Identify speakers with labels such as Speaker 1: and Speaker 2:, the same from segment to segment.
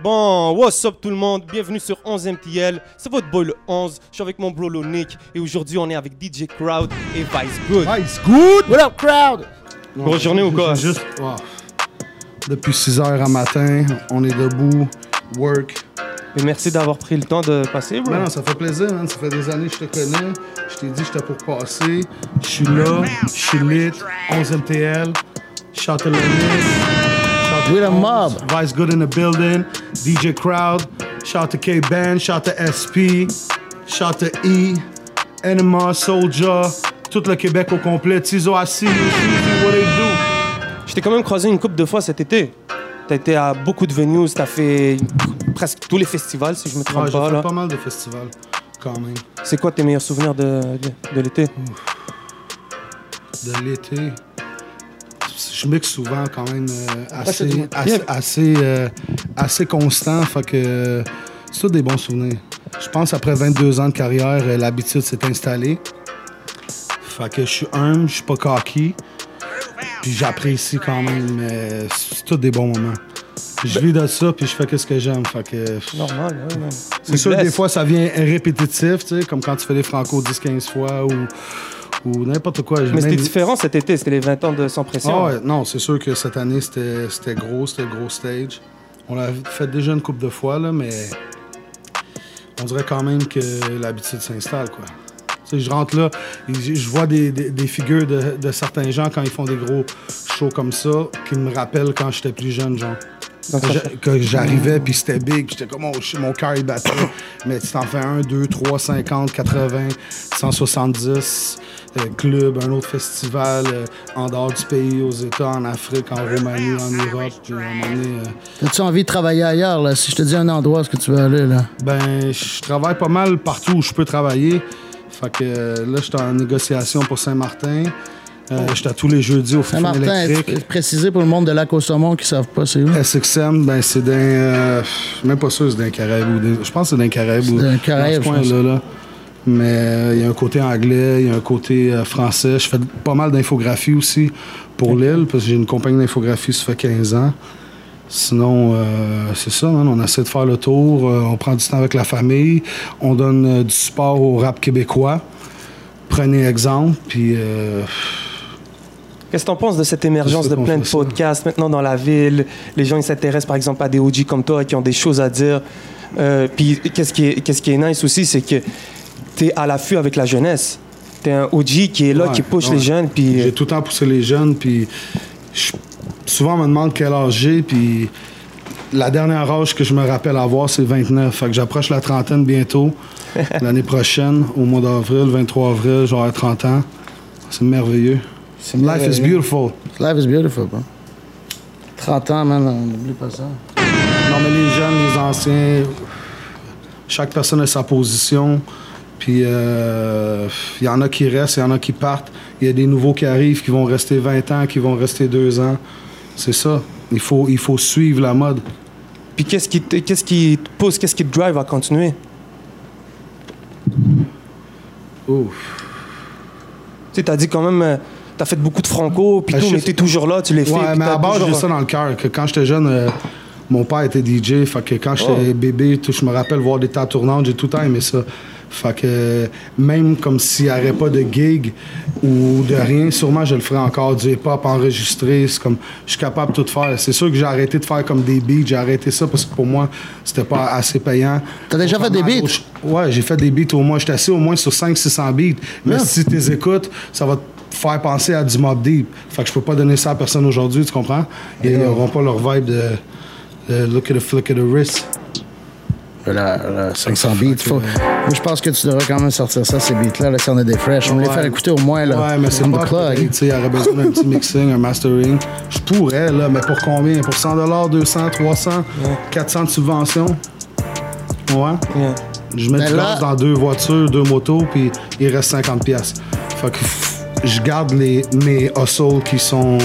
Speaker 1: Bon, what's up tout le monde? Bienvenue sur 11 MTL. C'est votre boy le 11. Je suis avec mon bro le Nick. Et aujourd'hui, on est avec DJ Crowd et Vice Good.
Speaker 2: Nice, Ah, good!
Speaker 3: What up, crowd?
Speaker 1: Grosse journée ou quoi?
Speaker 2: Juste, wow. Depuis 6 h à matin, on est debout, work.
Speaker 1: Et merci d'avoir pris le temps de passer, bro.
Speaker 2: Mais non, ça fait plaisir, man. Ça fait des années que je te connais. Je t'ai dit, j'étais pour passer. Je suis là, je suis lit, 11 MTL, Shout out Lenny, shout out
Speaker 3: We the
Speaker 2: Holmes,
Speaker 3: mob.
Speaker 2: Vice Good in the building, DJ Crowd, shout out to K-Band, shout out to SP, shout out to E, Enema, Soldier, tout le Québec au complet, Tizo Assis, what they do.
Speaker 1: Je t'ai quand même croisé une couple de fois cet été. T'as été à beaucoup de venues, t'as fait presque tous les festivals, si je me trompe
Speaker 2: Ouais, j'ai
Speaker 1: pas.
Speaker 2: fait
Speaker 1: là.
Speaker 2: pas mal de festivals, quand même.
Speaker 1: C'est quoi tes meilleurs souvenirs de, de- de l'été?
Speaker 2: De l'été. Je mixe souvent, quand même, euh,
Speaker 3: c'est du
Speaker 2: assez,
Speaker 3: moins-
Speaker 2: assez, assez, euh, assez constant. Fait que euh, c'est tous des bons souvenirs. Je pense après 22 ans de carrière, euh, l'habitude s'est installée. Fait que je suis humble, je suis pas cocky. Puis j'apprécie quand même. euh, c'est tous des bons moments. Je vis de ça, puis je fais ce que j'aime. Fait que. euh,
Speaker 1: Normal, ouais, ouais.
Speaker 2: C'est sûr, des fois, ça vient répétitif, tu sais, comme quand tu fais les franco 10-15 fois ou, ou n'importe quoi. J'ai
Speaker 1: Mais c'était
Speaker 2: même-
Speaker 1: différent cet été, c'était les 20 ans de Sans Pression.
Speaker 2: Ah ouais, non, c'est sûr que cette année, c'était c'était gros, c'était gros stage. On l'a fait déjà une couple de fois, là, mais on dirait quand même que l'habitude s'installe, quoi. Tu sais, je rentre là, et j- je vois des, des- des figures de, de certains gens quand ils font des gros shows comme ça, qui me rappellent quand j'étais plus jeune, genre.
Speaker 1: Donc,
Speaker 2: Que
Speaker 1: ça-
Speaker 2: j'a- que j'arrivais, puis c'était big, puis j'étais comme, oh, shit, mon cœur il battait. Mais tu t'en fais un, deux, trois, 50, 80, 170, euh, club, un autre festival euh, en dehors du pays, aux États, en Afrique, en Roumanie, en Europe. Puis à un moment donné, euh,
Speaker 3: As-tu envie de travailler ailleurs, là? Si je te dis un endroit, est-ce que tu veux aller, là?
Speaker 2: ben, je travaille pas mal partout où je peux travailler. Fait que euh, là, j'étais en négociation pour Saint-Martin. Euh, J'étais à tous les jeudis au Fun
Speaker 3: Saint-Martin,
Speaker 2: électrique.
Speaker 3: est préciser pour le monde de lac au saumon qui savent pas c'est où?
Speaker 2: SXM, ben c'est d'un. euh, je suis même pas sûr si c'est d'un Caraïbe ou d'un- Je pense que c'est d'un Caraïbe ou
Speaker 3: d'un Caraïbe,
Speaker 2: dans ce
Speaker 3: je pense.
Speaker 2: coin-là, là. Mais euh, il y a un côté anglais, il y a un côté euh, français. Je fais pas mal d'infographie aussi pour l'île, parce que j'ai une compagnie d'infographie, ça fait 15 ans. Sinon, euh, c'est ça, man, on essaie de faire le tour, euh, on prend du temps avec la famille, on donne euh, du support au rap québécois. Prenez exemple, puis euh,
Speaker 1: Qu'est-ce que t'en penses de cette émergence
Speaker 2: Je
Speaker 1: de
Speaker 2: sais
Speaker 1: plein
Speaker 2: qu'on
Speaker 1: de
Speaker 2: fait ça.
Speaker 1: podcasts maintenant dans la ville? Les gens, ils s'intéressent par exemple à des OG comme toi qui ont des choses à dire. Euh, puis qu'est-ce qui, est- qu'est-ce qui est nice aussi, c'est que t'es à l'affût avec la jeunesse. T'es un OG qui est là,
Speaker 2: Ouais,
Speaker 1: qui push
Speaker 2: ouais.
Speaker 1: les jeunes. Puis euh,
Speaker 2: J'ai tout le temps poussé les jeunes, puis je- souvent on me demande quel âge j'ai, puis la dernière âge que je me rappelle avoir, c'est 29. Fait que j'approche la trentaine bientôt, l'année prochaine, au mois d'avril, 23 avril, j'aurai 30 ans. C'est merveilleux. Life is beautiful.
Speaker 3: Life is beautiful, bro. 30 ans, man, on n'oublie pas ça.
Speaker 2: Non, mais les jeunes, les anciens, chaque personne a sa position. Puis euh, il y en a qui restent, il y en a qui partent. Il y a des nouveaux qui arrivent, qui vont rester 20 ans, qui vont rester 2 ans. C'est ça. Il faut, il faut suivre la mode.
Speaker 1: Puis qu'est-ce qui, te- qu'est-ce qui te pousse, qu'est-ce qui te drive à continuer?
Speaker 2: Ouf.
Speaker 1: Tu sais, t'as dit quand même, euh, t'as fait beaucoup de franco, puis
Speaker 2: Ben,
Speaker 1: tout,
Speaker 2: je
Speaker 1: mais
Speaker 2: sais-
Speaker 1: t'es toujours là, tu les fais.
Speaker 2: Ouais,
Speaker 1: puis
Speaker 2: mais
Speaker 1: t'as
Speaker 2: à base, j'ai
Speaker 1: toujours-
Speaker 2: ça dans le cœur. Que quand j'étais jeune, euh, mon père était DJ. Fait que quand j'étais
Speaker 1: Oh.
Speaker 2: bébé, tout, je me rappelle voir des tas tournantes. J'ai tout le temps aimé ça. Fait que euh, même comme s'il n'y aurait pas de gig ou de rien, sûrement je le ferais encore du hip-hop enregistré. C'est comme je suis capable de tout faire. C'est sûr que j'ai arrêté de faire comme des beats. J'ai arrêté ça parce que pour moi, c'était pas assez payant.
Speaker 3: T'as déjà fait des beats?
Speaker 2: Ouais, j'ai fait des beats au moins. J'étais assis au moins sur 500-600 beats. Mais
Speaker 3: Yeah.
Speaker 2: si tu les écoutes, ça va te faire penser à du Mob Deep. Fait que je peux pas donner ça à personne aujourd'hui, tu comprends? Ils n'auront pas leur vibe de, de look at the flick of the wrist.
Speaker 3: Là, là, 500 beats.
Speaker 2: Fait que,
Speaker 3: Faut... Moi, je pense que tu devrais quand même sortir ça, ces beats-là, là, si on a des fresh. On va les
Speaker 2: Ouais.
Speaker 3: faire écouter au moins, là.
Speaker 2: Ouais, mais c'est
Speaker 3: On
Speaker 2: pas
Speaker 3: the plug.
Speaker 2: pareil, tu sais, Il y aurait besoin d'un petit mixing, un mastering. Je pourrais, là, mais pour combien? Pour 100 200, 300, 400 de subvention? Ouais.
Speaker 1: Yeah.
Speaker 2: Je mets
Speaker 3: Ben
Speaker 2: du
Speaker 3: là-
Speaker 2: gaz dans deux voitures, deux motos, puis il reste 50 pièces. Fait que pff, je garde les, mes hustles qui sont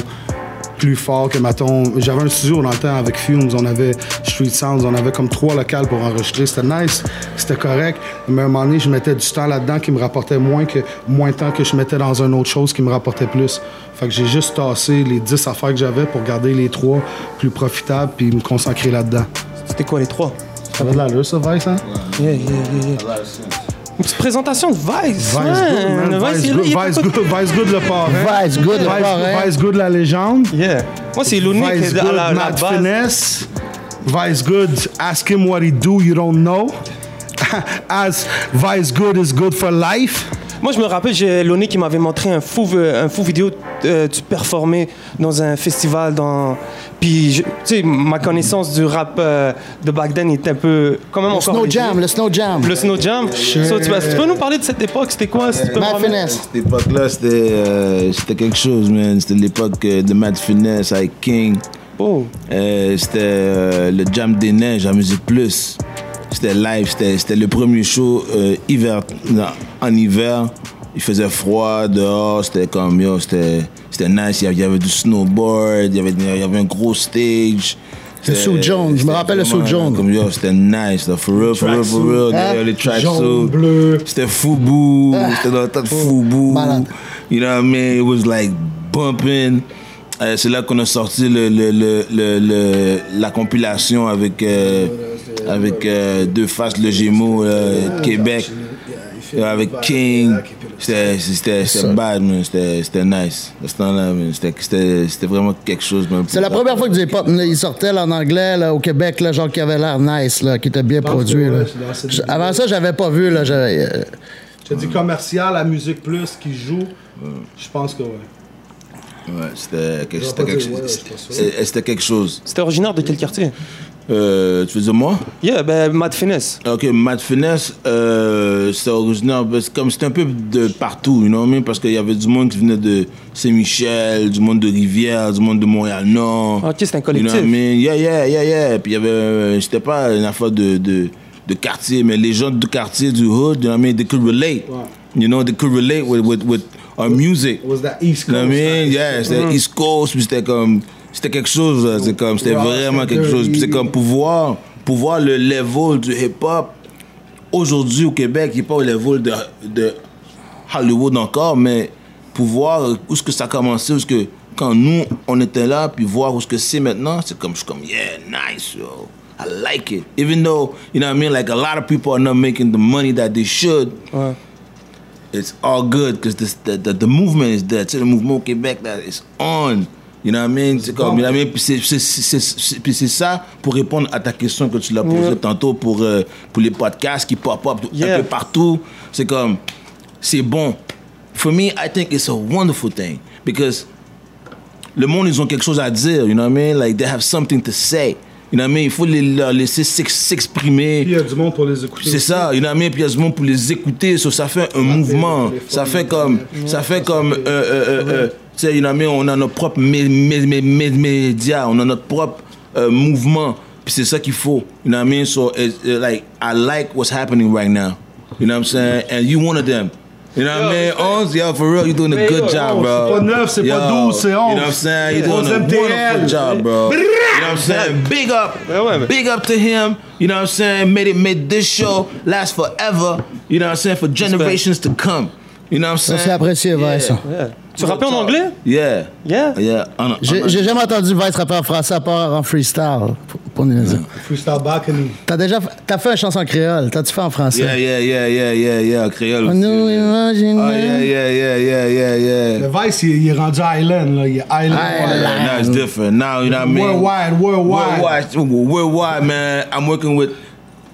Speaker 2: plus forts que, mettons, j'avais un studio dans le temps avec Fumes, on avait Street Sounds, on avait comme trois locales pour enregistrer, c'était nice, c'était correct, mais à un moment donné, je mettais du temps là-dedans qui me rapportait moins que moins de temps que je mettais dans une autre chose qui me rapportait plus. Fait que j'ai juste tassé les 10 affaires que j'avais pour garder les trois plus profitables puis me consacrer là-dedans.
Speaker 1: C'était quoi les trois
Speaker 2: Ça va de l'allure, ça, Vice, hein?
Speaker 1: Yeah, yeah, yeah, yeah. Une petite présentation de Vice.
Speaker 2: Vice
Speaker 1: ouais.
Speaker 2: Good,
Speaker 1: Le
Speaker 2: man.
Speaker 1: Vice, il
Speaker 2: Vice
Speaker 1: est là,
Speaker 2: Good,
Speaker 1: il est
Speaker 2: Vice
Speaker 1: pas-
Speaker 2: Good, Vice Good, le parrain.
Speaker 3: Vice good, le
Speaker 2: Vice-
Speaker 3: parrain.
Speaker 2: Vice Good, la légende.
Speaker 1: Yeah. Moi, c'est l'unique
Speaker 2: Vice
Speaker 1: à la,
Speaker 2: Good,
Speaker 1: à la
Speaker 2: Matt
Speaker 1: base.
Speaker 2: Finesse. Vice Good, ask him what he do, you don't know. As Vice Good is good for life.
Speaker 1: Moi, je me rappelle, j'ai Loné qui m'avait montré un fou, euh, un fou vidéo euh, tu performais dans un festival. Dans... Puis, je- tu sais, ma connaissance du rap euh, de back then était un peu. Quand même
Speaker 3: Le
Speaker 1: encore.
Speaker 3: Snow
Speaker 1: léger.
Speaker 3: Jam, le Snow Jam.
Speaker 1: Le Snow Jam. So, tu, peux- tu peux nous parler de cette époque C'était quoi si tu peux me
Speaker 3: Mad
Speaker 1: ramener-
Speaker 3: Finesse.
Speaker 4: Cette époque-là, c'était euh, c'était quelque chose, man. C'était l'époque euh, de Mad Finesse avec King.
Speaker 1: Oh,
Speaker 4: Euh, c'était euh, le Jam des Neiges à Musique Plus. C'était live, c'était c'était le premier show euh, hiver, non, en hiver. Il faisait froid dehors, c'était comme yo, c'était c'était nice. Il y avait- il y avait du snowboard, il y avait, il y avait un gros stage.
Speaker 3: Le Sue Jones, je me rappelle le Sue
Speaker 4: saut
Speaker 3: Jones.
Speaker 4: Comme yo, c'était nice, là, for real, for real, for real.
Speaker 3: Hein?
Speaker 4: Les tracks
Speaker 2: Jaune, bleu.
Speaker 4: c'était Fubu. C'était dans le tas de Fubu.
Speaker 3: malade.
Speaker 4: You know what I mean? It was like bumping. Euh, c'est là qu'on a sorti le, le, le, le, le- la compilation avec, euh, avec euh, Deux Faces, le Gémeaux, euh, Québec. Euh, Avec King. C'était- C'était c'était bad, man. C'était c'était nice. À ce temps-là, man, c'était- c'était c'était vraiment quelque chose. man.
Speaker 3: C'est la première fois que du pop, il sortait là, en anglais là, au Québec, là, genre qui avait l'air nice, là, qui était bien produit.
Speaker 2: que ouais,
Speaker 3: là.
Speaker 2: c'est dans cette
Speaker 3: Je- Avant ça, j'avais pas vu. Là, j'avais, euh,
Speaker 2: Je te dis commercial, la musique plus qui joue. Je pense que ouais.
Speaker 4: Ouais, C'était
Speaker 2: Je vais
Speaker 4: quelque,
Speaker 2: pas
Speaker 4: c'était quelque,
Speaker 2: dire ouais, je
Speaker 4: chose-
Speaker 2: suis pas sûr.
Speaker 4: c'était- c'était quelque chose.
Speaker 1: c'était originaire de quel quartier
Speaker 4: Euh, tu veux dire moi?
Speaker 1: Yeah, ben, Mad Finesse.
Speaker 4: Ok, Matt Finesse, euh, c'est originaire, parce que comme c'était un peu de partout, you know what I mean? Parce qu'il y avait du monde qui venait de Saint-Michel, du monde de Rivière, du monde de Montréal-Nord.
Speaker 1: Ah, Ok, c'est un
Speaker 4: You know what
Speaker 1: collectif.
Speaker 4: I mean? Yeah, yeah, yeah, yeah. Puis il y avait, euh, c'était pas une affaire de, de, de quartier, mais les gens du quartier, du hood, you know what I mean? They could relate. You know, they could relate with, with, with our music.
Speaker 2: It was that East
Speaker 4: You know
Speaker 2: Coast. Mm.
Speaker 4: what I mean? Non, Yeah, c'était East Coast, puis c'était comme. C'était quelque chose, là, c'est comme. C'était
Speaker 2: Raw,
Speaker 4: vraiment
Speaker 2: c'était
Speaker 4: quelque chose. Puis c'est
Speaker 2: dirty.
Speaker 4: comme pouvoir, pouvoir le level du hip-hop aujourd'hui au Québec, il n'est pas au level de, de Hollywood encore, mais pouvoir où est-ce que ça a commencé, où est-ce que quand nous, on était là, puis voir où est-ce que c'est maintenant, c'est comme, je suis comme, yeah, nice, yo. I like it. Even though, you know what I mean, like a lot of people are not making the money that they should.
Speaker 1: Ouais.
Speaker 4: it's all good because the, the, the movement is there. To the movement au Québec, that is on. You know what I mean? C'est comme, you know what I mean? Puis c'est- c'est- c'est- c'est- Puis c'est ça pour répondre à ta question que tu l'as posée tantôt pour, euh, pour les podcasts qui pop-up
Speaker 1: Yeah.
Speaker 4: un peu partout. C'est comme, c'est bon. For me, I think it's a wonderful thing because le monde, ils ont quelque chose à dire, you know what I mean? Like, they have something to say. You know what I mean? Il faut les, leur laisser s'ex- s'exprimer.
Speaker 2: Puis il y a du monde pour les écouter.
Speaker 4: C'est ça, il y en a mis puis il y a du monde pour les écouter, so ça fait un mouvement,
Speaker 2: téléphone,
Speaker 4: ça fait comme, ça fait comme, euh, euh, euh, euh, tu sais, il y en a mis, on a notre propre mé- mé- mé- mé- média, on a notre propre euh, mouvement, puis c'est ça qu'il faut, you know what I mean, so it's, uh, like, I like what's happening right now, you know what I'm saying, and you one of them. You know what I mean? Ons, yo, for real, you're doing a good job,
Speaker 2: oh,
Speaker 4: bro.
Speaker 2: c'est pas neuf, c'est pas
Speaker 4: Yo,
Speaker 2: douze, c'est
Speaker 4: You know
Speaker 2: onze.
Speaker 4: what I'm saying? You're
Speaker 2: Onze
Speaker 4: doing a
Speaker 2: MTL.
Speaker 4: wonderful job, bro. You know what I'm saying? Big up.
Speaker 1: ouais, mais-
Speaker 4: Big up to him. You know what I'm saying? Made it made this show last forever. You know what I'm saying? For generations to come. You know what I'm
Speaker 3: ça,
Speaker 4: saying?
Speaker 3: c'est apprécié, Vice. ça.
Speaker 1: Yeah. Tu rappais en anglais
Speaker 4: Yeah.
Speaker 1: Yeah.
Speaker 4: Yeah. On a- on
Speaker 3: J'ai
Speaker 4: a-
Speaker 3: j'ai jamais entendu Vice rapper en français à part en freestyle. Pour, pour nous dire.
Speaker 2: Freestyle Balcony.
Speaker 3: T'as déjà f- t'as fait une chanson en créole, t'as-tu fait en français?
Speaker 4: Yeah, yeah, yeah, yeah, yeah, yeah. Créole. aussi.
Speaker 3: Nous imaginons.
Speaker 4: Oh, yeah, yeah, yeah, yeah, yeah, yeah.
Speaker 2: Le Vice, il, il est rendu Island, là. Il est Island.
Speaker 3: Island.
Speaker 4: Yeah, now it's different. Now, you know what I mean?
Speaker 2: Worldwide, worldwide.
Speaker 4: Worldwide, worldwide, man. I'm working with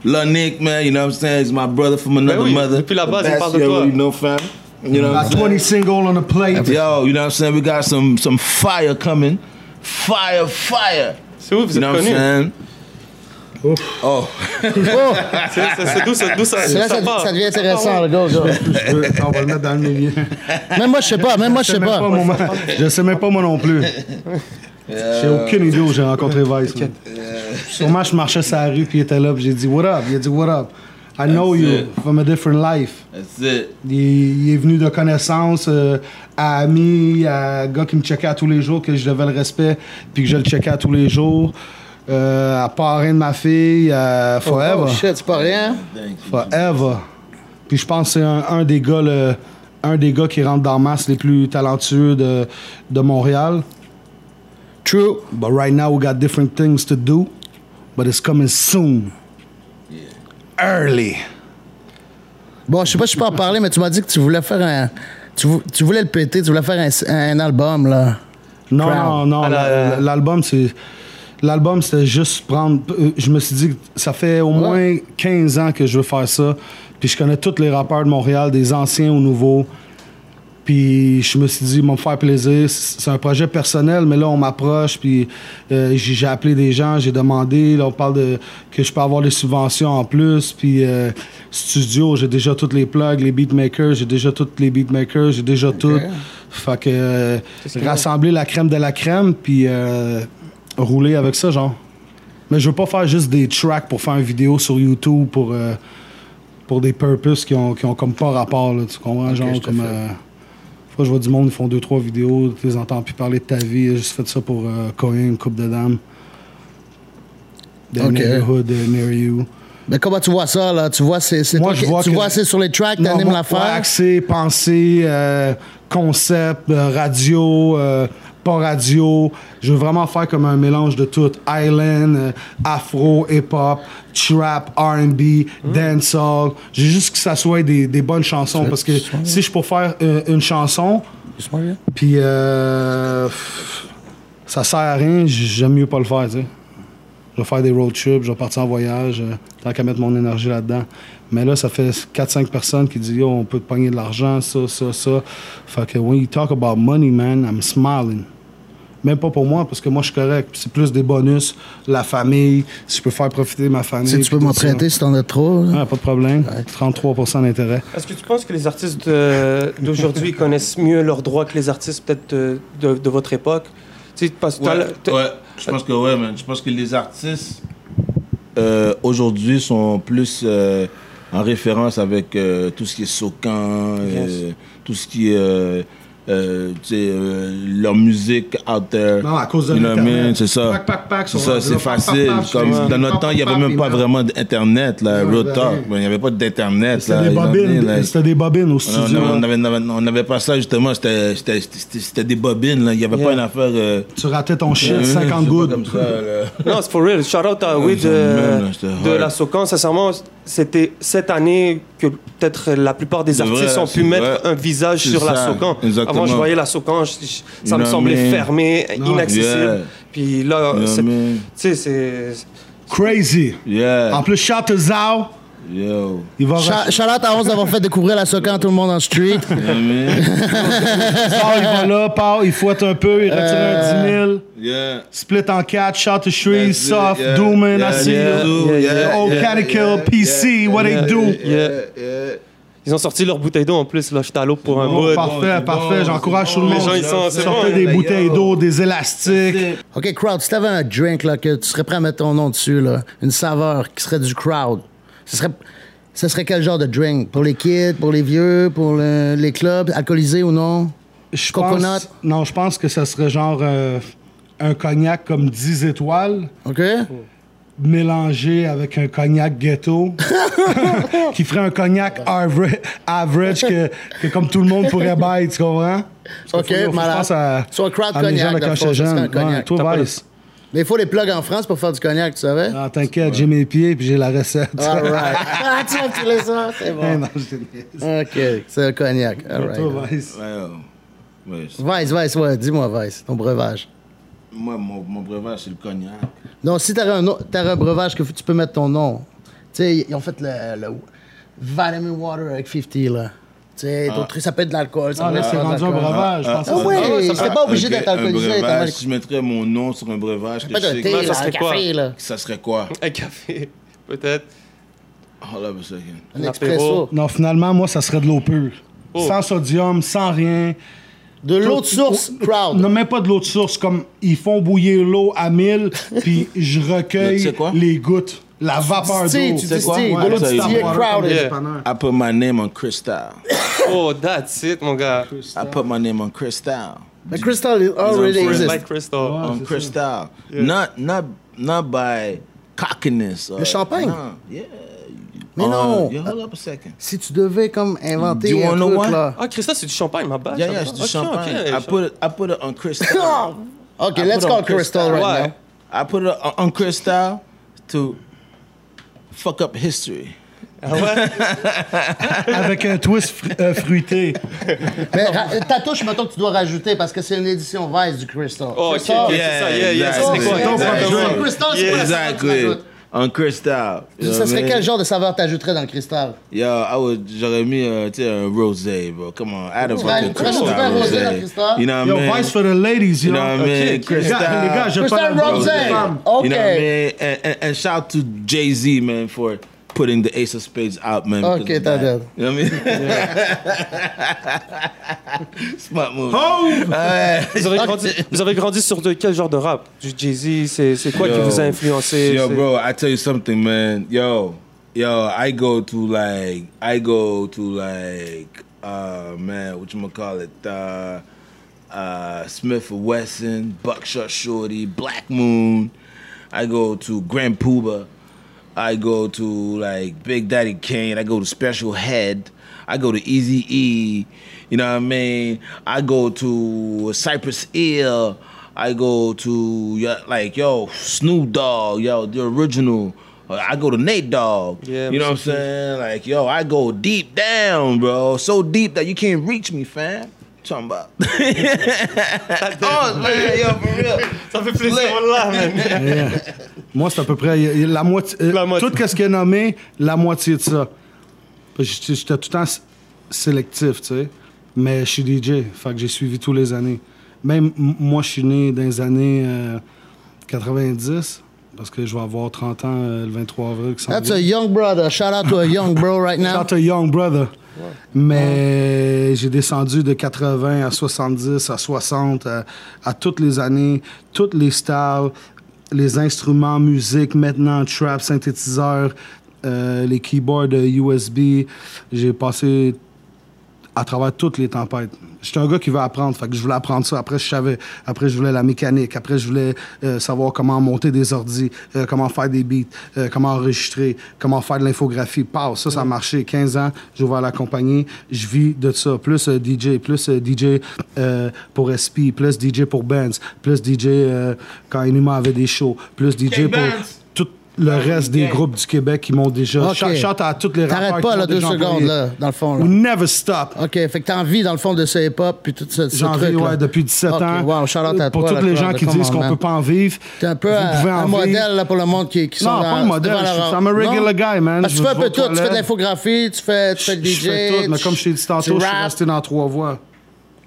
Speaker 4: Lil Nick, man. You know what I'm saying? He's my brother from another
Speaker 1: oui,
Speaker 4: mother.
Speaker 1: depuis la base, il
Speaker 4: That's
Speaker 1: parle de
Speaker 4: you
Speaker 1: toi.
Speaker 4: already know, fam. You know what I'm
Speaker 2: Got
Speaker 4: saying?
Speaker 2: 20 singles on the plate.
Speaker 4: Yo, you know what I'm saying? We got some some fire coming. Fire, fire.
Speaker 1: C'est où Vous êtes
Speaker 4: You know what I'm
Speaker 1: connu
Speaker 4: saying? Oh,
Speaker 3: Oh,
Speaker 1: C'est- c'est- C'est d'où ça, d'où ça,
Speaker 3: c'est là,
Speaker 1: ça
Speaker 3: ça,
Speaker 1: part
Speaker 3: ça devient
Speaker 1: part,
Speaker 3: intéressant,
Speaker 1: ouais.
Speaker 3: le gars. gars.
Speaker 2: Je veux- On va le mettre dans le milieu.
Speaker 3: Même moi, je sais pas, même moi, je sais
Speaker 2: même
Speaker 3: pas.
Speaker 2: mon ma- Je sais même pas moi non plus.
Speaker 3: Euh,
Speaker 2: J'ai aucune idée où j'ai rencontré Vice. man. Sûrement, je marchais sur la rue, puis il était là, puis j'ai dit What up? Il a dit What up? I know you from a different life.
Speaker 4: that's it.
Speaker 2: Il, il est venu de connaissances euh, à amis, à gars qui me checkaient à tous les jours, que je devais le respect, puis que je le checkais à tous les jours. Euh, à parrain de ma fille, à Forever.
Speaker 3: Oh, shit, c'est pas rien.
Speaker 2: Forever. Puis je pense que c'est un, un des gars le- un des gars qui rentre dans masse les plus talentueux de, de Montréal.
Speaker 3: True.
Speaker 2: But right now we got different things to do. but it's coming soon. Early.
Speaker 3: Bon, je sais pas si je peux en parler, mais tu m'as dit que tu voulais faire un. Tu, vou- tu voulais le péter, tu voulais faire un, un album, là.
Speaker 2: Non,
Speaker 3: Crown.
Speaker 2: non, non.
Speaker 1: Alors,
Speaker 2: la-
Speaker 1: euh,
Speaker 2: L'album, c'est. L'album, c'était juste prendre. euh, Je me suis dit que ça fait au moins 15 ans que je veux faire ça. Puis je connais tous les rappeurs de Montréal, des anciens aux nouveaux. Puis je me suis dit, ils vont me faire plaisir. C- C'est un projet personnel, mais là, on m'approche. Puis euh, j'ai j'ai appelé des gens, j'ai demandé. Là, on parle de, que je peux avoir des subventions en plus. Puis euh, studio, j'ai déjà toutes les plugs, les beatmakers. J'ai déjà toutes les beatmakers. J'ai déjà tout. Fait que euh, rassembler la crème de la crème, puis euh, rouler avec ça, genre. Mais je veux pas faire juste des tracks pour faire une vidéo sur YouTube pour, euh, pour des purposes qui ont, qui ont comme pas rapport, là, tu comprends? genre, comme. euh, des fois, je vois du monde, ils font deux, trois vidéos, tu les entends plus parler de ta vie. J'ai juste fait ça pour euh, Cohen, une coupe de dames. The
Speaker 3: Ok.
Speaker 2: Neighborhood, euh, Near You.
Speaker 3: Mais comment tu vois ça, là? Tu vois, c'est. c'est
Speaker 2: Moi,
Speaker 3: toi
Speaker 2: je
Speaker 3: qui-
Speaker 2: vois
Speaker 3: Tu
Speaker 2: que-
Speaker 3: vois, c'est sur les tracks,
Speaker 2: Non,
Speaker 3: t'animes
Speaker 2: moi, ouais,
Speaker 3: l'affaire.
Speaker 2: axé, pensée, euh, concept, euh, radio, euh, pas radio. Je veux vraiment faire comme un mélange de tout. Island, euh, afro, hip-hop, trap, R&B,
Speaker 3: Hmm.
Speaker 2: dancehall. J'ai juste que ça soit des, des bonnes chansons. Parce que si je peux faire euh, une chanson, puis euh, pff, ça sert à rien, j- j'aime mieux pas le faire, tu sais. Je vais faire des road trips, je vais partir en voyage, euh, tant qu'à mettre mon énergie là-dedans. Mais là, ça fait 4-5 personnes qui disent Yo, on peut te pogner de l'argent, ça, ça, ça. Fait que when you talk about money, man, I'm smiling. Même pas pour moi, parce que moi, je suis correct. Puis C'est plus des bonus, la famille, si je peux faire profiter ma famille.
Speaker 3: Si tu peux
Speaker 2: puis
Speaker 3: m'en
Speaker 2: tout ça.
Speaker 3: prêter si t'en as trop. là.
Speaker 2: Ouais, pas de problème. 33 d'intérêt.
Speaker 1: Est-ce que tu penses que les artistes euh, d'aujourd'hui connaissent mieux leurs droits que les artistes peut-être de, de- de votre époque Tu sais, parce que t'as
Speaker 4: Ouais,
Speaker 1: la- t'as-
Speaker 4: ouais, je pense que ouais, man. Je pense que les artistes euh, aujourd'hui sont plus euh, en référence avec euh, tout ce qui est socan, euh,
Speaker 1: Yes.
Speaker 4: tout ce qui est euh, euh, tu sais, euh, leur musique out there.
Speaker 2: Non, à cause de
Speaker 4: You know what I
Speaker 2: l'Internet.
Speaker 4: mean? C'est ça.
Speaker 2: Pac, pac, pac,
Speaker 4: c'est
Speaker 2: sont
Speaker 4: ça,
Speaker 2: rendus
Speaker 4: c'est
Speaker 2: là, pac,
Speaker 4: facile.
Speaker 2: pac, pac,
Speaker 4: Comme
Speaker 2: pac,
Speaker 4: dans notre
Speaker 2: pac,
Speaker 4: temps, il n'y avait
Speaker 2: pac,
Speaker 4: même pas
Speaker 2: pac.
Speaker 4: vraiment d'internet, là,
Speaker 2: Non,
Speaker 4: real
Speaker 2: ben,
Speaker 4: talk.
Speaker 2: oui.
Speaker 4: Il n'y avait pas d'internet, là.
Speaker 2: C'était des
Speaker 4: you know what I mean?
Speaker 2: bobines.
Speaker 4: Like,
Speaker 2: C'était des bobines au
Speaker 4: on
Speaker 2: studio.
Speaker 4: n'avait on avait, on avait- on avait pas ça justement, c'était- c'était c'était- c'était des bobines, là. il n'y avait pas une affaire... euh,
Speaker 2: Tu ratais ton
Speaker 4: euh,
Speaker 2: shit,
Speaker 4: c'est pas
Speaker 2: 50 gouttes.
Speaker 4: Comme ça, là.
Speaker 1: Non, c'est for real. Shout out à Wid
Speaker 4: c'est
Speaker 1: euh,
Speaker 4: man, c'était
Speaker 1: de
Speaker 4: hard.
Speaker 1: la Socan. Sincèrement, c'était cette année que peut-être la plupart des
Speaker 4: C'est
Speaker 1: artistes
Speaker 4: vrai,
Speaker 1: ont
Speaker 4: c'est
Speaker 1: pu mettre
Speaker 4: vrai.
Speaker 1: un visage
Speaker 4: C'est
Speaker 1: sur la
Speaker 4: ça,
Speaker 1: Socan.
Speaker 4: exactement.
Speaker 1: Avant, je voyais la Socan, je- je- ça
Speaker 4: You
Speaker 1: me
Speaker 4: know
Speaker 1: semblait
Speaker 4: me.
Speaker 1: fermé,
Speaker 4: Yeah.
Speaker 1: inaccessible. Puis là,
Speaker 4: You know
Speaker 1: c'est- tu
Speaker 4: me.
Speaker 1: sais, c'est.
Speaker 2: Crazy.
Speaker 4: Yeah,
Speaker 2: En plus, Charles Zao,
Speaker 4: yo.
Speaker 2: il va
Speaker 3: Cha-
Speaker 2: racheter.
Speaker 3: Charlotte à 11 d'avoir fait découvrir la soca à tout le monde en street.
Speaker 4: You know me.
Speaker 2: Zao, il va là, part, il fouette un peu, il retire
Speaker 3: Euh.
Speaker 2: un 10 000.
Speaker 4: Yeah.
Speaker 2: Split en 4, Shout to Shree,
Speaker 4: That's it,
Speaker 2: Soft,
Speaker 4: yeah,
Speaker 2: Doomin,
Speaker 4: yeah,
Speaker 2: I see
Speaker 4: yeah,
Speaker 2: you.
Speaker 4: yeah,
Speaker 1: yeah,
Speaker 2: Old
Speaker 4: yeah,
Speaker 2: Catakill,
Speaker 4: yeah,
Speaker 2: PC, what they do.
Speaker 1: Yeah. Ils ont sorti leur bouteille d'eau en plus. Là, j'étais à l'eau pour un
Speaker 2: Oh,
Speaker 1: mood.
Speaker 2: parfait,
Speaker 4: c'est
Speaker 2: parfait,
Speaker 4: bon,
Speaker 2: j'encourage
Speaker 4: c'est
Speaker 2: tout le
Speaker 4: bon.
Speaker 2: monde.
Speaker 1: Les gens, ils sont- c'est
Speaker 2: Sortez
Speaker 1: bon,
Speaker 2: des
Speaker 4: là,
Speaker 2: bouteilles
Speaker 4: yo.
Speaker 2: d'eau, des élastiques.
Speaker 3: OK, crowd, si t'avais un drink là, que tu serais prêt à mettre ton nom dessus, là, une saveur qui serait du crowd, ce serait, ce serait quel genre de drink? Pour les kids, pour les vieux, pour le- les clubs, alcoolisés ou non?
Speaker 2: Je
Speaker 3: Coconut.
Speaker 2: pense, non, je pense que ça serait genre euh, un cognac comme 10 étoiles.
Speaker 3: OK?
Speaker 2: mélangé avec un cognac ghetto qui ferait un cognac avra- average que, que comme tout le monde pourrait bailler, tu comprends?
Speaker 3: OK,
Speaker 2: Faut- faut- faut-
Speaker 3: malade.
Speaker 2: Je pense à,
Speaker 3: Soit un crowd
Speaker 2: à mes gens
Speaker 3: cognac,
Speaker 2: de
Speaker 3: dans le
Speaker 2: quand
Speaker 3: fond,
Speaker 2: j'étais
Speaker 3: ça serait
Speaker 2: jeune.
Speaker 3: un cognac.
Speaker 2: Ouais, toi, Vice.
Speaker 3: Mais il faut les plugs en France pour faire du cognac, tu savais?
Speaker 2: Ah, T'inquiète, j'ai mes pieds puis j'ai la recette.
Speaker 3: All right. Ah, tu vas filer ça, c'est
Speaker 2: Hey,
Speaker 3: bon.
Speaker 2: non, je t'ai-
Speaker 3: OK, c'est un cognac. All right.
Speaker 2: Toi, Vice.
Speaker 4: Ouais, yo. Ouais, c'est-
Speaker 3: Vice, Vice, ouais, dis-moi, Vice, ton breuvage.
Speaker 4: Moi, mon, mon breuvage, c'est le cognac.
Speaker 3: Non, si t'aurais un, autre- t'aurais un breuvage que f- tu peux mettre ton nom. Tu sais, ils ont fait le, le Vitamin Water avec 50, là. Tu sais,
Speaker 1: Ah.
Speaker 3: d'autres trucs, ça peut être de l'alcool. ça
Speaker 2: Ah, là,
Speaker 3: peut être
Speaker 2: c'est
Speaker 3: pas de
Speaker 2: rendu un
Speaker 3: l'alcool.
Speaker 2: breuvage. je pense
Speaker 3: Ah
Speaker 2: que ça-
Speaker 3: ouais,
Speaker 2: Ah
Speaker 3: c'était pas obligé
Speaker 4: Ok,
Speaker 3: d'être
Speaker 4: un
Speaker 3: alcoolisé. d'être
Speaker 4: breuvage,
Speaker 3: alcool-
Speaker 4: Si je mettrais mon nom sur un breuvage, que
Speaker 3: Pas
Speaker 4: je
Speaker 3: de
Speaker 4: sais
Speaker 3: thé,
Speaker 1: ça
Speaker 4: que-
Speaker 3: là, un
Speaker 1: serait quoi?
Speaker 3: café, là.
Speaker 4: ça serait quoi?
Speaker 1: Un café, peut-être.
Speaker 4: Hold up a second.
Speaker 3: Un
Speaker 1: Un
Speaker 3: expresso.
Speaker 1: apéro.
Speaker 2: Non, finalement, moi, ça serait de l'eau pure.
Speaker 1: Oh.
Speaker 2: Sans sodium, sans rien.
Speaker 3: De l'eau de source, crowd.
Speaker 2: Non, même pas de l'eau de source. Comme ils font bouillir l'eau à 1000, puis je
Speaker 4: Mais tu
Speaker 2: recueille
Speaker 4: sais quoi?
Speaker 2: les gouttes, la vapeur d'eau.
Speaker 3: distilles, tu
Speaker 4: sais quoi?
Speaker 3: distilles,
Speaker 4: Ouais,
Speaker 3: de l'eau
Speaker 4: ça,
Speaker 3: distillée,
Speaker 4: il y a
Speaker 2: Water
Speaker 3: crowd.
Speaker 2: comme
Speaker 1: Yeah.
Speaker 2: dépanneur.
Speaker 4: I put my name on Cristal.
Speaker 1: Oh, that's it, mon gars.
Speaker 4: I put my name on Cristal.
Speaker 3: The crystal is already
Speaker 4: Ils ont
Speaker 3: exists.
Speaker 1: Like Crystal.
Speaker 4: on Cristal. Not, not, not by cockiness. or-
Speaker 3: Le champagne?
Speaker 4: Non, yeah.
Speaker 3: Mais
Speaker 4: Uh,
Speaker 3: non.
Speaker 4: yeah, hold up a second.
Speaker 3: Si tu devais comme inventer
Speaker 4: Do you
Speaker 3: un
Speaker 4: wanna know
Speaker 3: truc,
Speaker 4: what?
Speaker 3: là.
Speaker 1: Ah, Crystal, c'est du champagne, ma bad.
Speaker 4: Yeah,
Speaker 1: j'avais
Speaker 4: yeah,
Speaker 1: pas-
Speaker 4: it's the
Speaker 1: Ah, Ok,
Speaker 4: champagne.
Speaker 1: ok,
Speaker 4: I put it, I put it on Cristal.
Speaker 3: OK,
Speaker 4: I
Speaker 3: let's
Speaker 4: put
Speaker 3: call
Speaker 4: on
Speaker 3: crystal
Speaker 4: crystal.
Speaker 3: right
Speaker 1: Ouais.
Speaker 3: now.
Speaker 4: I put it on, on Cristal. to fuck up history.
Speaker 1: Ah,
Speaker 2: Avec un twist fr- euh, fruité.
Speaker 3: Mais ra- ta touche, mettons que tu dois rajouter parce que c'est une édition Vice du Crystal.
Speaker 1: Oh, ok,
Speaker 3: Crystal,
Speaker 1: ok, c'est ça, yeah, yeah,
Speaker 4: exactly.
Speaker 1: c'est quoi,
Speaker 3: Yeah,
Speaker 1: exactement.
Speaker 3: yeah, yeah. Crystal, c'est quoi la saveur que tu
Speaker 4: Exactly.
Speaker 3: rajoutes?
Speaker 4: En cristal. you know
Speaker 3: Ça
Speaker 4: what I
Speaker 3: serait
Speaker 4: mean?
Speaker 3: quel genre de saveur t'ajouterais dans le cristal?
Speaker 4: Yo, I would, j'aurais mis euh, tu sais, un rosé, bro. Come on, add a fucking
Speaker 3: rajoutes un
Speaker 4: cristal
Speaker 3: rosé dans
Speaker 4: rosé.
Speaker 3: Cristal?
Speaker 4: You
Speaker 1: Ah,
Speaker 4: know
Speaker 2: Yo,
Speaker 4: what I mean?
Speaker 2: vice for the ladies, yo.
Speaker 4: You know what I mean?
Speaker 2: Les
Speaker 4: Cristal.
Speaker 2: gars, les gars, je
Speaker 3: Crystal
Speaker 2: parle
Speaker 3: Rosé.
Speaker 4: You know what I
Speaker 3: Okay.
Speaker 4: mean? And, and, and shout out to Jay Z, man, for putting the Ace of Spades out, man. because
Speaker 3: Okay,
Speaker 4: of that.
Speaker 3: Tadel.
Speaker 4: You know what I mean? Smart move. Alright.
Speaker 1: Vous avez, grandi, vous avez grandi sur de quel genre de rap Du Jay-Z, c'est c'est quoi qui
Speaker 4: Yo.
Speaker 1: vous a influencé
Speaker 4: Yo,
Speaker 1: C'est-
Speaker 4: bro, I tell you something, man. Yo, yo, I go to like, I go to like, uh, man, what you gonna call it? Uh, uh, Smith and Wesson, Buckshot Shorty, Black Moon. I go to Grand Puba. I go to like Big Daddy Kane. I go to Special Head. I go to Easy E. You know what I mean? I go to Cypress Hill. I go to yeah, like yo Snoop Dogg, yo the original. Uh, I go to Nate Dogg.
Speaker 1: Yeah,
Speaker 4: you know what I'm
Speaker 1: Mr. T.
Speaker 4: saying? Like yo, I go deep down, bro. So deep that you can't reach me, fam. Talking about. oh man, yo for real.
Speaker 1: Ça fait plaisir, voilà, man.
Speaker 2: Yeah. Moi, c'est à peu près euh, la moitié. euh,
Speaker 1: La moitié.
Speaker 2: Tout ce qui est nommé, la moitié de ça. Parce que J'étais j'étais tout le temps s- sélectif, tu sais. Mais je suis DJ, fait que j'ai suivi tous les années. Même m- moi, je suis né dans les années euh, 90, parce que je vais avoir 30 ans euh, le 23 avril. qui s'en
Speaker 3: That's
Speaker 2: vient.
Speaker 3: a young brother. Shout out to a young bro right now.
Speaker 2: Not a young brother. Mais j'ai descendu de 80 à 70, à 60, à, à toutes les années, toutes les stars, les instruments, musique, maintenant trap, synthétiseur, euh, les keyboards euh, USB. J'ai passé à travers toutes les tempêtes. J'étais un gars qui veut apprendre, fait que je voulais apprendre ça. Après, je savais. Après, je voulais la mécanique. Après, je voulais euh, savoir comment monter des ordis, euh, comment faire des beats, euh, comment enregistrer, comment faire de l'infographie. Pow, ça, ça a marché. 15 ans, j'ai ouvert la compagnie. Je vis de ça. Plus euh, DJ, plus euh, DJ euh, pour SP, plus DJ pour bands, plus DJ euh, quand Inuma avait des shows, plus DJ pour
Speaker 4: Bands.
Speaker 2: tout le reste des groupes du Québec qui m'ont déjà...
Speaker 3: Ok.
Speaker 2: Shout shout à toutes les rappeurs
Speaker 3: T'arrêtes
Speaker 2: qui
Speaker 3: pas,
Speaker 2: m'ont
Speaker 3: là, deux
Speaker 2: déjà
Speaker 3: secondes,
Speaker 2: employé.
Speaker 3: là, dans le fond, là.
Speaker 2: We never stop.
Speaker 3: OK, fait que t'as envie, dans le fond, de ce hip-hop puis tout ce, ce
Speaker 2: J'en
Speaker 3: truc,
Speaker 2: vis
Speaker 3: là.
Speaker 2: ouais, depuis 17
Speaker 3: Ok,
Speaker 2: ans.
Speaker 3: wow, shout-out à
Speaker 2: pour
Speaker 3: toi,
Speaker 2: tous
Speaker 3: là,
Speaker 2: les
Speaker 3: Claude,
Speaker 2: gens qui
Speaker 3: come
Speaker 2: disent
Speaker 3: on,
Speaker 2: qu'on
Speaker 3: man.
Speaker 2: peut pas en vivre.
Speaker 3: T'es un peu
Speaker 2: vous
Speaker 3: un,
Speaker 2: pouvez
Speaker 3: un
Speaker 2: en vivre.
Speaker 3: modèle là, pour le monde qui, qui
Speaker 2: Non,
Speaker 3: sont
Speaker 2: pas
Speaker 3: dans-
Speaker 2: un modèle,
Speaker 3: devant
Speaker 2: je
Speaker 3: leur-
Speaker 2: suis- I'm a regular guy, man.
Speaker 3: Parce que tu
Speaker 2: Je
Speaker 3: fais un
Speaker 2: vais
Speaker 3: peu
Speaker 2: aux
Speaker 3: tout. Tu fais de
Speaker 2: toilettes.
Speaker 3: l'infographie, tu fais, tu
Speaker 2: Je
Speaker 3: fais le
Speaker 2: je
Speaker 3: DJ.
Speaker 2: fais tout, mais
Speaker 3: tu-
Speaker 2: comme je t'ai dit
Speaker 3: tu
Speaker 2: tantôt, je suis
Speaker 3: rappes.
Speaker 2: resté dans trois voies.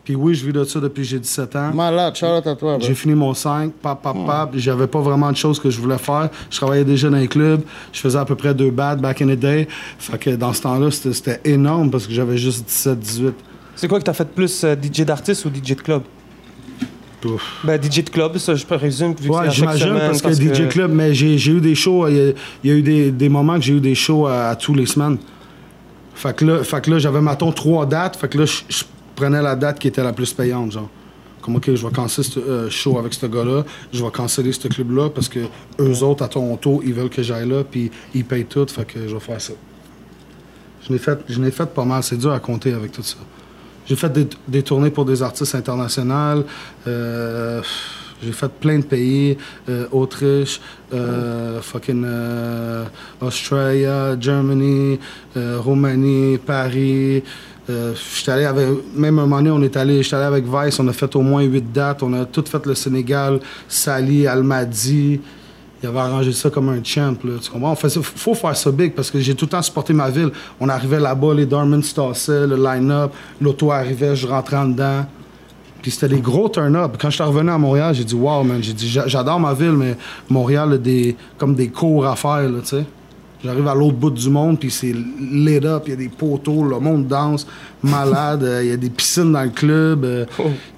Speaker 2: Puis oui, je vis de ça depuis que j'ai 17 ans.
Speaker 3: Malade, shout-out à toi. bro.
Speaker 2: J'ai fini mon 5, pap, pap, pap. J'avais pas vraiment de choses que je voulais faire. Je travaillais déjà dans les clubs. Je faisais à peu près deux battes back in the day. Fait que dans ce temps-là, c'était- c'était énorme parce que j'avais juste 17, 18.
Speaker 1: C'est quoi que t'as fait de plus, euh, DJ d'artiste ou DJ de club
Speaker 2: Pouf.
Speaker 1: Ben, DJ de club, ça, je peux résumer. Vu que c'est à
Speaker 2: Ouais,
Speaker 1: chaque
Speaker 2: j'imagine
Speaker 1: semaine,
Speaker 2: parce que DJ Club, mais j'ai j'ai eu des shows, il y a, il y a eu des, des moments que j'ai eu des shows à, à tous les semaines. Fait que là, fait que là j'avais mettons trois dates, fait que là je je prenais la date qui était la plus payante, genre. Comme ok, je vais canceller ce euh, show avec ce gars-là, je vais canceller ce club-là parce que eux autres à Toronto, ils veulent que j'aille là, puis ils payent tout, fait que je vais faire ça. Je n'ai fait, je n'ai fait pas mal, c'est dur à compter avec tout ça. J'ai fait des, des tournées pour des artistes internationaux. euh, j'ai fait plein de pays. euh, Autriche, euh, fucking euh, Australia, Germany, euh, Roumanie, Paris. Euh, j'étais allé avec, même un moment donné, on est allé, j'étais allé avec Vice, on a fait au moins huit dates. On a tout fait le Sénégal, Sali, Almadi. Il avait arrangé ça comme un champ, là, tu comprends? On faisait- faut faire ça big parce que j'ai tout le temps supporté ma ville. On arrivait là-bas, les Dormans se tassaient, le line-up, l'auto arrivait, je rentrais en dedans. Puis c'était des gros turn-up. Quand je suis revenu à Montréal, j'ai dit, wow, man, j'ai dit, j'a- j'adore ma ville, mais Montréal a des, comme des cours à faire, là, tu sais. J'arrive à l'autre bout du monde, puis c'est lit up, il y a des poteaux, le monde danse, malade, euh, il y a des piscines dans le club, euh,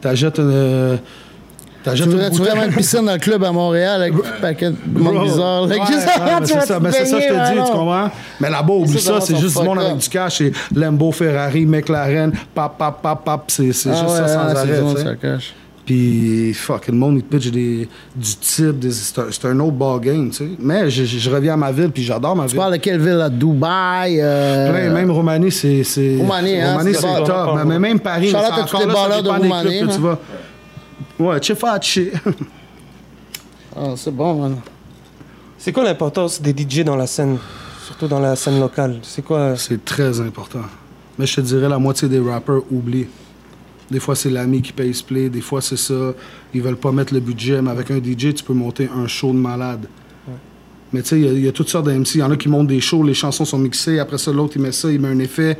Speaker 2: t'achètes une. euh,
Speaker 3: Tu
Speaker 2: t'achètes une
Speaker 3: voudrais, Oh. tu voudrais
Speaker 2: bouteille-
Speaker 3: avoir une piscine dans le club à Montréal avec un paquet de monde
Speaker 2: Bro.
Speaker 3: bizarre. là,
Speaker 2: Ouais,
Speaker 3: qui-
Speaker 2: ouais, mais
Speaker 3: tu
Speaker 2: c'est
Speaker 3: vas
Speaker 2: ça,
Speaker 3: te
Speaker 2: mais c'est ça, je
Speaker 3: baigner,
Speaker 2: te dis,
Speaker 3: alors.
Speaker 2: tu comprends? Mais là-bas,
Speaker 3: Ça,
Speaker 2: oublie
Speaker 3: c'est
Speaker 2: ça, c'est
Speaker 3: vraiment
Speaker 2: juste du
Speaker 3: fuck
Speaker 2: monde
Speaker 3: up.
Speaker 2: avec du cash, c'est Lambo, Ferrari, McLaren, pap, pap, pap, pap, c'est c'est
Speaker 3: Ah
Speaker 2: juste
Speaker 3: ouais,
Speaker 2: ça sans
Speaker 3: ouais, c'est
Speaker 2: arrêt,
Speaker 3: bon,
Speaker 2: tu sais.
Speaker 3: ça cache.
Speaker 2: Puis, fuck, le monde, il te pitch des, du type, des- c'est un, c'est un autre ball game, tu sais. Mais je, je- je reviens à ma ville, puis j'adore ma
Speaker 3: Tu
Speaker 2: ville.
Speaker 3: parles de quelle ville? là? Dubaï? euh,
Speaker 2: Plein, même Roumanie, c'est. c'est-
Speaker 3: Roumanie, hein, c'est
Speaker 2: c'est
Speaker 3: bon.
Speaker 2: top. Mais- Mais même Paris,
Speaker 3: Charlotte,
Speaker 2: c'est
Speaker 3: as-tu
Speaker 2: encore
Speaker 3: des
Speaker 2: là,
Speaker 3: balleurs
Speaker 2: ça
Speaker 3: de
Speaker 2: dépend des clubs
Speaker 3: Roumanie, hein.
Speaker 2: que tu vas. Ouais, tu fais chier.
Speaker 3: ah, c'est bon, man.
Speaker 1: C'est quoi l'importance des DJ dans la scène, surtout dans la scène locale C'est quoi
Speaker 2: C'est très important. Mais je te dirais, la moitié des rappeurs oublient. Des fois, c'est l'ami qui paye ce play, des fois, c'est ça. Ils veulent pas mettre le budget, mais avec un DJ, tu peux monter un show de malade. Mais tu sais, il y a- il y, a toutes sortes de MC. Il y en a qui montent des shows, les chansons sont mixées, après ça, l'autre, il met ça, il met un effet.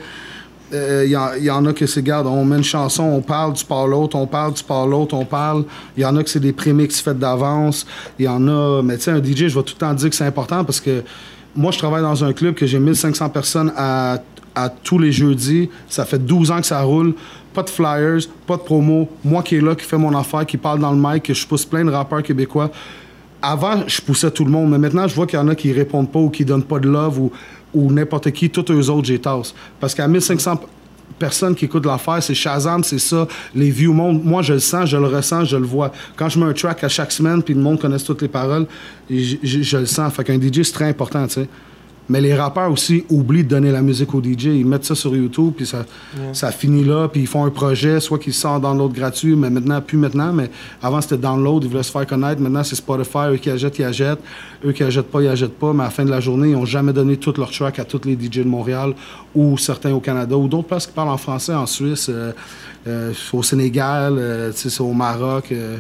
Speaker 2: Euh, Il y en- il y, en a que c'est, garde, on met une chanson, on parle, tu parles l'autre, on parle, tu parles l'autre, on parle. Il y en a que c'est des prémix faites d'avance. Il y en a, mais tu sais, un DJ, je vais tout le temps dire que c'est important parce que moi, je travaille dans un club que j'ai 1500 personnes à, à tous les jeudis. Ça fait 12 ans que ça roule. Pas de flyers, pas de promo. Moi qui est là, qui fait mon affaire, qui parle dans le mic, que je pousse plein de rappeurs québécois. Avant, je poussais tout le monde, mais maintenant, je vois qu'il y en a qui répondent pas ou qui donnent pas de love ou, ou n'importe qui. Tous eux autres, j'ai tasse. Parce qu'à 1500 p- personnes qui écoutent l'affaire, c'est Shazam, c'est ça, les vieux monde. Moi, je le sens, je le ressens, je le vois. Quand je mets un track à chaque semaine, puis le monde connaisse toutes les paroles, j- j- je le sens. Fait qu'un DJ, c'est très important, tu sais. Mais les rappeurs aussi oublient de donner la musique au DJ. Ils mettent ça sur YouTube, puis ça, ça finit là, puis ils font un projet, soit qu'ils sortent dans l'autre gratuit, mais maintenant, plus maintenant, mais avant c'était download, ils voulaient se faire connaître. Maintenant, c'est Spotify, eux qui achètent, ils achètent. Eux qui achètent pas, ils achètent pas. Mais à la fin de la journée, ils n'ont jamais donné toutes leurs tracks à tous les DJ de Montréal, ou certains au Canada, ou d'autres places qui parlent en français, en Suisse, euh, euh, au Sénégal, euh, tu sais, c'est au Maroc. euh,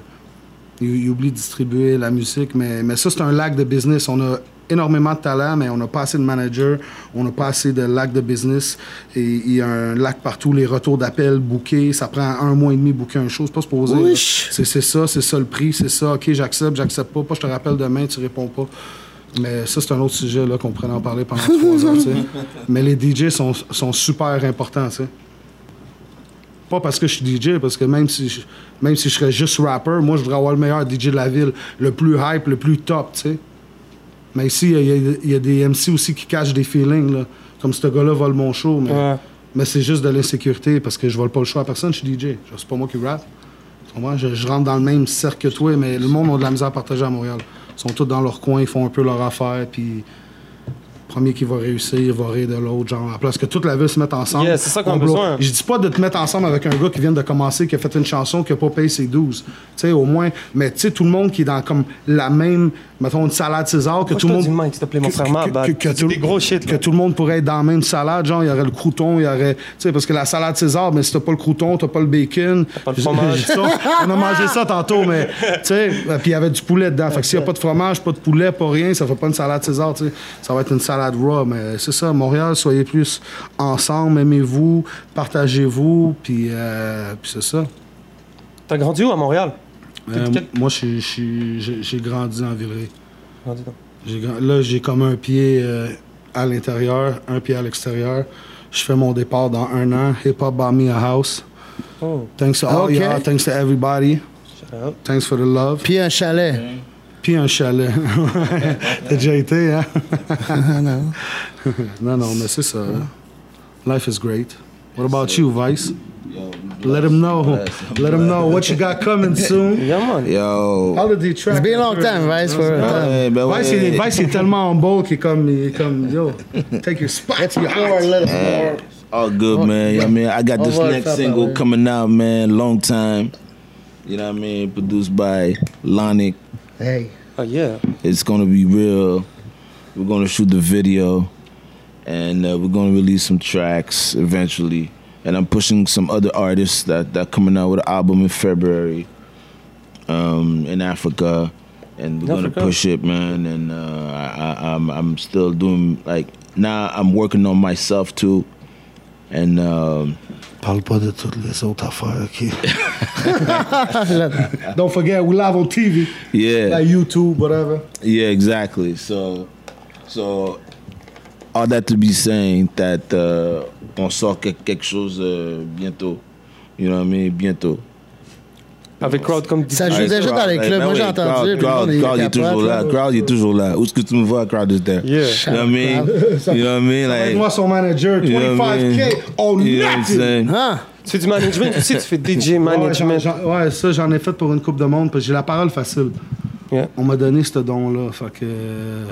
Speaker 2: il, il oublie de distribuer la musique, mais, mais ça, c'est un lac de business. On a énormément de talent, mais on n'a pas assez de managers, on n'a pas assez de lac de business. Et il y a un lac partout, les retours d'appels, bouquets, ça prend un mois et demi bouquer un show, c'est pas se poser. là.
Speaker 3: Ouish.
Speaker 2: C'est c'est ça, c'est ça le prix, c'est ça, ok, j'accepte, j'accepte pas, pas, je te rappelle demain, tu réponds pas. Mais ça, c'est un autre sujet là, qu'on pourrait en parler pendant trois ans. tu sais. Mais les DJ sont, sont super importants. tu sais pas parce que je suis DJ, parce que même si je, même si je serais juste rapper, moi, je voudrais avoir le meilleur DJ de la ville, le plus hype, le plus top, tu sais. Mais ici, il y a- il y, a- il y a des MC aussi qui cachent des feelings, là. Comme ce gars-là vole mon show, mais,
Speaker 1: Ouais.
Speaker 2: mais c'est juste de l'insécurité, parce que je vole pas le show à personne, je suis DJ. Genre, C'est pas moi qui rap. Tu comprends? Je, je rentre dans le même cercle que toi, mais le monde a de la misère à partager à Montréal. Ils sont tous dans leur coin, ils font un peu leur affaire, puis... le Premier qui va réussir, il va rire de l'autre, genre, à la place que toute la ville se mette ensemble.
Speaker 1: Yeah, c'est ça qu'on a
Speaker 2: on bloque.
Speaker 1: besoin.
Speaker 2: Je dis pas de te mettre ensemble avec un gars qui vient de commencer, qui a fait une chanson, qui a pas payé ses 12. Tu sais, au moins. Mais tu sais, tout le monde qui est dans comme la même, mettons, une salade César,
Speaker 1: Moi,
Speaker 2: que
Speaker 1: je
Speaker 2: tout le
Speaker 1: te
Speaker 2: monde.
Speaker 1: dis Mike, s'il te plaît, mon
Speaker 2: que-
Speaker 1: frère,
Speaker 2: que-
Speaker 1: ma bad.
Speaker 2: que- que
Speaker 1: C'est
Speaker 2: tout-
Speaker 1: des gros shit,
Speaker 2: Que
Speaker 1: là.
Speaker 2: tout le monde pourrait être dans la même salade, genre, il y aurait le crouton, il y aurait. Tu sais, parce que la salade César, mais si t'as pas le crouton, t'as pas le bacon.
Speaker 1: pas le
Speaker 2: Je-
Speaker 1: fromage.
Speaker 2: je- ça, on a mangé ça tantôt, mais. Tu sais, euh, puis il y avait du poulet dedans. Fait que s'il y a pas de fromage, pas de poulet, pas rien, ça fait pas une salade César, tu sais. Ça va être une salade raw, mais c'est ça, Montréal, soyez plus ensemble, aimez-vous, partagez-vous, puis euh, puis c'est ça.
Speaker 1: T'as grandi où à Montréal
Speaker 2: Euh,
Speaker 1: Quel-
Speaker 2: moi, je suis- je suis- j'ai j'ai grandi en Villeray.
Speaker 1: Grandi dans-
Speaker 2: J'ai gra- Là, j'ai comme un pied euh, à l'intérieur, un pied à l'extérieur. Je fais mon départ dans un an. Hip Hop bought me a house.
Speaker 1: Oh,
Speaker 2: Thanks to all
Speaker 3: Ok.
Speaker 2: y'all. Thanks to everybody.
Speaker 1: shout out.
Speaker 2: Thanks for the love.
Speaker 3: Puis un chalet.
Speaker 2: Puis un chalet. T'as déjà été, hein?
Speaker 3: Ah, non.
Speaker 2: non, non, mais c'est ça. hein. Life is great. What about you, Vice? Let him know. Let him know what you got coming soon.
Speaker 1: Yeah, man.
Speaker 4: Yo.
Speaker 2: All of the tracks.
Speaker 3: It's been a long time, Vice, for a time.
Speaker 4: Ouais, ben ouais.
Speaker 2: Vice, il est, Vice est tellement beau qu'il est comme, il est comme, yo, take your spot.
Speaker 3: Let's
Speaker 2: you're
Speaker 3: pour a
Speaker 2: hot.
Speaker 3: little more.
Speaker 4: All good, man. You know what I mean? I got
Speaker 3: Au
Speaker 4: this
Speaker 3: revoir,
Speaker 4: next
Speaker 3: Papa,
Speaker 4: single
Speaker 3: man.
Speaker 4: coming out, man. Long time. You know what I mean? Produced by Lonic.
Speaker 3: Hey.
Speaker 1: Oh, yeah.
Speaker 4: It's gonna be real. We're gonna shoot the video, and uh, we're gonna release some tracks eventually. And I'm pushing some other artists that that coming out with an album in February, um, in Africa, and we're
Speaker 1: Africa?
Speaker 4: gonna push it, man. And uh, I, I, I'm I'm still doing like now I'm working on myself too, and um,
Speaker 2: Parle pas de toutes les autres affaires, ok? Don't forget, we live on TV,
Speaker 4: yeah.
Speaker 2: like YouTube, whatever.
Speaker 4: Yeah, exactly. So, so all that to be saying that euh, on sort que- quelque chose euh, bientôt. You know what I mean? Bientôt.
Speaker 1: Avec crowd comme dit.
Speaker 3: Ça joue
Speaker 4: Hey,
Speaker 3: déjà
Speaker 4: crowd,
Speaker 3: dans les
Speaker 4: hey,
Speaker 3: clubs.
Speaker 4: ben
Speaker 3: Moi, j'ai
Speaker 4: oui,
Speaker 3: entendu.
Speaker 4: Crowd,
Speaker 3: puis le monde,
Speaker 4: crowd, crowd, il est toujours
Speaker 3: capote,
Speaker 4: là.
Speaker 3: là.
Speaker 4: Crowd, il est toujours là. Où est-ce que tu me vois? Crowd is there.
Speaker 1: Yeah.
Speaker 4: You know what I mean? You know what I mean? Like,
Speaker 2: Moi, son manager,
Speaker 4: you know what I mean?
Speaker 2: 25K, on
Speaker 4: You know what I'm
Speaker 2: nothing!
Speaker 4: saying?
Speaker 3: Ah,
Speaker 1: Tu fais du management aussi, tu fais DJ
Speaker 2: Ouais, j'en-
Speaker 1: management.
Speaker 2: j'en- ouais, ça, j'en ai fait pour une coupe de monde, parce que j'ai la parole facile.
Speaker 1: Yeah.
Speaker 2: On m'a donné ce don-là. Fait que. euh,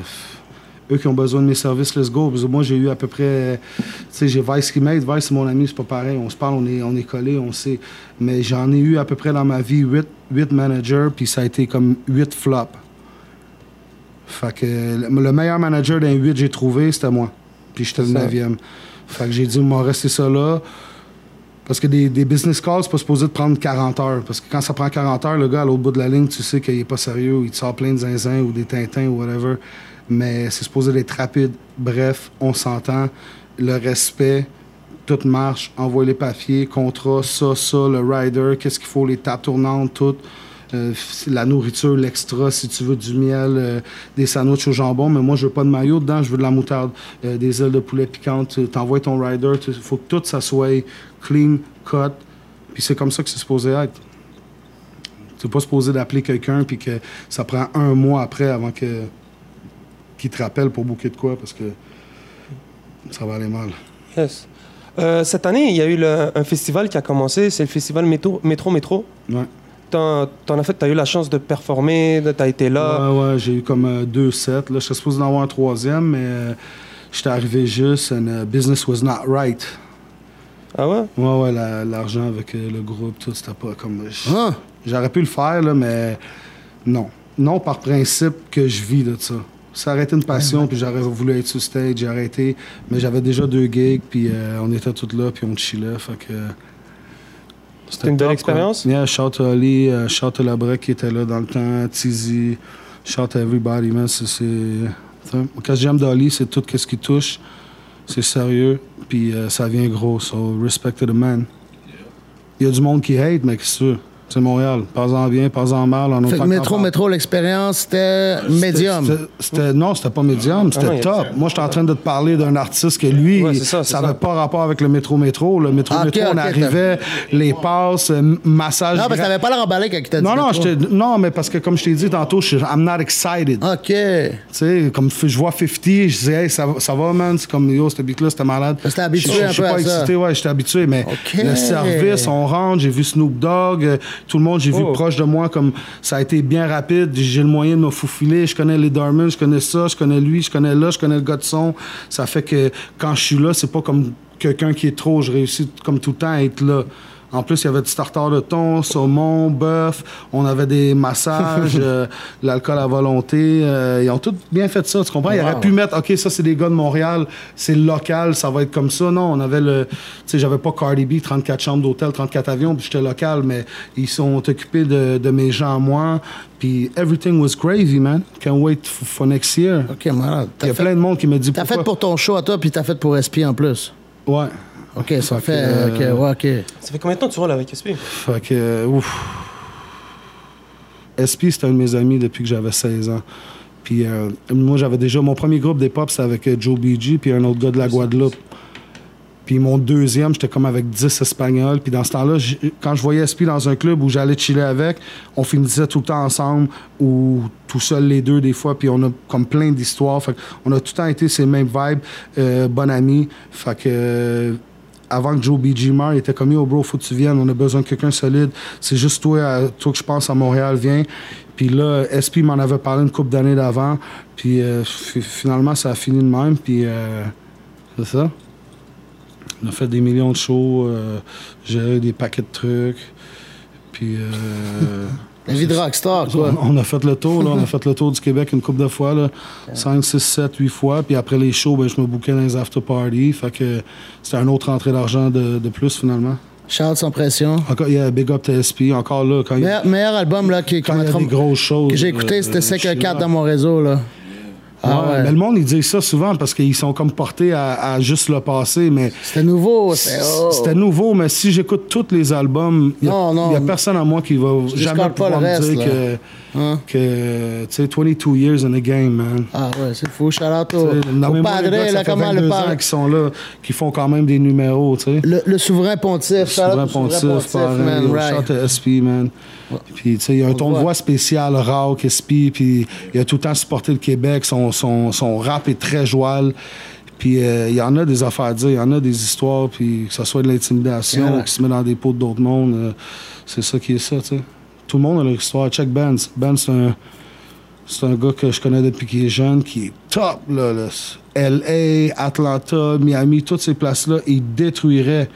Speaker 2: Eux qui ont besoin de mes services, let's go. Parce que Moi, j'ai eu à peu près. Tu sais, j'ai Vice qui m'aide. Vice, c'est mon ami, c'est pas pareil. On se parle, on est, on est collés, on sait. Mais j'en ai eu à peu près dans ma vie 8, managers, puis ça a été comme 8 flops. Fait que le le meilleur manager d'un 8 j'ai trouvé, c'était moi. Puis j'étais le 9e. Fait que j'ai dit, m'en rester ça là. Parce que des, des business calls, c'est pas supposé de prendre 40 heures. Parce que quand ça prend 40 heures, le gars à l'autre bout de la ligne, tu sais qu'il est pas sérieux, il te sort plein de zinzins ou des tintins ou whatever. Mais c'est supposé d'être rapide. Bref, on s'entend. Le respect, tout marche, envoie les papiers, contrat, ça, ça, le rider, qu'est-ce qu'il faut, les tables tournantes, tout. Euh, f- la nourriture, l'extra, si tu veux du miel, euh, des sandwichs au jambon, mais moi je veux pas de maillot dedans, je veux de la moutarde, euh, des ailes de poulet piquantes, euh, t'envoies ton rider, il faut que tout ça soit clean, cut, puis c'est comme ça que c'est supposé être. Tu pas supposé d'appeler quelqu'un puis que ça prend un mois après avant que qu'il te rappelle pour bouquer de quoi parce que ça va aller mal.
Speaker 1: Yes. Euh, cette année, il y a eu le- un festival qui a commencé, c'est le festival Métro Métro. Métro.
Speaker 2: Ouais.
Speaker 1: T'en t'en as fait, t'as eu la chance de performer, de- t'as été là.
Speaker 2: Ouais, ouais, j'ai eu comme euh, deux sets. Là, je suis supposé en avoir un troisième, mais euh, j'étais arrivé juste. And, euh, business was not right.
Speaker 1: Ah ouais?
Speaker 2: Ouais, ouais, la- l'argent avec euh, le groupe, tout, c'était pas comme. j-
Speaker 3: Ah!
Speaker 2: J'aurais pu le faire, là, mais non. Non, par principe que je vis de ça. Ça aurait été une passion, puis j'aurais voulu être sur stage, j'aurais été. Mais j'avais déjà deux gigs, puis euh, on était tous là, puis on chillait. Fait que.
Speaker 1: C'était une belle
Speaker 2: top,
Speaker 1: expérience?
Speaker 2: quoi. Yeah, shout à Ali, euh, shout à Labrec qui était là dans le temps, Tizi, shout à everybody, man. C'est. c'est- t'sais, Quand j'aime d'Ali, c'est tout ce qui touche. C'est sérieux, puis euh, ça vient gros. So, respect to the man. Il y a du monde qui hate, mais qu'est-ce que tu veux? C'est Montréal. Pas-en bien, pas-en mal. En
Speaker 3: Fait
Speaker 2: autant
Speaker 3: que
Speaker 2: que
Speaker 3: métro,
Speaker 2: t'en parles.
Speaker 3: métro, l'expérience, c'était médium.
Speaker 2: C'était- c'était- Non, c'était pas médium,
Speaker 1: Ah non,
Speaker 2: c'était
Speaker 1: il-
Speaker 2: top. Moi, j'étais en train de te parler d'un artiste que lui,
Speaker 1: Ouais, c'est ça, c'est
Speaker 2: ça
Speaker 1: ça.
Speaker 2: n'avait pas rapport avec le métro-métro. Le
Speaker 3: Ah, ok,
Speaker 2: métro-métro, on
Speaker 3: ok,
Speaker 2: arrivait, les passes, euh, m- massage.
Speaker 3: Non, parce que
Speaker 2: gra-
Speaker 3: t'avais pas l'air emballé quand il t'a dit.
Speaker 2: non, non,
Speaker 3: métro.
Speaker 2: j'étais- non, mais parce que comme je t'ai dit tantôt, je suis I'm not excited.
Speaker 3: OK.
Speaker 2: Tu sais, comme f- je vois 50, je dis, hey, ça, va- ça va, man. C'est comme, yo, ce beat-là, c'était malade.
Speaker 3: Parce que t'es habitué
Speaker 2: Je- je-
Speaker 3: un
Speaker 2: Je suis
Speaker 3: peu
Speaker 2: pas
Speaker 3: à ça.
Speaker 2: excité, ouais, j'étais habitué, mais
Speaker 3: Ok.
Speaker 2: le service, on rentre, j'ai vu Snoop Dogg, euh, tout le monde, j'ai vu
Speaker 1: Oh.
Speaker 2: proche de moi, comme ça a été bien rapide. J'ai le moyen de me faufiler. Je connais les Dormans, je connais ça, je connais lui, je connais là, je connais le gars de son. Ça fait que quand je suis là, c'est pas comme quelqu'un qui est trop, je réussis comme tout le temps à être là. En plus, il y avait du tartare de thon, saumon, bœuf. On avait des massages, euh, l'alcool à volonté. euh, ils ont tout bien fait ça, tu comprends? Ils auraient pu mettre, OK, ça, c'est des gars de Montréal, c'est local, ça va être comme ça. Non, on avait le... Tu sais, j'avais pas Cardi B, 34 chambres d'hôtel, 34 avions, puis j'étais local, mais ils sont occupés de, de mes gens, moi. Puis everything was crazy, man. Can't wait f- for next year.
Speaker 3: OK, malade.
Speaker 2: Il y
Speaker 3: T'as
Speaker 2: a
Speaker 3: fait,
Speaker 2: plein de monde qui me dit
Speaker 3: t'as fait
Speaker 2: pourquoi.
Speaker 3: pour ton show à toi, puis t'as fait pour SP en plus.
Speaker 2: Ouais.
Speaker 3: OK, ça
Speaker 2: Fait
Speaker 3: fait... OK,
Speaker 2: que-
Speaker 3: ouais, OK.
Speaker 1: Ça fait combien de temps que tu roules avec SP?
Speaker 2: Fait que, euh, ouf. SP, c'était un de mes amis depuis que j'avais 16 ans. Puis euh, moi, j'avais déjà... Mon premier groupe des pop, c'était avec euh, Joe BG puis un autre gars de la Guadeloupe. Puis mon deuxième, j'étais comme avec 10 Espagnols. Puis dans ce temps-là, j- quand je voyais SP dans un club où j'allais chiller avec, on finissait tout le temps ensemble ou tout seul les deux des fois. Puis on a comme plein d'histoires. Fait on a tout le temps été ces mêmes vibes, euh, bon ami. Fait que... euh, avant que Joe BG meure, il était comme Yo, bro, faut que tu viennes, on a besoin de quelqu'un solide. C'est juste toi, à- toi que je pense à Montréal, viens. Puis là, SP m'en avait parlé une couple d'années d'avant. Puis euh, fi- finalement, ça a fini de même. Puis euh, c'est ça. On a fait des millions de shows, euh, géré des paquets de trucs. Puis. euh,
Speaker 3: La vie de rockstar, quoi.
Speaker 2: on on a fait le tour, là. On a fait le tour du Québec une couple de fois, là. 5, 6, 7, 8 fois. Puis après les shows, ben, je me bouquais dans les after-parties. Fait que c'était un autre entrée d'argent de, de plus, finalement.
Speaker 3: Charles sans pression.
Speaker 2: Encore, il y a Big Up TSP, encore là. Quand il y a,
Speaker 3: Meilleur, meilleur album, là, qui, qui
Speaker 2: quand il y a
Speaker 3: m'a
Speaker 2: des
Speaker 3: trompé-
Speaker 2: grosses choses.
Speaker 3: que j'ai écouté,
Speaker 2: euh,
Speaker 3: c'était
Speaker 2: euh, je
Speaker 3: 5
Speaker 2: suis
Speaker 3: 4
Speaker 2: là.
Speaker 3: dans mon réseau, là. Ah
Speaker 2: Ouais,
Speaker 3: ouais.
Speaker 2: Mais le monde, ils disent ça souvent parce qu'ils sont comme portés à, à juste le passé. Mais
Speaker 3: C'était nouveau. C'était oh.
Speaker 2: c'était nouveau, mais si j'écoute tous les albums, il n'y
Speaker 3: Non, non.
Speaker 2: a, personne à moi qui va jamais
Speaker 3: discorde pas
Speaker 2: pouvoir
Speaker 3: le reste,
Speaker 2: me dire
Speaker 3: là.
Speaker 2: que,
Speaker 3: Hein?
Speaker 2: que, tu sais, 22 years in a game, man.
Speaker 3: Ah ouais, c'est fou. Shout-out au,
Speaker 2: Tu sais,
Speaker 3: au
Speaker 2: nommez-moi
Speaker 3: padre,
Speaker 2: les gars que
Speaker 3: là,
Speaker 2: ça fait
Speaker 3: comment
Speaker 2: 22
Speaker 3: le
Speaker 2: ans
Speaker 3: padre.
Speaker 2: qui sont là, qui font quand même des numéros, tu sais.
Speaker 3: Le, le souverain pontife, shout-out
Speaker 2: Souverain
Speaker 3: au souverain
Speaker 2: pontif,
Speaker 3: pontife,
Speaker 2: parrain,
Speaker 3: man,
Speaker 2: yo,
Speaker 3: right.
Speaker 2: shout à SP, man. Puis, tu sais, il y a un ton de
Speaker 3: voit.
Speaker 2: voix spécial, rauque, SP, puis il a tout le temps supporté le Québec. Son, son, son rap est très joual. Puis, euh, il y en a des affaires à dire, il y en a des histoires, puis que ce soit de l'intimidation
Speaker 3: Voilà.
Speaker 2: ou qui se met dans des pots d'autres mondes, euh, c'est ça qui est ça, tu sais. Tout le monde a leur histoire. Check Benz. Benz, c'est un. C'est un gars que je connais depuis qu'il est jeune, qui est top, là. là. LA, Atlanta, Miami, toutes ces places-là, il détruirait.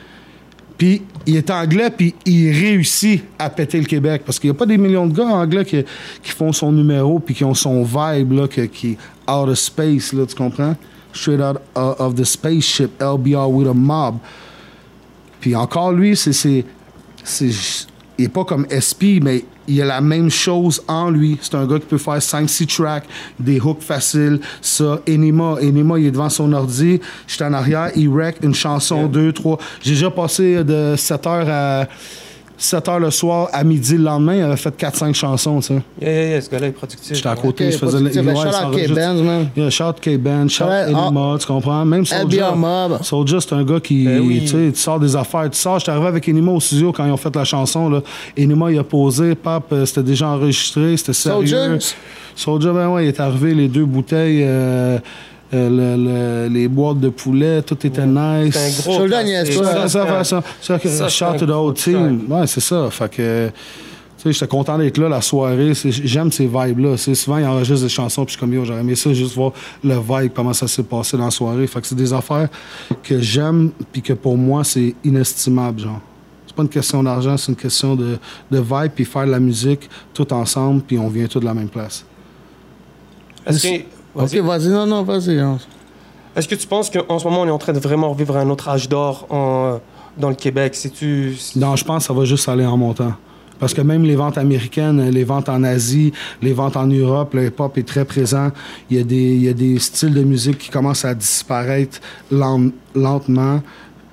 Speaker 2: Puis il est anglais, puis il réussit à péter le Québec. Parce qu'il n'y a pas des millions de gars anglais qui, qui font son numéro, puis qui ont son vibe, là, que- qui out of space, là, tu comprends? Straight out of of the spaceship, LBR with a mob. Puis encore lui, c'est. c'est- c'est j- il n'est pas comme SP, mais il a la même chose en lui. C'est un gars qui peut faire 5-6 tracks, des hooks faciles, ça. Enima, Enima, il est devant son ordi, je suis en arrière, il rec une chanson, deux, trois. J'ai déjà passé de 7 h à 7 h le soir à midi le lendemain, il avait fait 4-5 chansons, tu sais.
Speaker 1: Yeah, yeah, yeah, ce gars-là est productif.
Speaker 2: J'étais à côté,
Speaker 3: Ok,
Speaker 2: je faisais
Speaker 3: productif, ben,
Speaker 2: ouais,
Speaker 3: shout
Speaker 2: ça
Speaker 3: out K-Benz,
Speaker 2: enregistre.
Speaker 3: man.
Speaker 2: Yeah, shout out K-Benz, shout out
Speaker 3: Ouais, ah.
Speaker 2: Enima, tu comprends? Même Soldier.
Speaker 3: LBR Mob.
Speaker 2: Soldier, c'est un gars qui,
Speaker 1: Eh oui.
Speaker 2: tu sais, tu sors des affaires, tu sors. J'étais arrivé avec Enima au studio quand ils ont fait la chanson, là. Enima, il a posé, pape, euh, c'était déjà enregistré, c'était sérieux.
Speaker 3: Soldier?
Speaker 2: Soldier, ben ouais, il est arrivé, les deux bouteilles, euh, euh, le- le- les boîtes de poulet, tout était nice.
Speaker 1: C'est un gros.
Speaker 3: Soldat
Speaker 1: classique.
Speaker 3: nièce,
Speaker 2: Ça,
Speaker 3: toi.
Speaker 2: ça, ça, ça, ça, ça, que-
Speaker 1: Ça, c'est
Speaker 2: shout to the
Speaker 1: un gros
Speaker 2: whole team. Ouais, c'est ça. Fait que, tu sais, j'étais content d'être là la soirée. C'est- J'aime ces vibes-là. C'est Souvent, ils enregistrent des chansons, puis je suis comme, yo, j'aurais aimé ça, juste voir le vibe, comment ça s'est passé dans la soirée. Fait que c'est des affaires que j'aime, puis que pour moi, c'est inestimable, genre. C'est pas une question d'argent, c'est une question de, de vibe, puis faire de la musique tout ensemble, puis on vient tous de la même place.
Speaker 1: Est-ce que,
Speaker 3: Ok,
Speaker 1: Vas-y.
Speaker 3: vas-y, non, non, vas-y. hein. non.
Speaker 1: Est-ce que tu penses qu'en ce moment, on est en train de vraiment vivre un autre âge d'or en- euh, dans le Québec Si tu.
Speaker 2: Non, je pense que ça va juste aller en montant. Parce que même les ventes américaines, les ventes en Asie, les ventes en Europe, le hip-hop est très présent. Il y a des, il y a des styles de musique qui commencent à disparaître lent- lentement.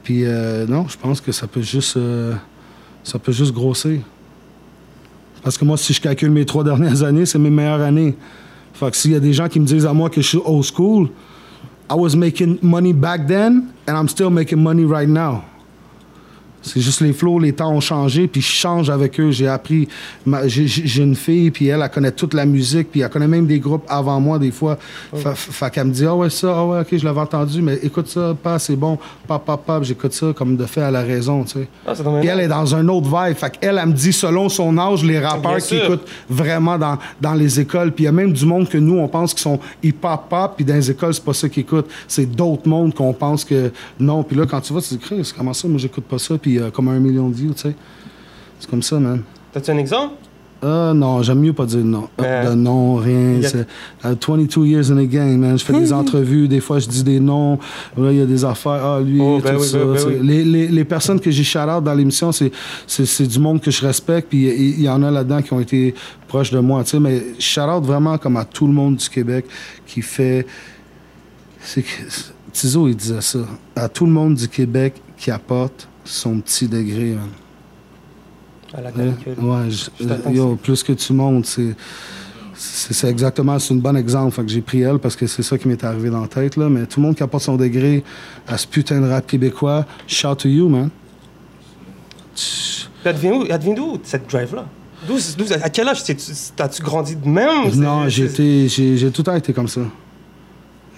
Speaker 2: Puis euh, non, je pense que ça peut juste, euh, ça peut juste grossir. Parce que moi, si je calcule mes trois dernières années, c'est mes meilleures années. Fait que s'il y a des gens qui me disent à moi que je suis old school, I was making money back then and I'm still making money right now. C'est juste les flots, les temps ont changé, puis je change avec eux. J'ai appris, ma- j'ai j'ai- j'ai une fille, puis elle, elle connaît toute la musique, puis elle connaît même des groupes avant moi, des fois. Fa- Fait qu'elle me dit, ah ouais, ça, ah ouais, ok, je l'avais entendu, mais écoute ça, pas, c'est bon, pap, pap, pap, j'écoute ça, comme de fait, elle a raison, tu sais.
Speaker 1: Ah, c'est dommage.
Speaker 2: Puis elle est dans un autre vibe. Fait qu'elle, elle me dit, selon son âge, les rappeurs
Speaker 1: Bien
Speaker 2: qui
Speaker 1: sûr.
Speaker 2: écoutent vraiment dans, dans les écoles. Puis il y a même du monde que nous, on pense qu'ils sont hip-hop-pop, puis dans les écoles, c'est pas ça qu'ils écoutent. C'est d'autres mondes qu'on pense que non. Puis là, quand tu vas, tu te dis, Chris, comment ça, moi, j'écoute pas ça, puis euh, comme un million de views, tu sais. C'est comme ça, man.
Speaker 1: T'as-tu un exemple
Speaker 2: Ah non, j'aime mieux pas dire non. Hop,
Speaker 1: Euh,
Speaker 2: de non, rien.
Speaker 1: y a-
Speaker 2: c'est- euh, 22 years in a game, man. Je fais des entrevues, des fois je dis des noms. Là, il y a des affaires. Ah, lui,
Speaker 1: Oh,
Speaker 2: tout
Speaker 1: ben oui,
Speaker 2: ça.
Speaker 1: ben oui,
Speaker 2: tu sais.
Speaker 1: ben oui.
Speaker 2: Les, les- les personnes que j'ai shout-out dans l'émission, c'est- c'est c'est du monde que je respecte. Puis il y, il y en a là-dedans qui ont été proches de moi. tu sais. Mais shout-out vraiment comme à tout le monde du Québec qui fait. C'est que Tizo, il disait ça. À tout le monde du Québec qui apporte son petit degré, man.
Speaker 1: À la
Speaker 2: Ouais,
Speaker 1: canicule.
Speaker 2: ouais, je-
Speaker 1: Je t'attends
Speaker 2: yo, plus que tu montes, c'est. C'est c'est exactement, c'est une bonne exemple. Fait que j'ai pris elle parce que c'est ça qui m'est arrivé dans la tête. Là. Mais tout le monde qui apporte son degré à ce putain de rap québécois, shout to you, man.
Speaker 1: Elle devient où, elle devient d'où, cette drive-là D'où- d'où- À quel âge t'es- T'as-tu grandi de même
Speaker 2: Non,
Speaker 1: C'est-
Speaker 2: j'ai
Speaker 1: c'est-
Speaker 2: été- j'ai j'ai tout le temps été comme ça.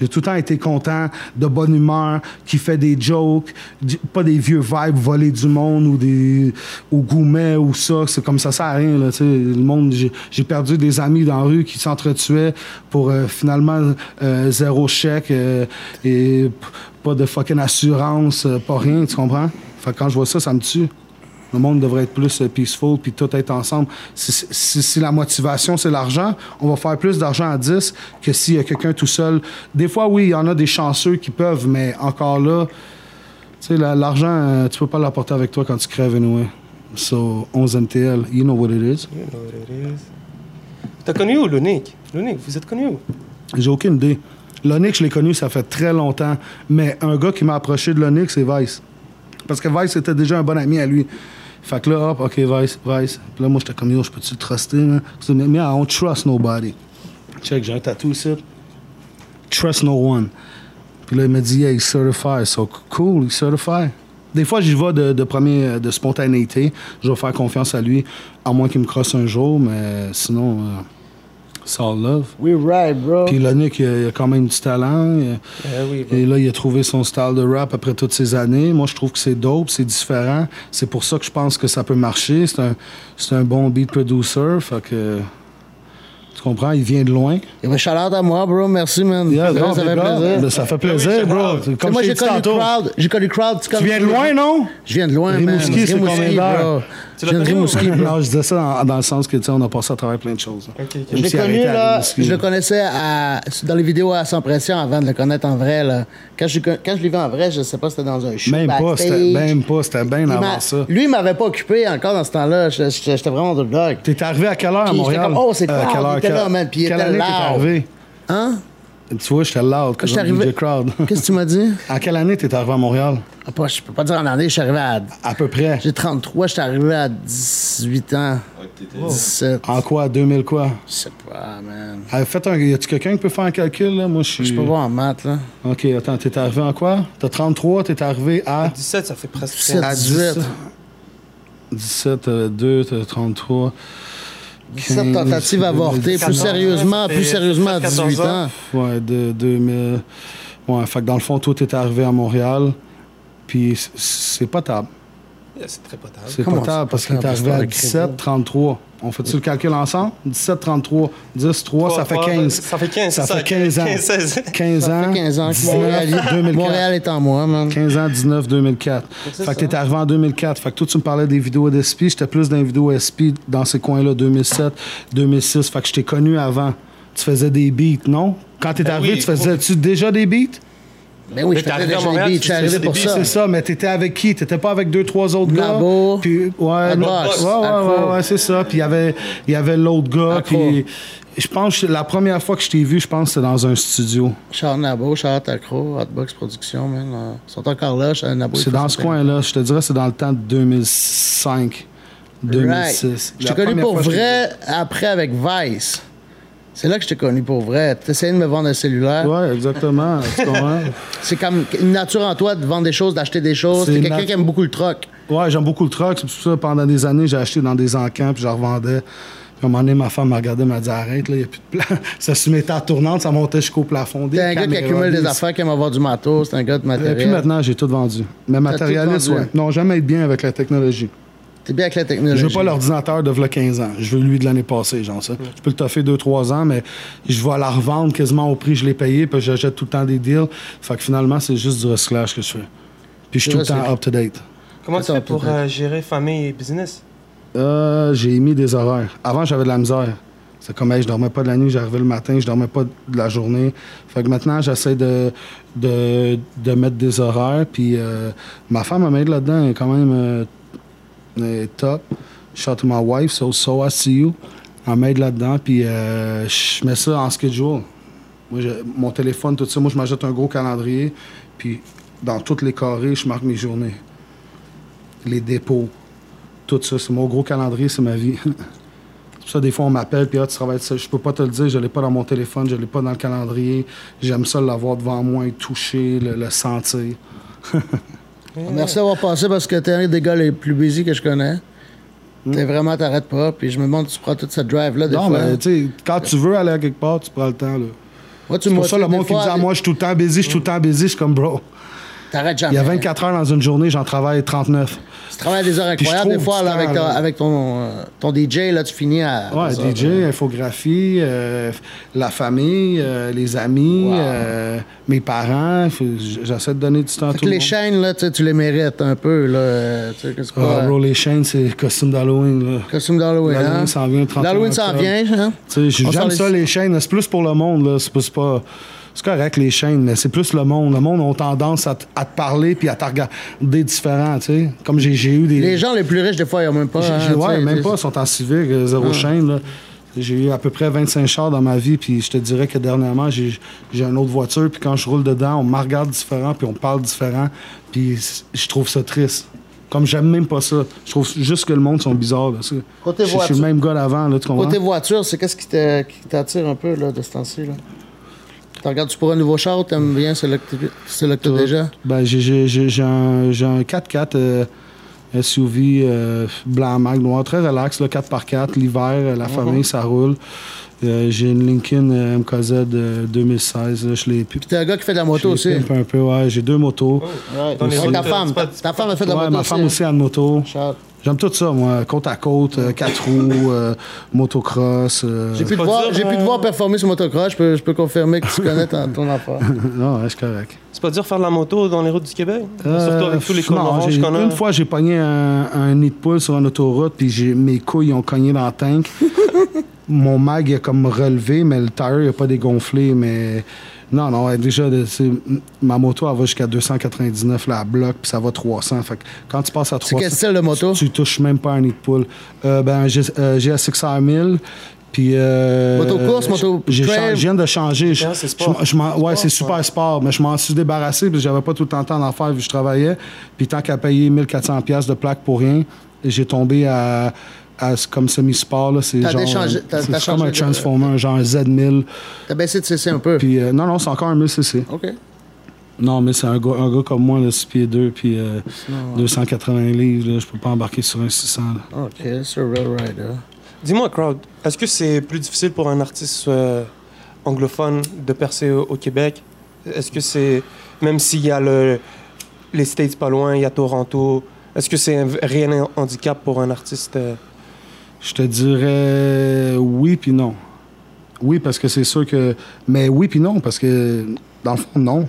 Speaker 2: J'ai tout le temps été content, de bonne humeur, qui fait des jokes, du- pas des vieux vibes volés du monde ou des ou gourmets ou ça. C'est comme ça, ça sert à rien. Là, tu sais. le monde, j'ai j'ai perdu des amis dans la rue qui s'entretuaient pour euh, finalement euh, zéro chèque euh, et p- pas de fucking assurance, euh, pas rien, tu comprends? Fait que quand je vois ça, ça me tue. Le monde devrait être plus euh, peaceful, puis tout être ensemble. Si, si- si la motivation, c'est l'argent, on va faire plus d'argent à 10 que s'il y a quelqu'un tout seul. Des fois, oui, il y en a des chanceux qui peuvent, mais encore là, tu sais, la- l'argent, euh, tu peux pas l'apporter avec toi quand tu crèves, anyway. So, 11 MTL, you know what it is.
Speaker 1: You know what it is. T'as connu où, Lonique Lonique, vous êtes connu où
Speaker 2: J'ai aucune idée. L'Onyx, je l'ai connu, ça fait très longtemps. Mais un gars qui m'a approché de l'Onyx, c'est Vice. Parce que Vice était déjà un bon ami à lui. Fait que là, hop, OK, Vice, Vice. Puis là, moi, j'étais comme, yo, je peux-tu le truster, man? Il dit, Mais I don't trust nobody. Check, j'ai un tatou ici. Trust no one. Puis là, il m'a dit, yeah, he's certified. So, cool, he's certified. Des fois, j'y vais de, de premier, euh, de spontanéité. Je vais faire confiance à lui, à moins qu'il me crosse un jour, mais sinon, euh, it's all love.
Speaker 3: We right, bro.
Speaker 2: Puis Lonick, il a- il a quand même du talent. Il a-
Speaker 1: Eh oui,
Speaker 2: Et là, il a trouvé son style de rap après toutes ces années. Moi, je trouve que c'est dope, c'est différent. C'est pour ça que je pense que ça peut marcher. C'est un, c'est un bon beat producer. Fait que. Tu comprends? Il vient de loin.
Speaker 3: Et ben, shout out à moi, bro. Merci, man.
Speaker 2: Yeah,
Speaker 3: Vraiment,
Speaker 2: non,
Speaker 3: ça
Speaker 2: mais
Speaker 3: fait
Speaker 2: gars,
Speaker 3: plaisir. Eh
Speaker 2: ben, Ça fait plaisir, bro.
Speaker 3: Tu sais,
Speaker 2: Comme
Speaker 3: moi,
Speaker 2: je
Speaker 3: j'ai
Speaker 2: t'ai dit
Speaker 3: connu
Speaker 2: tantôt.
Speaker 3: Crowd. J'ai connu Crowd.
Speaker 2: Tu viens de loin, non?
Speaker 3: Je viens de loin, man.
Speaker 2: Rimouski, c'est
Speaker 3: Rimouski,
Speaker 2: combien d'heures?
Speaker 3: bro.
Speaker 1: Tu
Speaker 3: Je
Speaker 1: l'as
Speaker 3: viens de
Speaker 1: connu ou
Speaker 3: Rimouski.
Speaker 2: Non, je disais ça dans, dans le sens que, tu sais, on a passé à travers plein de choses.
Speaker 1: Ok, ok.
Speaker 3: Je
Speaker 2: Même
Speaker 3: l'ai
Speaker 2: si
Speaker 3: connu,
Speaker 2: arrêté à
Speaker 3: là,
Speaker 2: Rimouski.
Speaker 3: je le connaissais à- dans les vidéos à Sans Pression avant de le connaître en vrai. Là. Quand je, quand je l'ai vu en vrai, je sais pas si c'était dans un show
Speaker 2: Même pas,
Speaker 3: backstage.
Speaker 2: c'était même pas, c'était bien
Speaker 3: Il m'a-
Speaker 2: avant ça.
Speaker 3: Lui, il m'avait pas occupé encore dans ce temps-là. J'étais- J'étais j'étais vraiment dans le dog.
Speaker 2: T'es arrivé à quelle heure à
Speaker 3: Puis j'étais
Speaker 2: Montréal?
Speaker 3: comme, oh, c'est
Speaker 2: Euh,
Speaker 3: crowd,
Speaker 2: quelle
Speaker 3: il était
Speaker 2: quelle-
Speaker 3: là, man, puis il
Speaker 2: quelle
Speaker 3: était
Speaker 2: année
Speaker 3: loud.
Speaker 2: T'es arrivé?
Speaker 3: Hein?
Speaker 2: Tu vois, j'étais loud quand
Speaker 3: Je suis
Speaker 2: j'ai
Speaker 3: arrivé-
Speaker 2: DJ Crowd.
Speaker 3: Qu'est-ce que tu m'as dit?
Speaker 2: En quelle année t'es arrivé à Montréal?
Speaker 3: Ah, pas- je peux pas dire en année, je suis arrivé à.
Speaker 2: À peu près.
Speaker 3: J'ai 33, je suis arrivé à 18 ans. 17.
Speaker 2: En quoi? 2000 quoi?
Speaker 3: Je sais pas, man.
Speaker 2: Ah, Faites un... Y a-tu quelqu'un qui peut faire un calcul, là? Moi, je suis...
Speaker 3: Je peux voir en maths, là.
Speaker 2: OK, attends, t'es arrivé en quoi? T'as 33, t'es arrivé à
Speaker 1: 17, ça fait presque
Speaker 3: 17,
Speaker 1: Ah,
Speaker 3: 18.
Speaker 2: 17, euh, 2, t'as 33...
Speaker 3: 17 tentatives avortées. Plus
Speaker 1: 14,
Speaker 3: sérieusement,
Speaker 1: c'est
Speaker 3: plus sérieusement à 18
Speaker 1: 14 ans.
Speaker 3: ans.
Speaker 2: Ouais, de 2000. Ouais, fait que dans le fond, toi, t'es arrivé à Montréal, puis c- c'est potable.
Speaker 1: Ah, C'est très potable.
Speaker 2: C'est
Speaker 3: Comment ça,
Speaker 2: potable parce qu'il est
Speaker 3: potable?
Speaker 2: arrivé
Speaker 3: Parce
Speaker 2: à
Speaker 3: qu'on a créé
Speaker 2: 17, 33. On fait-tu le calcul ensemble? 17, 33, 10, 3, ça fait
Speaker 1: Trois, trois,
Speaker 2: 15.
Speaker 1: Ça fait 15,
Speaker 2: Ça
Speaker 1: c'est
Speaker 2: fait 15 ans.
Speaker 1: 15, 16.
Speaker 2: 15
Speaker 3: Ça
Speaker 2: ans,
Speaker 3: fait 15 ans que
Speaker 2: 19,
Speaker 3: Montréal,
Speaker 2: 2004.
Speaker 3: Montréal est en moi, man.
Speaker 2: 15 ans, 19, 2004.
Speaker 1: C'est
Speaker 2: Fait
Speaker 1: ça.
Speaker 2: que t'es arrivé en 2004. Fait que toi, tu me parlais des vidéos d'SP. J'étais plus dans les vidéos SP dans ces coins-là, 2007, 2006. Fait que je t'ai connu avant. Tu faisais des beats, non? Quand t'es
Speaker 1: Ben
Speaker 2: arrivé,
Speaker 1: oui.
Speaker 2: tu faisais-tu déjà des beats?
Speaker 3: Mais Ben oui,
Speaker 1: Mais
Speaker 3: je
Speaker 1: t'es
Speaker 3: faisais
Speaker 1: arrivé à
Speaker 3: déjà des
Speaker 1: Montréal, tu
Speaker 3: beats, je
Speaker 1: faisais
Speaker 3: suis arrivé
Speaker 1: des
Speaker 3: pour
Speaker 1: beats,
Speaker 3: ça.
Speaker 2: C'est ça, mais t'étais avec qui? T'étais pas avec deux, trois autres
Speaker 3: Labo.
Speaker 2: gars? Puis, ouais, l'autre-
Speaker 3: Boss.
Speaker 2: ouais, ouais, ouais, ouais, c'est ça. Puis il y avait, il y avait l'autre gars.
Speaker 3: Accro.
Speaker 2: Puis je pense que la première fois que je t'ai vu, je pense que c'était dans un studio.
Speaker 3: Charles Nabo, Charles Tacro, Hotbox Productions, man. euh, Ils sont encore là, Charles Nabo.
Speaker 2: C'est dans ce coin-là. Je te dirais, c'est dans le temps de 2005, 2006.
Speaker 3: Je
Speaker 2: La
Speaker 3: t'ai connu
Speaker 2: première
Speaker 3: pour
Speaker 2: fois que je t'ai
Speaker 3: vrai après avec Vice. C'est là que je t'ai connu pour vrai. T'essayais de me vendre un cellulaire.
Speaker 2: vu. Ouais, exactement. tu comprends?
Speaker 3: C'est comme une nature en toi de vendre des choses, d'acheter des choses.
Speaker 2: C'est
Speaker 3: T'es
Speaker 2: une
Speaker 3: quelqu'un
Speaker 2: nat-
Speaker 3: qui aime beaucoup le troc.
Speaker 2: Ouais, j'aime beaucoup le truck. C'est pour ça, pendant des années, j'ai acheté dans des encans, puis je revendais. Puis à un moment donné, ma femme m'a regardé, m'a dit arrête, là, il n'y a plus de plan. Ça se mettait à tournante, ça montait jusqu'au plafond. Des
Speaker 3: T'es un gars qui
Speaker 2: caméras,
Speaker 3: accumule des
Speaker 2: des-
Speaker 3: affaires, qui aime avoir du matos. C'est un gars de
Speaker 2: Et puis
Speaker 3: matériel.
Speaker 2: Euh, maintenant, j'ai tout vendu. Mais matérialiste,
Speaker 3: vendu,
Speaker 2: ouais.
Speaker 3: hein?
Speaker 2: Non, jamais être bien avec la technologie.
Speaker 3: T'es bien avec la technologie.
Speaker 2: Je veux pas l'ordinateur de v'là 15 ans. Je veux lui de l'année passée, genre ça. Je peux le toffer 2-3 ans, mais je vais la revendre quasiment au prix que je l'ai payé, puis j'achète tout le temps des deals. Fait que finalement, c'est juste du recyclage que je fais. Puis je suis
Speaker 3: Du
Speaker 2: tout le temps
Speaker 3: recyclage.
Speaker 2: up-to-date.
Speaker 1: Comment tu
Speaker 3: Attends,
Speaker 1: fais pour
Speaker 3: peut-être.
Speaker 1: euh, gérer famille et business
Speaker 2: Euh, j'ai mis des horaires. Avant, j'avais de la misère. C'est comme, hey, je dormais pas de la nuit, j'arrivais le matin, je dormais pas de la journée. Fait que maintenant, j'essaie de, de, de mettre des horaires. Puis euh, ma femme, elle m'aide là-dedans. Elle est quand même euh, elle est top. Shout out to my wife, so, so I see you. Elle m'aide là-dedans. Puis euh, je mets ça en schedule. Moi, je- mon téléphone, tout ça, moi, je m'ajoute un gros calendrier. Puis dans tous les carrés, je marque mes journées. Les dépôts tout ça. C'est mon gros calendrier, c'est ma vie. c'est pour ça, des fois, on m'appelle, puis ah, tu travailles ça. Je peux pas te le dire, je l'ai pas dans mon téléphone, je l'ai pas dans le calendrier. J'aime ça l'avoir devant moi, le toucher, le, le sentir.
Speaker 3: Merci d'avoir passé parce que t'es un des gars les plus busy que je connais. T'es vraiment, t'arrêtes pas. Puis je me demande, tu prends toute cette drive-là des
Speaker 2: Hmm. Non,
Speaker 3: fois.
Speaker 2: mais tu sais, quand tu veux aller à quelque part, tu prends le temps. là.
Speaker 3: Moi, tu
Speaker 2: C'est
Speaker 3: me
Speaker 2: pour ça, le
Speaker 3: motives
Speaker 2: monde
Speaker 3: des
Speaker 2: qui me
Speaker 3: fois,
Speaker 2: dit, ah, moi, je suis tout le temps busy, je suis tout le temps busy, je suis comme, bro,
Speaker 3: T'arrêtes
Speaker 2: il
Speaker 3: jamais.
Speaker 2: y a 24 heures dans une journée, j'en travaille 39.
Speaker 3: Tu travailles des heures
Speaker 2: Puis je
Speaker 3: incroyables. Des
Speaker 2: trouve
Speaker 3: fois,
Speaker 2: du
Speaker 3: là, avec,
Speaker 2: temps,
Speaker 3: ta-
Speaker 2: là.
Speaker 3: avec ton, euh, ton DJ, là, tu finis à.
Speaker 2: Ouais,
Speaker 3: Ah, ça,
Speaker 2: DJ, infographie, euh, la famille, euh, les amis,
Speaker 3: Wow.
Speaker 2: euh, mes parents. Faut- J'essaie de donner du temps à
Speaker 3: Fait
Speaker 2: tout
Speaker 3: que
Speaker 2: le
Speaker 3: les
Speaker 2: monde.
Speaker 3: chaînes, là, tu sais, tu les mérites un peu. Là, euh, tu sais, que c'est
Speaker 2: Ah,
Speaker 3: pas-
Speaker 2: bro, les chaînes, c'est costume d'Halloween. là.
Speaker 3: Costume d'Halloween.
Speaker 2: L'Halloween
Speaker 3: hein?
Speaker 2: s'en vient le 31
Speaker 3: L'Halloween s'en
Speaker 2: octobre.
Speaker 3: vient. Hein?
Speaker 2: Tu sais,
Speaker 3: On s'en
Speaker 2: J'aime ça,
Speaker 3: laisse-
Speaker 2: les chaînes. C'est plus pour le monde. là. C'est pas- c'est pas. C'est correct, les chaînes, mais c'est plus le monde. Le monde a tendance à, t- à te parler puis à te regarder différent. tu sais. Comme j'ai j'ai eu des.
Speaker 3: Les gens les plus riches, des fois, ils n'ont même pas.
Speaker 2: j'ai-
Speaker 3: hein,
Speaker 2: j'ai- ouais,
Speaker 3: tu sais, Ah.
Speaker 2: même
Speaker 3: tu sais.
Speaker 2: pas. sont en civique, euh, zéro chaîne. là. J'ai eu à peu près 25 chars dans ma vie, puis je te dirais que dernièrement, j'ai j'ai une autre voiture, puis quand je roule dedans, on me regarde différent, puis on parle différent, puis c- je trouve ça triste. Comme j'aime même pas ça. Je trouve juste que le monde sont bizarres. là. C'est-
Speaker 3: Côté
Speaker 2: je- je suis
Speaker 3: voiture-
Speaker 2: le même gars d'avant, là, tu comprends?
Speaker 3: Côté voiture, c'est qu'est-ce qui t'a- qui t'attire un peu là, de ce temps-ci? là? Tu regardes-tu pour un nouveau char ou t'aimes bien celui que t'es- celui que t'as déjà?
Speaker 2: Ben, j'ai- j'ai j'ai- j'ai un, j'ai un 4x4 euh, SUV euh, blanc mag noir, très relax, le 4x4, l'hiver, euh,
Speaker 3: Mhm.
Speaker 2: la famille, ça roule. Euh, j'ai une Lincoln euh, MKZ euh, 2016, là, je l'ai pu.
Speaker 3: T'es un gars qui fait de la moto aussi.
Speaker 2: je l'ai pimp un peu, ouais, j'ai deux motos.
Speaker 3: Ouais,
Speaker 1: Dans les
Speaker 3: Ouais, ta
Speaker 1: routes,
Speaker 3: femme.
Speaker 1: c'est pas-
Speaker 3: Ta femme a fait de la
Speaker 2: Ouais,
Speaker 3: moto hein?
Speaker 2: ma femme aussi a une moto.
Speaker 3: Charles.
Speaker 2: J'aime tout ça, moi. Côte à côte, euh, quatre roues, euh, motocross. euh,
Speaker 3: J'ai pu, te
Speaker 1: Faut
Speaker 3: voir-
Speaker 1: dire,
Speaker 3: j'ai pu te
Speaker 4: hein?
Speaker 1: euh,
Speaker 3: voir performer sur motocross, je peux, je peux confirmer que tu connais ton, ton affaire.
Speaker 2: non, ouais, c'est correct.
Speaker 1: C'est pas dur faire de la moto dans les routes du Québec?
Speaker 2: Euh,
Speaker 1: Surtout avec tous les
Speaker 2: non,
Speaker 1: colorants
Speaker 2: j'ai-
Speaker 1: qu'on a.
Speaker 2: Une fois, j'ai pogné un, un nid de poule sur une autoroute, puis j'ai- mes couilles ont cogné dans la tank. Mon mag il a comme relevé, mais le tire il a pas dégonflé. Mais non, non, ouais, déjà, de- c'est- m- ma moto, elle va jusqu'à 299 là, à bloc, puis ça va 300. Fait que quand tu passes à
Speaker 3: C'est
Speaker 2: 300.
Speaker 3: quel style de moto?
Speaker 2: Tu touches même pas un nid de poule. Euh, ben, j'ai euh, j'ai un 6R1000. Puis. Euh,
Speaker 3: Moto course,
Speaker 2: j'ai-
Speaker 3: moto
Speaker 2: j'ai
Speaker 3: trail.
Speaker 2: changé- Je viens de changer. Je-
Speaker 1: Ah, c'est
Speaker 2: je
Speaker 1: sport.
Speaker 2: m'en- je m'en- ouais, c'est super sport, mais je m'en suis débarrassé parce que j'avais pas tout le temps le temps d'en faire vu que je travaillais. Puis tant qu'à payer 1400$ piastres de plaque pour rien, j'ai tombé à, à ce- comme semi-sport. là, C'est
Speaker 3: T'as
Speaker 2: genre, euh,
Speaker 3: déchangé- t'as-
Speaker 2: c'est
Speaker 3: t'as
Speaker 2: comme
Speaker 3: changé
Speaker 2: un
Speaker 3: de-
Speaker 2: Transformer, un genre Z1000.
Speaker 3: T'as baissé de CC un peu.
Speaker 2: Puis euh, non, non, c'est encore un 1000cc.
Speaker 3: OK.
Speaker 2: Non, mais c'est un gars, un gars comme moi, là, 6 pieds 2, puis euh, 280 livres, là, je peux pas embarquer sur un 600. là.
Speaker 3: OK, sur Rail Rider.
Speaker 1: Dis-moi, Crowd, est-ce que c'est plus difficile pour un artiste euh, anglophone de percer au, au Québec? Est-ce que c'est, même s'il y a le, les States pas loin, il y a Toronto, est-ce que c'est un v- réel han- handicap pour un artiste? euh,
Speaker 2: Je te dirais oui puis non. Oui, parce que c'est sûr que. Mais oui puis non, parce que dans le fond, non.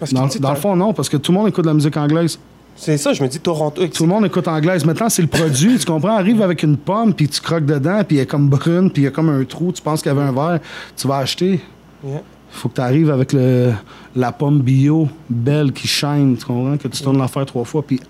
Speaker 1: parce que
Speaker 2: Dans,
Speaker 1: tu dis,
Speaker 2: dans le fond, non, parce que tout le monde écoute de la musique anglaise.
Speaker 1: C'est ça, je me dis Toronto.
Speaker 2: Tout le monde écoute anglaise. Maintenant, c'est le produit, tu comprends? Arrive avec une pomme, puis tu croques dedans, puis elle est comme brune, puis il y a comme un trou, tu penses qu'il y avait un verre, tu vas acheter.
Speaker 1: Yeah.
Speaker 2: Faut que tu arrives avec le, la pomme bio, belle, qui shine, tu comprends? Que tu tournes l'enfer trois fois, puis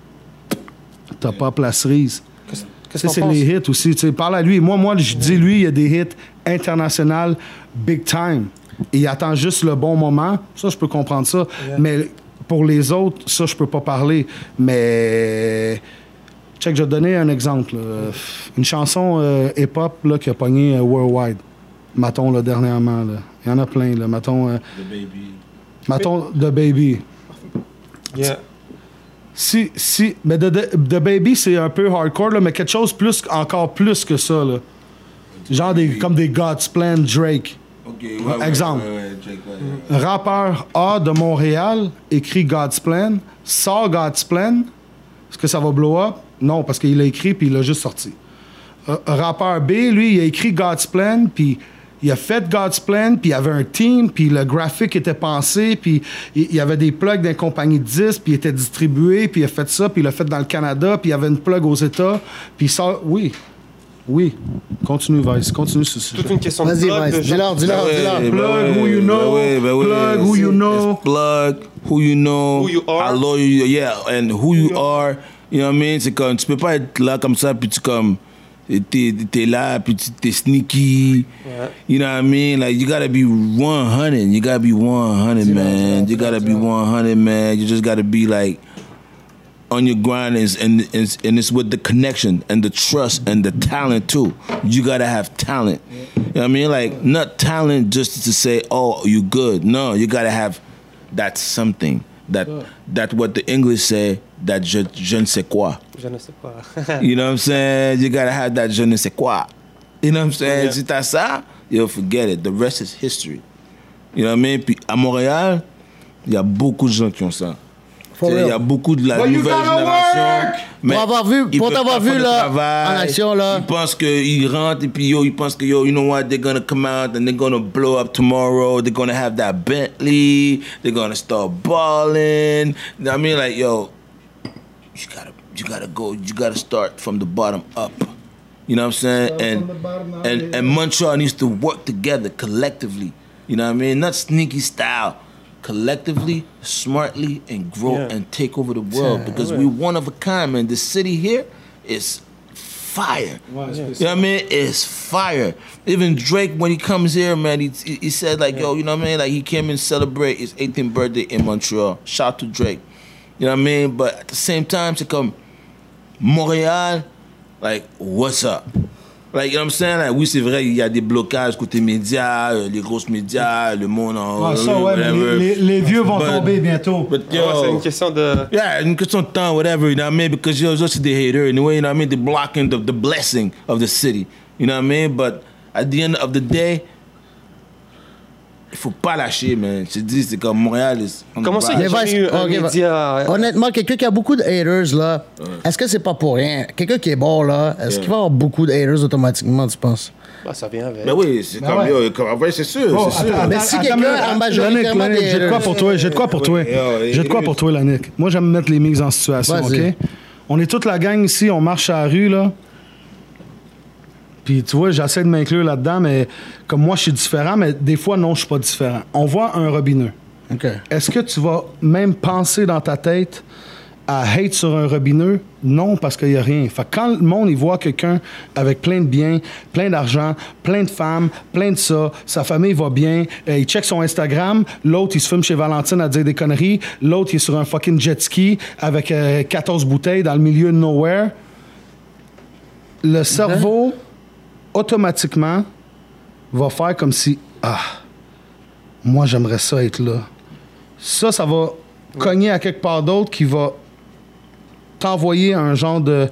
Speaker 2: t'as pas la cerise.
Speaker 1: Qu'est-ce
Speaker 2: Ça,
Speaker 1: qu'est-ce que
Speaker 2: c'est
Speaker 1: t'en penses?
Speaker 2: les hits aussi. Tu sais, parle à lui. Moi, moi, je dis lui, il y a des hits internationaux, big time. Et il attend juste le bon moment. Ça, je peux comprendre ça. Mais pour les autres, ça, je peux pas parler. Mais. Check, je vais te donner un exemple. là. Une chanson euh, hip-hop là, qui a pogné euh, worldwide. Maton, là, dernièrement. là. Il y en a plein. Là. Maton, euh,
Speaker 4: The baby.
Speaker 2: Maton The Baby.
Speaker 1: Yeah.
Speaker 2: Si, si, mais The, The- The Baby, c'est un peu hardcore, là, mais quelque chose plus, encore plus que ça, là. Genre des, comme des God's Plan Drake.
Speaker 4: Ok, ouais, ouais,
Speaker 2: Exemple.
Speaker 4: ouais, ouais, Drake, ouais, ouais.
Speaker 2: Rappeur A de Montréal écrit God's Plan, sort God's Plan. Est-ce que ça va blow up? Non, parce qu'il l'a écrit puis il l'a juste sorti. Euh, rappeur B, lui, il a écrit God's Plan, puis il a fait God's Plan, puis il y avait un team, puis le graphique était pensé, puis il il y avait des plugs d'une compagnie de disques, puis il était distribué, puis il a fait ça, puis il l'a fait dans le Canada, puis il y avait une plug aux États, puis il sort... Oui, oui. Continue, Vice, continue ce sujet.
Speaker 1: Toute une question de
Speaker 3: Vas-y,
Speaker 1: blog,
Speaker 3: Vice,
Speaker 1: de gens-
Speaker 3: dis-leur, dis-leur, dis-leur.
Speaker 4: Ouais,
Speaker 2: Plug
Speaker 4: ouais,
Speaker 2: who you
Speaker 4: ouais,
Speaker 2: know,
Speaker 4: ouais, ouais, ouais.
Speaker 2: plug who you know.
Speaker 4: It's plug who you know.
Speaker 1: Who you are.
Speaker 4: How loyal you- yeah, and who you are. You know what I mean? um, C'est comme, tu peux pas être là comme ça, puis tu comme, t'es, t'es là, puis tu, t'es sneaky. You know what I mean? Like, you gotta be 100. You gotta be 100, man. You gotta be 100, man. You just gotta be like, on your grind is and is, and it's with the connection and the trust and the talent too. You gotta have talent. You know what I mean? Like not talent just to say, oh, you good. No, you gotta have that something. That that what the English say, that je, je ne sais quoi.
Speaker 1: Je ne sais pas.
Speaker 4: You know what I'm saying? You gotta have that je ne sais quoi. You know what I'm saying? Si t'as ça, you'll forget it. The rest is history. You know what I mean? Puis à Montréal, il y a beaucoup de gens qui ont ça. Tu sais, Il y a beaucoup de la
Speaker 2: But you
Speaker 4: nouvelle
Speaker 2: gotta
Speaker 4: génération.
Speaker 2: work!
Speaker 4: mais
Speaker 3: Pour avoir vu-
Speaker 4: ils
Speaker 3: pour
Speaker 4: peuvent
Speaker 3: t'avoir
Speaker 4: pas
Speaker 3: vu,
Speaker 4: faire de
Speaker 3: là,
Speaker 4: travail.
Speaker 3: en action, là.
Speaker 4: Ils pensent qu'ils rentrent et puis yo, ils pensent que yo, you know what, they're gonna come out and they're gonna blow up tomorrow. They're gonna have that Bentley. They're gonna start balling. You know what I mean, like yo, you gotta you gotta go you gotta start from the bottom up you know what i'm saying
Speaker 2: from the
Speaker 4: and
Speaker 2: bottom up,
Speaker 4: and,
Speaker 2: yeah.
Speaker 4: and montreal needs to work together collectively you know what i mean not sneaky style collectively smartly and grow
Speaker 1: Yeah.
Speaker 4: and take over the world because we one of a kind man the city here is fire you know what I mean? It's fire. Even Drake, when he comes here, man, he, he he said like, yo, you know what I mean? Like he came and celebrate his 18th birthday in Montreal. Shout out to Drake. You know what I mean? But at the same time, to come Montréal, like what's up? Like, you know what I'm saying? Like, oui, c'est vrai, il y a des blocages côté médias, euh, les grosses médias, le monde en...
Speaker 2: Ah, ça, ouais, mais les,
Speaker 4: whatever.
Speaker 2: les- les vieux vont
Speaker 4: But-
Speaker 2: tomber bientôt.
Speaker 4: But yo,
Speaker 1: Ouais, c'est une question de.
Speaker 4: yeah, and get some time, whatever, you know what I mean? Because you're just the hater anyway, you know what I mean? They're blocking the, the blessing of the city, you know what I mean? But at the end of the day, il faut pas lâcher, man. Je te dis, c'est comme Montréal. c'est- on
Speaker 1: Comment
Speaker 4: va-
Speaker 2: Ah,
Speaker 1: ça, il y a
Speaker 3: Mais
Speaker 1: jamais eu
Speaker 3: vas-
Speaker 1: un
Speaker 3: ok, va-
Speaker 1: média...
Speaker 3: Honnêtement, quelqu'un qui a beaucoup de haters, là, est-ce que c'est pas pour rien? Quelqu'un qui est bon, là, est-ce qu'il va avoir beaucoup de haters automatiquement, tu penses?
Speaker 1: Ah, ça vient avec.
Speaker 4: Ben oui, c'est comme,
Speaker 2: ouais.
Speaker 4: yo, comme- ouais, c'est sûr,
Speaker 2: Oh,
Speaker 4: c'est sûr.
Speaker 2: attends,
Speaker 3: Mais
Speaker 2: attends,
Speaker 3: si
Speaker 2: attends,
Speaker 3: quelqu'un
Speaker 2: mais-
Speaker 3: a majoritairement
Speaker 2: Yannick, Yannick,
Speaker 3: des-
Speaker 2: J'ai de quoi pour toi, j'ai de quoi pour toi.
Speaker 4: Ouais, ouais,
Speaker 2: J'ai de quoi
Speaker 4: ouais.
Speaker 2: pour toi, Yannick. Moi, j'aime mettre les mises en situation,
Speaker 3: Vas-y.
Speaker 2: OK? On est toute la gang ici, on marche à la rue, là. Puis tu vois, j'essaie de m'inclure là-dedans, mais comme moi, je suis différent, mais des fois, non, je suis pas différent. On voit un robineux.
Speaker 3: OK.
Speaker 2: Est-ce que tu vas même penser dans ta tête à hate sur un robineux? Non, parce qu'il n'y a rien. Fait que quand le monde y voit quelqu'un avec plein de biens, plein d'argent, plein de femmes, plein de ça, sa famille va bien, euh, il check son Instagram, l'autre il se filme chez Valentine à dire des conneries, l'autre il est sur un fucking jet ski avec euh, 14 bouteilles dans le milieu de nowhere. Le cerveau, automatiquement, va faire comme si, ah, moi j'aimerais ça être là ça, ça va cogner à quelque part d'autre qui va t'envoyer un genre de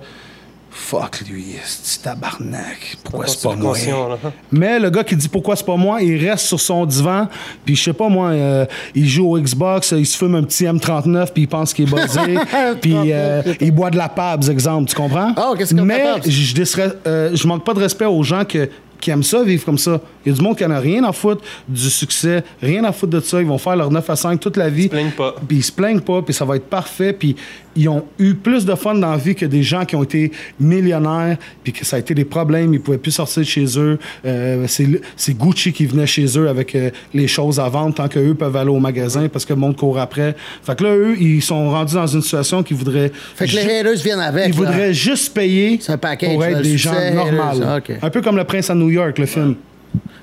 Speaker 2: fuck lui, c'est tabarnak, pourquoi c'est pas moi?
Speaker 1: Conscient, là.
Speaker 2: Mais le gars qui dit pourquoi c'est pas moi, il reste sur son divan, puis je sais pas moi, euh, il joue au Xbox, euh, il se fume un petit M39, puis il pense qu'il est buzzé, puis euh, il boit de la Pabs, exemple, tu comprends?
Speaker 3: Ah, qu'est-ce qu'on fait,
Speaker 2: Mais
Speaker 3: Pabst?
Speaker 2: je, je disrais- euh, je manque pas de respect aux gens que- qui aiment ça, vivre comme ça. Il y a du monde qui en a rien à foutre du succès, rien à foutre de ça. Ils vont faire leur 9 à 5 toute la vie. Ils se
Speaker 1: plaignent pas.
Speaker 2: Puis ils se plaignent pas, puis ça va être parfait. Puis ils ont eu plus de fun dans la vie que des gens qui ont été millionnaires, puis que ça a été des problèmes. Ils pouvaient plus sortir de chez eux. Euh, c'est le- c'est Gucci qui venait chez eux avec euh, les choses à vendre tant qu'eux peuvent aller au magasin parce que le monde court après. Fait que là, eux, ils sont rendus dans une situation qu'ils voudraient.
Speaker 3: Fait que
Speaker 2: ju-
Speaker 3: les haters viennent avec.
Speaker 2: ils
Speaker 3: là.
Speaker 2: voudraient juste payer
Speaker 3: C'est un package,
Speaker 2: pour
Speaker 3: là,
Speaker 2: être
Speaker 3: le
Speaker 2: des
Speaker 3: succès,
Speaker 2: gens normaux.
Speaker 3: là, ok.
Speaker 2: Un peu comme Le Prince à New York, le film.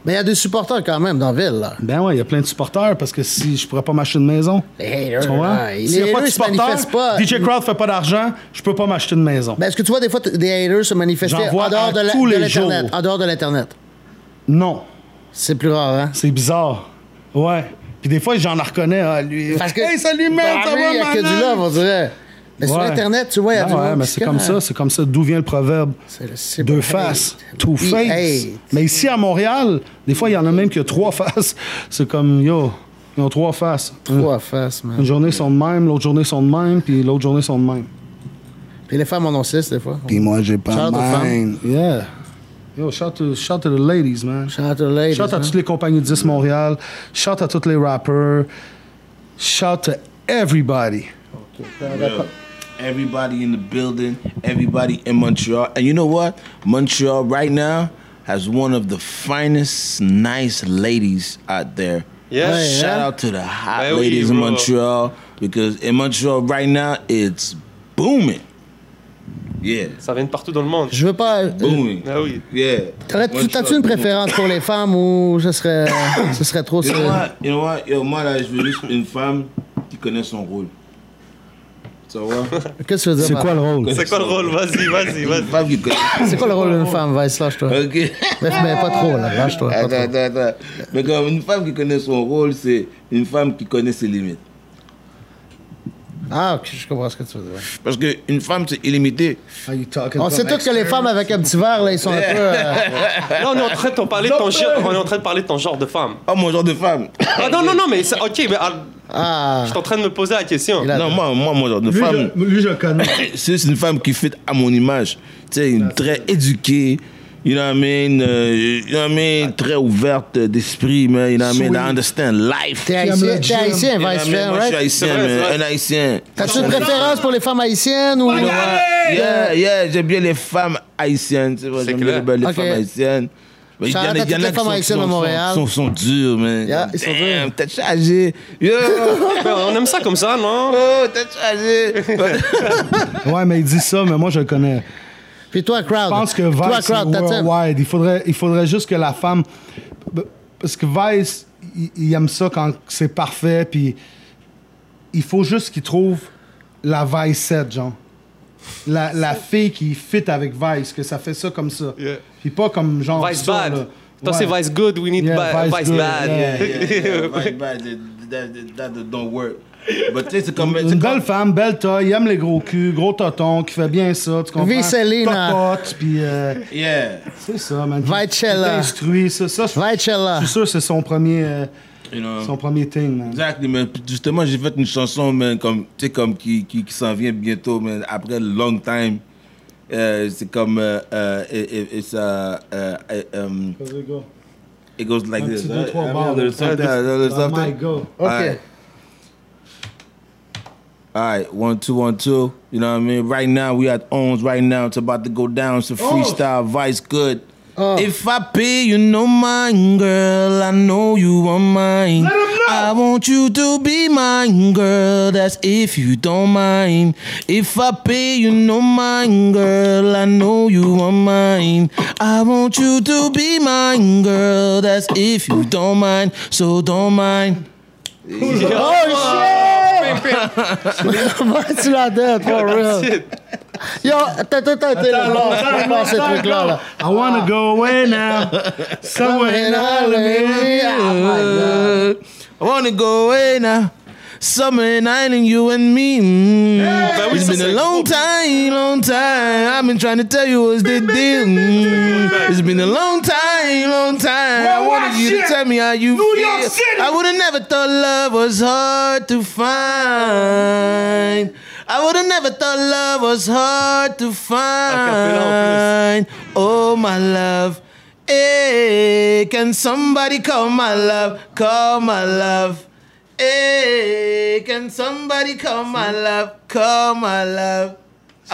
Speaker 3: Mais il y a des supporters quand même dans la ville, là.
Speaker 2: Ben ouais, il y a plein de supporters parce que si je pourrais pas m'acheter une maison.
Speaker 3: Les haters,
Speaker 2: Tu comprends?
Speaker 3: là, les
Speaker 2: S'il n'y a pas de
Speaker 3: haters se manifestent pas.
Speaker 2: supporters, DJ Crowd fait pas d'argent, je peux pas m'acheter une maison.
Speaker 3: Ben, est-ce que tu vois des fois t- des haters se manifester
Speaker 2: J'en vois
Speaker 3: en dehors
Speaker 2: à
Speaker 3: de la-
Speaker 2: tous
Speaker 3: de
Speaker 2: les
Speaker 3: l'Internet?
Speaker 2: jours.
Speaker 3: En dehors de l'Internet.
Speaker 2: Non,
Speaker 3: C'est plus rare, hein?
Speaker 2: c'est bizarre. Ouais. Puis des fois, j'en reconnais. Ah, lui.
Speaker 3: Parce que.
Speaker 2: Hey, salut, merde,
Speaker 3: Dans
Speaker 2: ça
Speaker 3: la
Speaker 2: va,
Speaker 3: rue, Il y a que
Speaker 2: madame?
Speaker 3: du love, on dirait. Mais sur
Speaker 2: Ouais.
Speaker 3: Internet, tu vois, il y a
Speaker 2: Ben
Speaker 3: du
Speaker 2: ouais,
Speaker 3: love.
Speaker 2: mais c'est comme ça, c'est comme ça. D'où vient le proverbe?
Speaker 3: C'est- c'est
Speaker 2: Deux
Speaker 3: pas-
Speaker 2: faces,
Speaker 3: hate.
Speaker 2: two
Speaker 3: Be
Speaker 2: faces.
Speaker 3: hate.
Speaker 2: Mais ici à Montréal, des fois, il y en a même que trois faces. C'est comme, yo, ils ont trois faces. Hein?
Speaker 3: Trois faces,
Speaker 2: Mm. Une
Speaker 3: man.
Speaker 2: journée ils sont de même, l'autre journée ils sont de même, puis l'autre journée ils sont de même.
Speaker 3: Puis les femmes en ont six, des fois.
Speaker 2: Puis moi j'ai pas
Speaker 3: Shout out aux mine.
Speaker 2: Yeah. Yo, shout to, shout to the ladies, man.
Speaker 3: Shout out to the ladies,
Speaker 2: Shout à
Speaker 3: man.
Speaker 2: toutes les compagnies 10 Montréal. Shout à tous les rappers. Shout to everybody.
Speaker 4: Yo, Everybody in the building, everybody in Montreal. And you know what? Montreal right now has one of the finest, nice ladies out there.
Speaker 1: Yeah. Hey,
Speaker 4: Shout
Speaker 3: yeah.
Speaker 4: out to the hot
Speaker 1: Hey,
Speaker 4: ladies in
Speaker 1: bro.
Speaker 4: Montreal because in Montreal right now it's booming. Yeah.
Speaker 1: Ça vient de partout dans le monde.
Speaker 3: Je veux pas. euh,
Speaker 4: Booming.
Speaker 1: Ah oui.
Speaker 4: Yeah.
Speaker 3: T'aurais- tu-
Speaker 4: Montreal
Speaker 3: T'as-tu une
Speaker 4: booming.
Speaker 3: préférence pour les femmes ou ce serait, ce serait trop.
Speaker 4: You know
Speaker 3: c'est-
Speaker 4: what? You know what? Yo, moi là, je veux juste une femme qui connaît son rôle. Tu vois?
Speaker 3: Qu'est-ce que tu veux dire?
Speaker 2: C'est
Speaker 3: par-
Speaker 2: quoi le rôle?
Speaker 1: C'est quoi le rôle Vas-y, vas-y,
Speaker 4: Une
Speaker 1: vas-y.
Speaker 4: femme qui connaît.
Speaker 3: C'est quoi le rôle d'une femme, Vice? Lâche-toi.
Speaker 4: Ok.
Speaker 3: Mais, mais pas trop, là. Lâche-toi. pas
Speaker 4: Attends,
Speaker 3: trop.
Speaker 4: attends, attends. Mais comme une femme qui connaît son rôle, c'est une femme qui connaît ses limites.
Speaker 3: Ah, ok, je comprends ce que tu veux dire.
Speaker 4: Parce qu'une femme, c'est illimité.
Speaker 3: On sait tous que les femmes avec un petit verre, là, ils sont un peu. euh,
Speaker 1: Là, on est en train de t'en parler de ton genre. On est en train de parler de ton genre de femme.
Speaker 4: Ah, mon genre de femme.
Speaker 1: Ah non, non, non, mais c'est- ok, mais ah,
Speaker 3: Ah.
Speaker 1: je suis en train de me poser la question.
Speaker 3: Il a-
Speaker 4: Non, moi, moi, mon genre de femme,
Speaker 2: lui, je le connais.
Speaker 4: c'est c'est une femme qui fit à mon image. Tu sais, une très éduquée. You know what I mean? euh, you know what I mean? Très ouverte d'esprit, man. You know what I mean? I understand life.
Speaker 3: T'es
Speaker 4: You
Speaker 3: haïtien,
Speaker 2: le
Speaker 3: t'es
Speaker 2: gym.
Speaker 3: haïtien,
Speaker 4: know what I
Speaker 3: Vice
Speaker 4: mean?
Speaker 3: Fan,
Speaker 4: Moi, je suis
Speaker 3: right?
Speaker 4: haïtien,
Speaker 1: C'est vrai, c'est
Speaker 4: man.
Speaker 1: vrai.
Speaker 4: Un haïtien.
Speaker 3: T'as-tu une préférence pour les femmes haïtiennes ou.
Speaker 4: Yeah, yeah, j'aime bien les femmes haïtiennes. C'est vrai,
Speaker 1: C'est
Speaker 4: j'aime bien
Speaker 1: clair.
Speaker 4: les belles- les
Speaker 3: Ok.
Speaker 4: femmes haïtiennes. Mais
Speaker 3: Shout out à toutes les femmes haïtiennes à Montréal.
Speaker 4: Sont, sont, sont dures, man.
Speaker 3: Yeah, ils sont
Speaker 4: Damn,
Speaker 3: durs.
Speaker 4: T'es chargé. Yo,
Speaker 1: Mais on aime ça comme ça, non
Speaker 4: oh, t'es chargé.
Speaker 2: Ouais, mais il dit ça, mais moi je le connais.
Speaker 3: Puis toi, Crowd.
Speaker 2: Je pense que
Speaker 3: Toi,
Speaker 2: Vice est
Speaker 3: Crowd, t'as-tu.
Speaker 2: worldwide. Il faudrait, il faudrait juste que la femme. Parce que Vice, il, il aime ça quand c'est parfait, puis il faut juste qu'il trouve la Vice 7, genre. La, la fille qui fit avec Vice, que ça fait ça comme ça.
Speaker 1: Yeah.
Speaker 2: Puis pas comme genre.
Speaker 1: Vice
Speaker 2: ça,
Speaker 1: bad.
Speaker 2: là.
Speaker 1: Toi, c'est
Speaker 2: Oh, Ouais.
Speaker 1: vice good, we need
Speaker 2: Yeah,
Speaker 1: ba-
Speaker 2: vice
Speaker 1: vice,
Speaker 2: good,
Speaker 1: bad.
Speaker 2: yeah,
Speaker 4: That don't work. Mais tu sais, c'est comme.
Speaker 2: Une belle femme, belle taille, il aime les gros culs, gros toton, qui fait bien ça, tu comprends?
Speaker 3: Vicelina.
Speaker 2: Topote, puis euh,
Speaker 4: Yeah.
Speaker 2: c'est ça, man.
Speaker 3: Vicella.
Speaker 2: Instruit, ça, ça. je-
Speaker 3: Vicella.
Speaker 2: Je suis sûr que c'est son premier. euh,
Speaker 4: You know?
Speaker 2: Son premier thing, man.
Speaker 4: Exact, mais justement, j'ai fait une chanson, man, comme, tu sais, comme qui, qui, qui s'en vient bientôt, man, après long time. Euh, c'est comme, euh, euh, it- it- it's, uh, uh, I- um,
Speaker 2: Cause they go.
Speaker 4: it goes like
Speaker 2: Un
Speaker 4: this.
Speaker 2: petit deux, trois
Speaker 4: I mean,
Speaker 2: bars,
Speaker 4: there's
Speaker 2: là.
Speaker 4: something, there's
Speaker 2: That
Speaker 4: something.
Speaker 2: might go.
Speaker 3: OK.
Speaker 4: Alright. All right, one, two, one, two. You know what I mean? Right now, we at Owns. Right now, it's about to go down. It's a freestyle, Vice Good. If I pay you no mind, girl, I know you are mine. I want you to be mine, girl. That's if you don't mind. If I pay you no mind, girl, I know you are mine. I want you to be mine, girl. That's if you don't mind. So don't mind.
Speaker 3: Oh,
Speaker 2: Oh,
Speaker 3: tu la dette,
Speaker 2: Ah,
Speaker 3: for real. Yo, t'as tout à été là, je pense, ces trucs-là. là.
Speaker 2: I wanna go away now. Somewhere in Ireland.
Speaker 3: Ah,
Speaker 4: I wanna go away now. Summer in Ireland, you and me. Mm.
Speaker 1: ben oui,
Speaker 4: it's
Speaker 1: ça,
Speaker 4: been
Speaker 1: c'est
Speaker 4: a
Speaker 1: un gros
Speaker 4: long
Speaker 1: beat.
Speaker 4: time, long time. I've been trying to tell you what's the deal. Mm. It's been a long time, long time. I wanted you to tell me how you feel. I would've never thought love was hard to find. I would've never thought love was hard to
Speaker 1: capella
Speaker 4: find. Oh my love. Hey, can somebody call my love? Call my love. Hey, can somebody call my love? Call my love.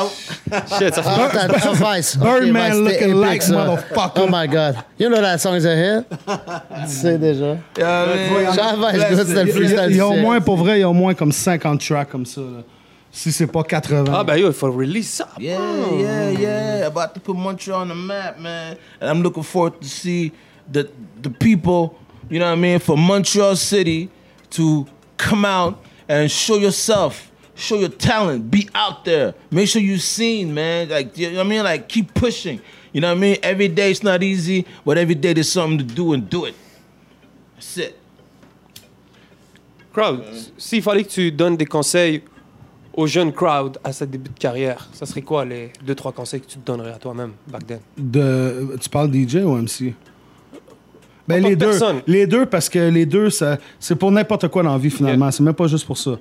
Speaker 1: Shit, ça fait
Speaker 3: Ah, t'as- t'as Vice. Ok,
Speaker 2: Birdman
Speaker 3: Vice, c'était
Speaker 2: looking
Speaker 3: epic,
Speaker 2: like
Speaker 3: ça.
Speaker 2: motherfucker.
Speaker 3: Oh my God. You know that song's a hit? Tu sais déjà.
Speaker 4: You know what I mean?
Speaker 3: Jean Vice, good, c'était le
Speaker 2: Il y a-
Speaker 3: freestyle.
Speaker 2: il y a au
Speaker 3: du
Speaker 2: moins,
Speaker 3: siècle.
Speaker 2: pour vrai, il y a au moins comme 50 tracks comme ça. là. Si c'est pas 80.
Speaker 1: Ah ben yo, il faut release ça.
Speaker 4: Yeah, yeah, yeah. About to put Montreal on the map, man. And I'm looking forward to see the the people, you know what I mean, for Montreal City to come out and show yourself, show your talent, be out there. Make sure you seen, man. Like you know what I mean? Like keep pushing. You know what I mean? Every day it's not easy, but every day there's something to do and do it. That's it.
Speaker 1: Crowd, s'il fallait que tu donnes des conseils aux jeunes crowd à ce début de carrière, ça serait quoi les deux trois conseils que tu te donnerais à toi-même back then
Speaker 2: De, tu parles DJ ou MC? Ben,
Speaker 1: En tant
Speaker 2: les
Speaker 1: que
Speaker 2: deux.
Speaker 1: personne.
Speaker 2: Les deux, parce que les deux, ça, c'est pour n'importe quoi dans la vie, finalement. C'est même pas juste pour ça.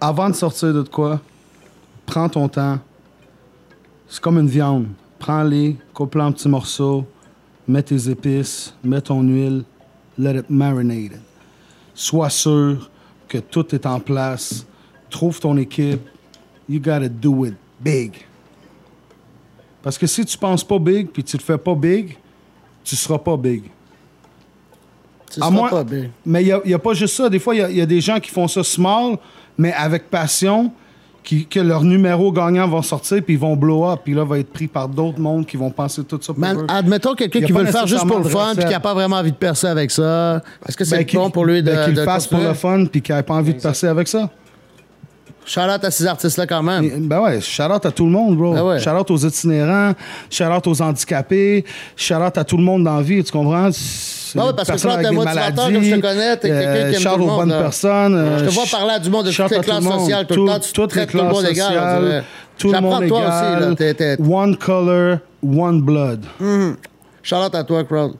Speaker 2: Avant de sortir de quoi, prends ton temps. C'est comme une viande. Prends-les, coupe-les en petits morceaux, mets tes épices, mets ton huile, let it marinate. it. Sois sûr que tout est en place. Trouve ton équipe. You gotta do it big. Parce que si tu penses pas big puis tu le fais pas big, tu seras pas big.
Speaker 3: Tu
Speaker 2: à
Speaker 3: seras
Speaker 2: moi-
Speaker 3: pas bien.
Speaker 2: Mais il n'y a, pas juste ça. Des fois, il y a- il y, a des gens qui font ça small, mais avec passion, qui, que leur numéro gagnant va sortir puis ils vont blow up. Puis là, va être pris par d'autres mondes qui vont penser tout ça pour
Speaker 3: Man,
Speaker 2: eux. Ben,
Speaker 3: admettons quelqu'un
Speaker 2: Y a
Speaker 3: qui
Speaker 2: pas
Speaker 3: veut le faire juste pour le fun
Speaker 2: nécessairement de
Speaker 3: puis qui n'a pas vraiment envie de percer avec ça. Est-ce que c'est
Speaker 2: Ben, qu'il-
Speaker 3: bon pour lui de,
Speaker 2: ben, qu'il
Speaker 3: de
Speaker 2: le fasse pour
Speaker 3: continuer?
Speaker 2: le fun puis qu'il n'ait pas envie de passer avec ça.
Speaker 3: Shout-out à ces artistes-là quand même.
Speaker 2: Ben ouais, shout out à tout le monde, bro.
Speaker 3: Ben ouais.
Speaker 2: Shout out aux itinérants, shout out aux handicapés, shout out à tout le monde dans la vie, tu comprends? C'est
Speaker 3: Ben ouais,
Speaker 2: des
Speaker 3: parce que
Speaker 2: personnes
Speaker 3: quand t'es
Speaker 2: avec des
Speaker 3: motivateur,
Speaker 2: maladies, Euh,
Speaker 3: comme je te connais, t'es quelqu'un qui aime
Speaker 2: shout
Speaker 3: tout le
Speaker 2: aux
Speaker 3: monde,
Speaker 2: bonnes
Speaker 3: là.
Speaker 2: personnes. euh,
Speaker 3: Je te vois
Speaker 2: ch-
Speaker 3: parler à du monde de
Speaker 2: shout
Speaker 3: toutes les
Speaker 2: à tout
Speaker 3: classes
Speaker 2: monde.
Speaker 3: sociales, tout le temps, tu
Speaker 2: toutes les
Speaker 3: traites tout le monde
Speaker 2: classes
Speaker 3: égal, on
Speaker 2: sociales,
Speaker 3: dirait.
Speaker 2: Tout le
Speaker 3: J'apprends
Speaker 2: monde
Speaker 3: de toi aussi,
Speaker 2: égal.
Speaker 3: là, t'es- t'es-
Speaker 2: One color, one blood.
Speaker 3: Shout-out à toi, crowd.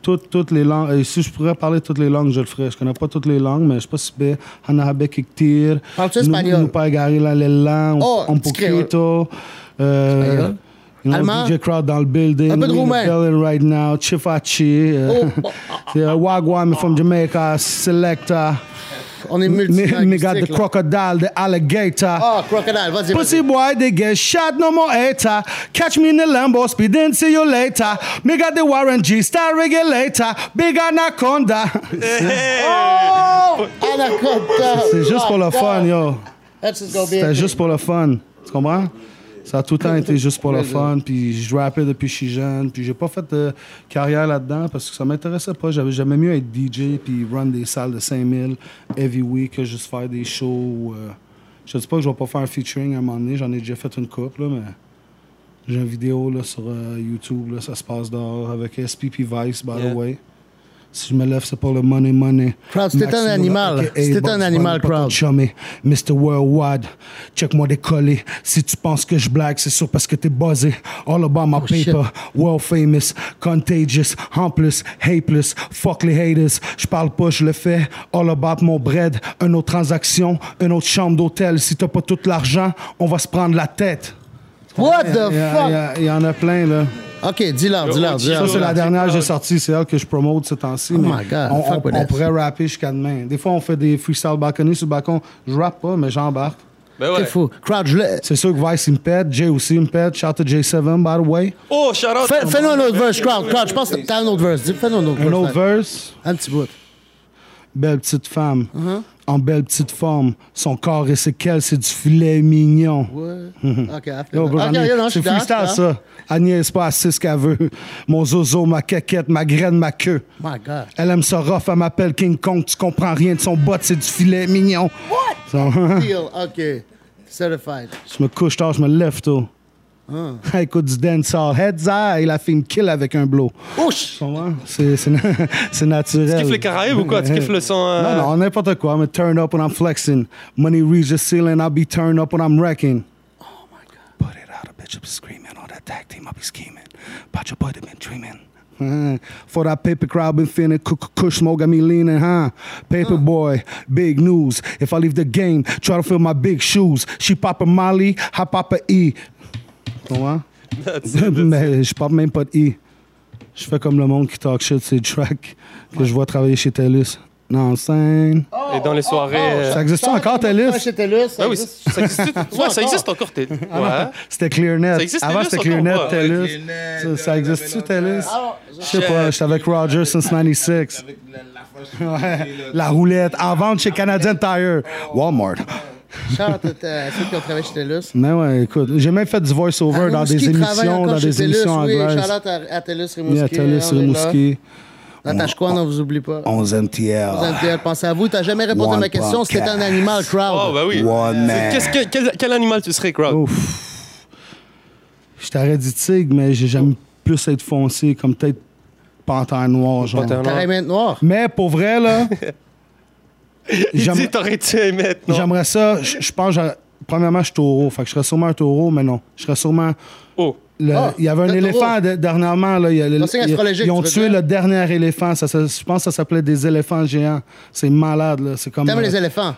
Speaker 2: Toutes, toutes les langues. Et si je pourrais parler toutes les langues, je le ferais. Je connais pas toutes les langues, mais je sais pas si bien. Hanahabe Kiktir.
Speaker 3: Parles-tu espagnol?
Speaker 2: Nous pas égaré la lela.
Speaker 3: Oh,
Speaker 2: Un
Speaker 3: petit créole.
Speaker 2: poquito. Euh,
Speaker 3: Espagnol?
Speaker 2: you know,
Speaker 3: Allemand?
Speaker 2: DJ Crowd dans le building.
Speaker 3: Un peu
Speaker 2: We
Speaker 3: de
Speaker 2: in the
Speaker 3: roumain.
Speaker 2: building right now. Chifachi. euh,
Speaker 3: Oh, bon.
Speaker 2: yeah, Wagwan from Jamaica. Selecta.
Speaker 3: On est
Speaker 2: Me got the
Speaker 3: multilinguistique. là.
Speaker 2: crocodile, the alligator.
Speaker 3: Ah, Crocodile, vas-y.
Speaker 2: Pussy
Speaker 3: vas-y.
Speaker 2: boy, they get shot no more hater. Catch me in the Lambo, speeding, see you later. Me got the Warren G, star regulator, big anaconda.
Speaker 3: Anaconda.
Speaker 2: C'est juste pour le fun, yo.
Speaker 3: That's just gonna be
Speaker 2: C'était
Speaker 3: it.
Speaker 2: juste pour le fun. Tu comprends? Ça a tout le temps été juste pour le fun. Puis je rappais depuis que je suis jeune. Puis j'ai pas fait de carrière là-dedans parce que ça m'intéressait pas. J'avais jamais mieux être DJ puis run des salles de 5000 every week que juste faire des shows. euh. Je sais pas que je vais pas faire un featuring à un moment donné. J'en ai déjà fait une couple, là, mais. J'ai une vidéo là, sur euh, YouTube, là, ça se passe dehors avec SP puis Vice, by
Speaker 1: Yeah.
Speaker 2: the way. Si je me lève, c'est pour le money, money.
Speaker 3: Crowd, c'était un
Speaker 2: Maximo,
Speaker 3: animal.
Speaker 2: aka
Speaker 3: C'était
Speaker 2: Bugs
Speaker 3: un
Speaker 2: Bunny,
Speaker 3: animal,
Speaker 2: pas ton
Speaker 3: Crowd.
Speaker 2: chummy. Mr. Worldwide, check-moi décoller. Si tu penses que je blague, c'est sûr parce que t'es buzzé. All about
Speaker 3: Oh,
Speaker 2: my paper, world famous, contagious, en plus, hate plus, fuck les haters. Je parle pas, je le fais. All about mon bread, une autre transaction, une autre chambre d'hôtel. Si t'as pas tout l'argent, on va se prendre la tête.
Speaker 3: What the
Speaker 2: Il y a- il y
Speaker 3: fuck?
Speaker 2: a- il y en a plein, là.
Speaker 3: Ok, dis-leur, dis-leur, dis-leur.
Speaker 2: Ça, c'est la dernière que j'ai sortie. C'est elle que je promote ce temps-ci. mais
Speaker 3: Oh my God,
Speaker 2: On,
Speaker 3: fuck
Speaker 2: on-
Speaker 3: with
Speaker 2: on
Speaker 3: it.
Speaker 2: pourrait rapper jusqu'à demain. Des fois, on fait des freestyle balconies sur le balcon. Je rappe pas, mais j'embarque.
Speaker 1: Ben
Speaker 3: T'es
Speaker 1: ouais.
Speaker 3: fou. Crowd, je l'ai-
Speaker 2: C'est sûr que Vice, il me pète. Jay aussi, il me pète. Shout out J7, by the way.
Speaker 1: Oh, shout out.
Speaker 3: Fais- Fais-nous un autre verse, Crowd. Crowd, je pense que t'as un autre verse. Dis- Fais-nous un autre verse.
Speaker 2: Un autre verse.
Speaker 3: Un petit bout.
Speaker 2: Belle petite femme.
Speaker 3: Uh-huh.
Speaker 2: En belle petite forme. Son corps et ses quels, c'est du filet mignon.
Speaker 3: Ouais. Ok, après.
Speaker 2: Yo, bro,
Speaker 3: Ok,
Speaker 2: Annie,
Speaker 3: yo, non, je
Speaker 2: c'est
Speaker 3: suis down,
Speaker 2: freestyle,
Speaker 3: je suis down.
Speaker 2: ça. Agnès, c'est pas assez ce qu'elle veut. Mon zozo, ma caquette, ma graine, ma queue.
Speaker 3: My God.
Speaker 2: Elle aime ça rough, elle m'appelle King Kong. Tu comprends rien de son bot, c'est du filet mignon. Ça- hein?
Speaker 3: Deal, ok. Certified.
Speaker 2: je me couche tard, je me lève tôt.
Speaker 3: Ah.
Speaker 2: Elle écoute du dancehall. Heads high, la fille me kill avec un blow.
Speaker 3: Ouch!
Speaker 2: Tu comprends? C'est c'est na- c'est naturel.
Speaker 1: Tu kiffes les Caraïbes ou quoi? Tu kiffes le son, euh,
Speaker 2: Non, non, n'importe quoi. I'm turn up when I'm flexing. Money reaches the ceiling, I'll be turned up when I'm wrecking.
Speaker 1: Oh
Speaker 2: Put it out, a bitch up screaming. All that tag team, I'll be scheming. About your buddy been dreaming. Huh. For that paper crowd been feeling, cook kush mo got me leaning, huh? Paper boy, big news. If I leave the game, try to fill my big shoes. She pop a Molly, I pop a E. Comment?
Speaker 1: That's it, that's
Speaker 2: Mais je pop même pas de E. Je fais comme le monde qui talk shit, c'est track que je vois travailler chez TELUS. Non, scène.
Speaker 3: Oh,
Speaker 1: Et dans les soirées. euh,
Speaker 2: Ça existe encore,
Speaker 3: Ah,
Speaker 2: TELUS?
Speaker 3: C'était là, ça
Speaker 1: Ah oui,
Speaker 3: existe.
Speaker 1: ça existe. Ouais, ça existe encore. t'es- Ouais.
Speaker 2: C'était ClearNet.
Speaker 1: Ça existe,
Speaker 2: Avant,
Speaker 1: TELUS,
Speaker 2: c'était
Speaker 1: encore,
Speaker 2: ClearNet,
Speaker 1: ouais.
Speaker 2: TELUS.
Speaker 4: ClearNet,
Speaker 2: Ça, ça existe-tu, TELUS? Je sais
Speaker 1: Shit.
Speaker 2: pas, j'étais avec Roger since 96.
Speaker 4: Avec la, la face.
Speaker 2: Ouais, La roulette, en vente chez Canadian Tire.
Speaker 3: Oh.
Speaker 2: Walmart.
Speaker 3: Shout out à ceux qui ont travaillé chez TELUS.
Speaker 2: Mais ouais, écoute, j'ai même fait du voice-over
Speaker 3: Ah,
Speaker 2: dans
Speaker 3: Rimouski
Speaker 2: des
Speaker 3: travaille
Speaker 2: émissions,
Speaker 3: encore
Speaker 2: dans
Speaker 3: chez
Speaker 2: des
Speaker 3: TELUS,
Speaker 2: émissions
Speaker 3: oui,
Speaker 2: anglaises.
Speaker 3: shout-out à, à TELUS Rimouski.
Speaker 2: Yeah, TELUS,
Speaker 3: on est là.
Speaker 2: Rimouski,
Speaker 3: Attache quoi, non, vous oubliez pas.
Speaker 2: 11 MTL.
Speaker 3: Vous avez pensé à vous, t'as jamais répondu à ma
Speaker 2: One
Speaker 3: question. C'était un
Speaker 2: podcast.
Speaker 3: animal, crowd.
Speaker 1: Oh, bah oui.
Speaker 2: One man.
Speaker 1: Qu'est-ce que- quel, quel animal tu serais,
Speaker 3: Oh,
Speaker 1: Crowd?
Speaker 2: Ouf. Je t'aurais dit tigre, mais j'ai- j'aime
Speaker 3: Oh.
Speaker 2: plus être foncé, comme peut-être panthère noir, genre.
Speaker 1: Panthère noir.
Speaker 3: T'aurais aimé être noir.
Speaker 2: Mais pour vrai, là,
Speaker 1: Il
Speaker 2: j'aime-
Speaker 1: dit, t'aurais-tu aimé être, non?
Speaker 2: j'aimerais ça. Je je pense, que j'aurais- premièrement, je suis taureau. Fait que je serais sûrement un taureau, mais non. Je serais sûrement.
Speaker 1: Oh.
Speaker 2: le-
Speaker 3: Ah,
Speaker 2: il y avait un
Speaker 3: t'es
Speaker 2: éléphant de- dernièrement. Là, il y a le-
Speaker 3: Un signe
Speaker 2: il-
Speaker 3: astrologique,
Speaker 2: ils ont
Speaker 3: tu veux
Speaker 2: tué
Speaker 3: dire?
Speaker 2: le dernier éléphant. Ça, ça- je pense que ça s'appelait des éléphants géants. C'est malade. là. C'est comme.
Speaker 3: T'aimes
Speaker 2: euh,
Speaker 3: les éléphants.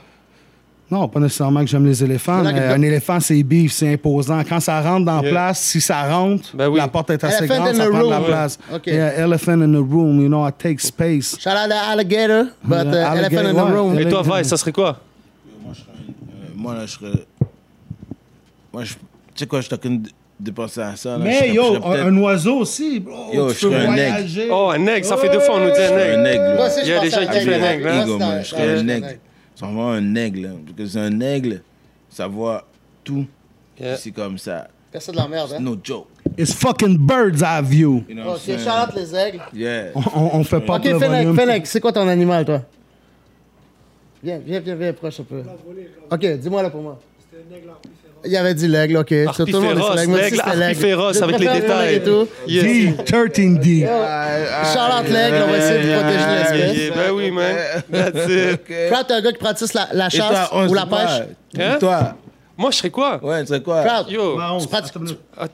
Speaker 2: Non, pas nécessairement que j'aime les éléphants,
Speaker 3: Il y en a
Speaker 2: mais
Speaker 3: qui le-
Speaker 2: un éléphant, c'est bif, c'est imposant. Quand ça rentre dans la
Speaker 1: Yeah.
Speaker 2: place, si ça rentre,
Speaker 1: Ben oui.
Speaker 2: la porte est assez
Speaker 3: Elephant in
Speaker 2: grande, ça
Speaker 3: the
Speaker 2: prend de la
Speaker 3: room.
Speaker 2: place.
Speaker 3: Ok.
Speaker 2: Yeah, elephant in the room, you know, I take space.
Speaker 3: Shout out à Alligator, but uh,
Speaker 2: Yeah,
Speaker 3: elephant in the
Speaker 2: alligator,
Speaker 3: room.
Speaker 2: ouais.
Speaker 1: Et toi,
Speaker 2: Alligator.
Speaker 1: Vice, ça serait quoi?
Speaker 4: Moi, je serais. un- euh, moi, là, je serais. Moi, je. Tu sais quoi, je suis en train de- de penser à ça. Là. je serais-
Speaker 2: Mais
Speaker 4: je
Speaker 2: yo,
Speaker 4: serais
Speaker 2: un,
Speaker 4: peut-être-
Speaker 2: un oiseau aussi, bro.
Speaker 4: Yo, je
Speaker 2: tu peux
Speaker 4: serais un aigle.
Speaker 2: voyager.
Speaker 1: Oh, un aigle. Ça fait deux fois, on nous dit un
Speaker 4: un
Speaker 1: aigle.
Speaker 4: aigle.
Speaker 3: Moi
Speaker 4: là.
Speaker 3: aussi,
Speaker 1: Il y a
Speaker 3: je
Speaker 1: des
Speaker 3: pense à
Speaker 1: gens qui
Speaker 4: Avec
Speaker 1: font
Speaker 4: un
Speaker 1: un aigle, hein?
Speaker 4: aigle,
Speaker 3: Ouais,
Speaker 4: moi, je
Speaker 3: ouais,
Speaker 4: serais
Speaker 3: c'est
Speaker 4: un
Speaker 3: un
Speaker 4: aigle.
Speaker 3: aigle.
Speaker 4: C'est vraiment un aigle. hein, Parce que c'est un aigle, ça voit tout.
Speaker 1: Yeah.
Speaker 4: C'est comme ça.
Speaker 3: Personne de la merde, hein.
Speaker 4: No joke.
Speaker 2: It's fucking bird's eye view.
Speaker 4: You know what
Speaker 3: Ok,
Speaker 4: I'm saying?
Speaker 3: shout out les aigles.
Speaker 4: Yeah.
Speaker 2: On, on- on fait pas
Speaker 3: Ok,
Speaker 2: le
Speaker 3: Fennec,
Speaker 2: volume.
Speaker 3: Fennec, c'est quoi ton animal, toi Viens, viens, viens, viens, proche un peu. Ok, dis-moi là pour moi. Il avait dit l'aigle, ok. Sur tout le monde,
Speaker 1: Arpiféros,
Speaker 3: c'est
Speaker 1: l'aigle,
Speaker 3: l'aigle. Moi aussi, c'était l'aigle.
Speaker 1: Arpiphéros,
Speaker 3: Je
Speaker 1: avec les
Speaker 3: préfère
Speaker 1: détails.
Speaker 3: l'aigle et tout.
Speaker 1: Yes.
Speaker 2: D13D.
Speaker 3: Charlotte l'aigle, on va essayer de protéger
Speaker 1: Yeah,
Speaker 3: l'espèce.
Speaker 1: yeah, Ben oui, man. That's it.
Speaker 3: Crowd, t'es un gars qui pratique la, la
Speaker 4: Et toi,
Speaker 3: chasse
Speaker 4: on
Speaker 3: ou la
Speaker 4: c'est quoi?
Speaker 3: pêche.
Speaker 4: Et
Speaker 1: Hein?
Speaker 4: Toi,
Speaker 1: Moi, je serais quoi?
Speaker 4: ouais, c'est quoi?
Speaker 3: Crowd,
Speaker 1: Yo.
Speaker 3: tu pratiques-
Speaker 1: att-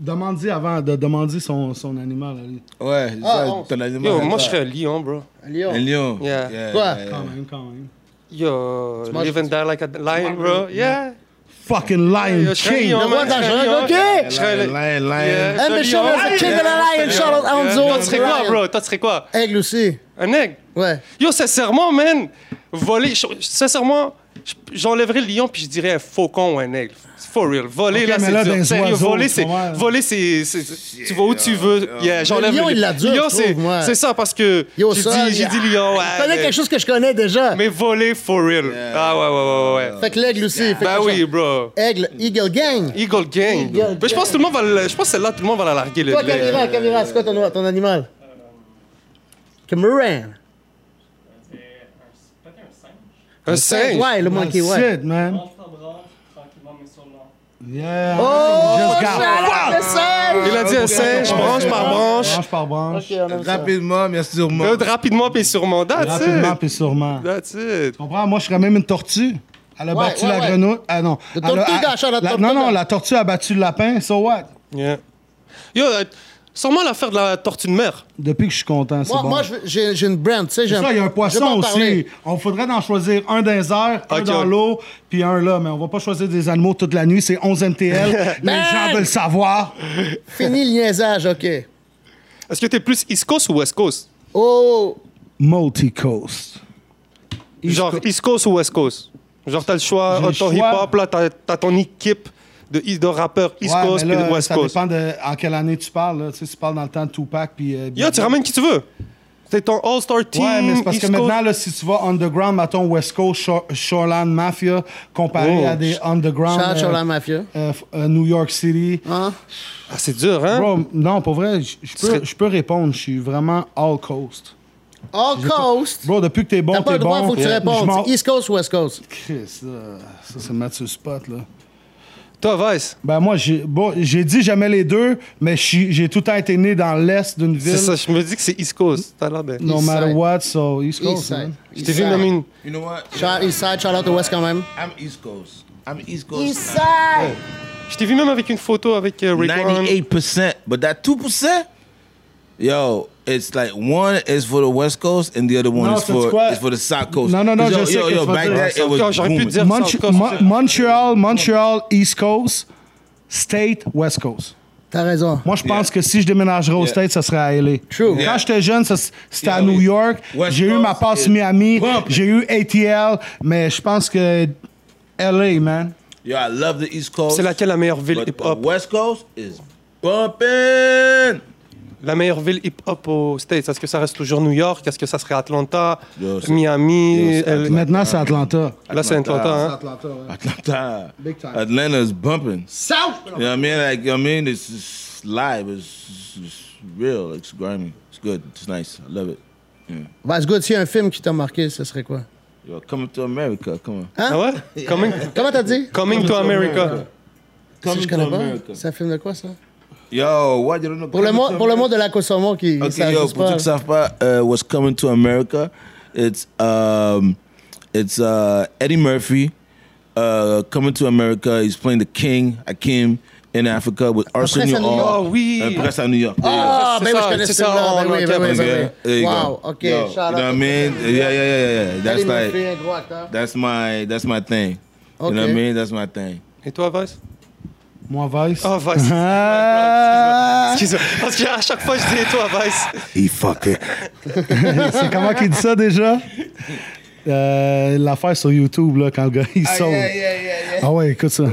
Speaker 2: Demande-y avant de demander son, son animal. allez.
Speaker 4: Ouais, c'est
Speaker 3: Ah,
Speaker 4: ça,
Speaker 3: on-
Speaker 4: ton animal.
Speaker 1: Yo,
Speaker 4: c'est
Speaker 1: moi,
Speaker 4: quoi?
Speaker 1: je serais un lion, bro.
Speaker 3: un lion.
Speaker 4: Un lion.
Speaker 1: Yeah.
Speaker 3: Quoi?
Speaker 2: Quand même, quand même.
Speaker 1: Yo,
Speaker 3: manges-
Speaker 1: live and die like a lion, bro. Yeah.
Speaker 2: Fucking Lion
Speaker 1: Yo, je serais un
Speaker 2: King.
Speaker 1: lion,
Speaker 3: Ouais,
Speaker 1: man. Je serais un
Speaker 3: dangereux,
Speaker 1: lion.
Speaker 3: ok.
Speaker 1: Je serais le-
Speaker 4: Lion, lion.
Speaker 1: Yeah,
Speaker 3: And the
Speaker 1: je serais
Speaker 3: show
Speaker 1: lion.
Speaker 3: is the king of the
Speaker 1: Yeah,
Speaker 3: lion,
Speaker 1: je serais
Speaker 3: shout out
Speaker 1: lion.
Speaker 3: Alonso.
Speaker 1: Toi, tu serais quoi,
Speaker 3: Lion.
Speaker 1: bro? Toi, tu serais quoi?
Speaker 3: Aigle aussi.
Speaker 1: Un aigle?
Speaker 3: Ouais.
Speaker 1: Yo, sincèrement, man, voler, je- sincèrement, je- j'enlèverais le lion puis je dirais un faucon ou un aigle. For real. Voler,
Speaker 2: Ok,
Speaker 1: là,
Speaker 2: mais
Speaker 1: c'est
Speaker 2: là,
Speaker 1: dur.
Speaker 2: dans les
Speaker 1: Sérieux,
Speaker 2: oiseaux,
Speaker 1: voler,
Speaker 2: tu
Speaker 1: c'est.
Speaker 2: comprends?
Speaker 1: Voler, c'est. c'est- c'est- Tu vas où tu veux. Yeah, j'enlève
Speaker 3: lion, il l'a dur,
Speaker 1: Lion,
Speaker 3: je
Speaker 1: c'est.
Speaker 3: trouve, moi.
Speaker 1: C'est ça, parce que. J'ai
Speaker 3: Yo, ça,
Speaker 1: dit, j'ai
Speaker 3: yeah.
Speaker 1: dit lion. ouais,
Speaker 3: Je connais
Speaker 1: mais-
Speaker 3: quelque chose que je connais déjà.
Speaker 1: Mais voler, for real. Ah, ouais, ouais, ouais, ouais.
Speaker 3: Fait que l'aigle aussi. fait que
Speaker 1: Bah
Speaker 3: je-
Speaker 1: oui, bro.
Speaker 3: Aigle, Eagle Gang.
Speaker 1: Eagle Gang.
Speaker 3: Eagle
Speaker 1: Mais je pense que tout le monde va la- je pense que celle-là, tout le monde va la larguer. le-
Speaker 3: Toi,
Speaker 1: le-
Speaker 3: Camira, Camira, c'est quoi ton, ton animal? Cameron.
Speaker 1: Un singe.
Speaker 3: Ouais, le monkey, ouais.
Speaker 2: That's it, man.
Speaker 5: Entre en bras, tranquillement mais sûrement.
Speaker 2: Yeah.
Speaker 3: Oh,
Speaker 1: Just got
Speaker 3: shout-out to Serge!
Speaker 1: Il a dit essaye, je branche par branche.
Speaker 2: Branche par branche.
Speaker 3: Ok, on aime ça.
Speaker 4: Rapidement, mais sûrement.
Speaker 1: Euh, Rapidement puis sûrement. That's
Speaker 2: Rapidement
Speaker 1: it.
Speaker 2: puis sûrement. Tu
Speaker 1: That's it.
Speaker 2: comprends? Moi, je serais même une tortue. Elle a
Speaker 3: Ouais,
Speaker 2: battu
Speaker 3: ouais,
Speaker 2: la
Speaker 3: ouais.
Speaker 2: grenouille. Ah non.
Speaker 3: La
Speaker 2: Elle a-
Speaker 3: tortue
Speaker 2: elle-
Speaker 3: gâche à la tortue,
Speaker 2: Non, non,
Speaker 3: là.
Speaker 2: la tortue a battu le lapin. So what?
Speaker 1: Yeah. Yo, euh, sûrement l'affaire de la tortue de mer.
Speaker 2: Depuis que je suis content, c'est
Speaker 3: Moi,
Speaker 2: bon.
Speaker 3: moi, je- j'ai j'ai une brand, tu sais.
Speaker 2: C'est
Speaker 3: j'aime-
Speaker 2: ça, il y a un
Speaker 3: je vais
Speaker 2: poisson
Speaker 3: en
Speaker 2: aussi.
Speaker 3: parler.
Speaker 2: On faudrait en choisir un dans les airs, un
Speaker 1: Ok,
Speaker 2: dans
Speaker 1: ok.
Speaker 2: l'eau, puis un là. Mais on va pas choisir des animaux toute la nuit. C'est 11 MTL. les
Speaker 3: Man!
Speaker 2: gens veulent savoir.
Speaker 3: Fini le niaisage, OK.
Speaker 1: Est-ce que t'es plus East Coast ou West Coast?
Speaker 3: Oh,
Speaker 2: Multi-coast.
Speaker 1: Genre East Coast ou West Coast? Genre t'as le choix,
Speaker 2: J'ai
Speaker 1: euh,
Speaker 2: le
Speaker 1: ton
Speaker 2: choix.
Speaker 1: hip-hop, là, t'as t'as ton équipe de, de rappeurs East
Speaker 2: Ouais,
Speaker 1: Coast
Speaker 2: mais là,
Speaker 1: et West
Speaker 2: ça
Speaker 1: Coast.
Speaker 2: dépend de en quelle année tu parles. Là. Tu sais, si tu parles dans le temps de Tupac, puis... euh,
Speaker 1: Yo, tu ramènes qui tu veux. C'est ton All-Star team.
Speaker 2: Ouais, mais c'est parce
Speaker 1: East
Speaker 2: que
Speaker 1: Coast.
Speaker 2: maintenant, là, si tu vas underground, mettons West Coast, Shore- Shoreland Mafia, comparé
Speaker 1: Oh.
Speaker 2: à des underground
Speaker 3: shout-out
Speaker 2: euh,
Speaker 3: sur la mafia.
Speaker 2: euh, f- euh, New York City.
Speaker 3: Hein?
Speaker 1: Ah, c'est dur, hein?
Speaker 2: Bro, non, pour vrai, je je peux,
Speaker 1: serais-
Speaker 2: je peux répondre. Je suis vraiment all coast.
Speaker 3: All Coast.
Speaker 2: Bro, depuis que t'es bon,
Speaker 3: T'as pas
Speaker 2: t'es
Speaker 3: le droit,
Speaker 2: bon.
Speaker 3: faut que tu
Speaker 2: Je m'en-
Speaker 3: répondes. East Coast ou West Coast?
Speaker 2: Chris, là, ça, c'est Mathieu Spot, là.
Speaker 1: Toi, Vice.
Speaker 2: Ben moi, j'ai bon, j'ai dit jamais les deux, mais je suis- j'ai tout le temps été né dans l'est d'une ville.
Speaker 1: C'est ça, je me dis que c'est East Coast. T'as l'air bien.
Speaker 2: No
Speaker 3: East
Speaker 2: matter
Speaker 3: side.
Speaker 2: what, so East
Speaker 3: East
Speaker 2: Coast,
Speaker 3: Side.
Speaker 2: man.
Speaker 1: Je t'ai vu nommer une.
Speaker 4: You know what?
Speaker 3: Shout-out East Side, shout-out au West quand même. Oh.
Speaker 4: I'm East Coast. I'm East Coast.
Speaker 3: East Side!
Speaker 1: Je t'ai vu même avec une photo avec euh, Rayquan.
Speaker 4: 98%, but that 2%, yo, it's like one is for the West Coast and the other one
Speaker 2: No,
Speaker 4: is
Speaker 2: so it's
Speaker 4: for
Speaker 2: quite-
Speaker 4: is for the South Coast.
Speaker 2: No, no, no,
Speaker 4: 'Cause
Speaker 2: just
Speaker 4: yo, yo,
Speaker 2: second
Speaker 4: yo,
Speaker 2: for
Speaker 4: back
Speaker 2: the-
Speaker 4: there it was
Speaker 1: Okay, j'aurais pu
Speaker 4: booming.
Speaker 1: dire-
Speaker 2: Mon-
Speaker 1: South Coast,
Speaker 2: Mon-
Speaker 1: c'est-
Speaker 2: Montreal, Montreal, East Coast, State, West Coast.
Speaker 3: T'as raison.
Speaker 2: Moi, je pense que si je déménagerais aux
Speaker 4: Yeah.
Speaker 2: States, ça serait à LA.
Speaker 3: True.
Speaker 2: Quand
Speaker 4: Yeah.
Speaker 2: j'étais jeune, ça, c'était à
Speaker 4: Yeah,
Speaker 2: New
Speaker 4: oui.
Speaker 2: York.
Speaker 4: West
Speaker 2: J'ai eu ma
Speaker 4: Coast
Speaker 2: passe
Speaker 4: is
Speaker 2: Miami.
Speaker 4: pumping.
Speaker 2: J'ai eu ATL. Mais je pense que LA, man.
Speaker 4: Yo, I love the East Coast.
Speaker 1: C'est laquelle la meilleure ville
Speaker 4: but the
Speaker 1: hip-hop?
Speaker 4: West Coast is bumping.
Speaker 1: La meilleure ville hip-hop aux States. Est-ce que ça reste toujours New York? Est-ce que ça serait Atlanta,
Speaker 4: Yo, c'est-
Speaker 1: Miami?
Speaker 4: Yo, c'est
Speaker 1: L-
Speaker 2: Maintenant, c'est Atlanta.
Speaker 1: Là, c'est Atlanta, hein?
Speaker 2: Atlanta, ouais.
Speaker 4: Atlanta.
Speaker 2: Big time.
Speaker 4: Atlanta is bumping.
Speaker 3: South!
Speaker 4: You know what I mean? Like, you know what I mean? It's, it's live. It's, it's real. It's grimy. It's good. It's nice. I love it.
Speaker 3: Vas-y, good, s'il y a un film qui t'a marqué, ce serait quoi? Hein?
Speaker 4: Yo, coming to America. Come on.
Speaker 1: Ah ouais? Coming,
Speaker 3: Comment t'as dit?
Speaker 1: coming to America.
Speaker 3: Si je connais pas. C'est un film de quoi, ça?
Speaker 4: Yo, what you don't know?
Speaker 3: Pour le,
Speaker 4: Coming
Speaker 3: mo-
Speaker 4: to
Speaker 3: pour le
Speaker 4: America?
Speaker 3: monde de la Kosomo qui ne
Speaker 4: Okay, yo,
Speaker 3: s'agisse
Speaker 4: pour
Speaker 3: pas.
Speaker 4: ceux qui savent pas, euh, what's coming to America, it's um, it's uh, Eddie Murphy uh, coming to America. He's playing the king, Akim, in Africa with Arsenio.
Speaker 3: à New York.
Speaker 1: Ah oui!
Speaker 4: Uh, Press à New York.
Speaker 3: Ah,
Speaker 1: C'est
Speaker 3: ben oui,
Speaker 1: ça,
Speaker 3: je connais
Speaker 1: c'est
Speaker 3: ce film-là.
Speaker 1: ça,
Speaker 3: Ben oui,
Speaker 1: on
Speaker 3: ben
Speaker 1: l'a
Speaker 3: oui,
Speaker 1: capté.
Speaker 3: ben
Speaker 4: Yeah, there
Speaker 3: oui.
Speaker 4: you
Speaker 3: Wow,
Speaker 4: go.
Speaker 3: OK.
Speaker 4: Yo, you know
Speaker 3: shout-out
Speaker 4: what
Speaker 3: to-
Speaker 4: I mean? Yeah, yeah, yeah, yeah. That's
Speaker 3: Eddie Murphy,
Speaker 4: like
Speaker 3: un gros acteur.
Speaker 4: that's my that's my thing. You know what I
Speaker 3: Okay.
Speaker 4: mean? That's my thing.
Speaker 1: Et toi, Vice?
Speaker 2: Moi, Vice.
Speaker 4: Oh,
Speaker 1: Ah, Vice.
Speaker 3: Hein?
Speaker 2: Ah!
Speaker 1: Excuse-moi. Parce qu'à chaque fois, je dis et toi, Vice.
Speaker 4: He fuck it.
Speaker 2: C'est comment qu'il dit ça déjà? Euh, L'affaire sur YouTube, là, quand le gars il saute. Ah ouais, écoute ça.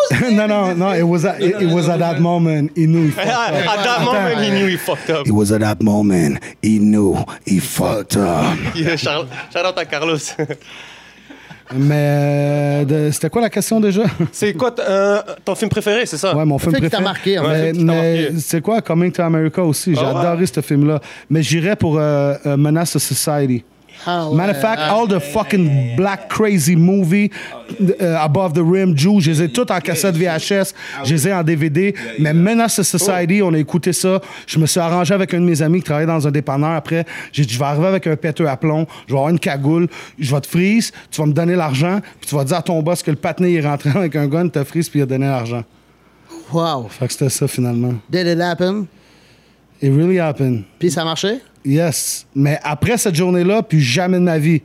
Speaker 2: non, non, non, it was at, it, it was at that moment. Il nous, il fucked
Speaker 1: Ah,
Speaker 2: up.
Speaker 1: At that moment, he knew he fucked up.
Speaker 5: It was at that moment he knew he fucked up.
Speaker 1: Yeah, Charles- Shout out à Carlos.
Speaker 2: Mais euh, de- c'était quoi la question déjà?
Speaker 1: C'est quoi t- euh, ton film préféré, c'est ça?
Speaker 2: Ouais, mon film
Speaker 3: fait qui
Speaker 2: préféré.
Speaker 3: t'a marqué, en fait.
Speaker 2: Mais-
Speaker 1: Ouais, qui t'a
Speaker 2: Mais
Speaker 1: marqué.
Speaker 2: c'est quoi Coming to America aussi? J'ai
Speaker 1: Ah ouais.
Speaker 2: adoré ce film-là. Mais j'irais pour euh, euh, Menace to Society.
Speaker 3: Ah, ouais.
Speaker 2: Matter of fact,
Speaker 3: Ah,
Speaker 2: all the fucking black crazy movie, euh, Above the Rim, Jew, je les ai toutes en cassette VHS, je les ai en DVD. Mais Menace to Society, on a écouté ça. Je me suis arrangé avec un de mes amis qui travaillait dans un dépanneur. Après, j'ai dit, je vais arriver avec un péteux à plomb, je vais avoir une cagoule, je vais te freeze, tu vas me donner l'argent, puis tu vas dire à ton boss que le patiné est rentré avec un gun, t'as freeze, puis il a donné l'argent.
Speaker 3: Wow.
Speaker 2: Fait que c'était ça, finalement.
Speaker 3: Did it happen?
Speaker 2: It really happened.
Speaker 3: Puis ça a marché?
Speaker 2: Yes. Mais après cette journée-là, puis jamais de ma vie.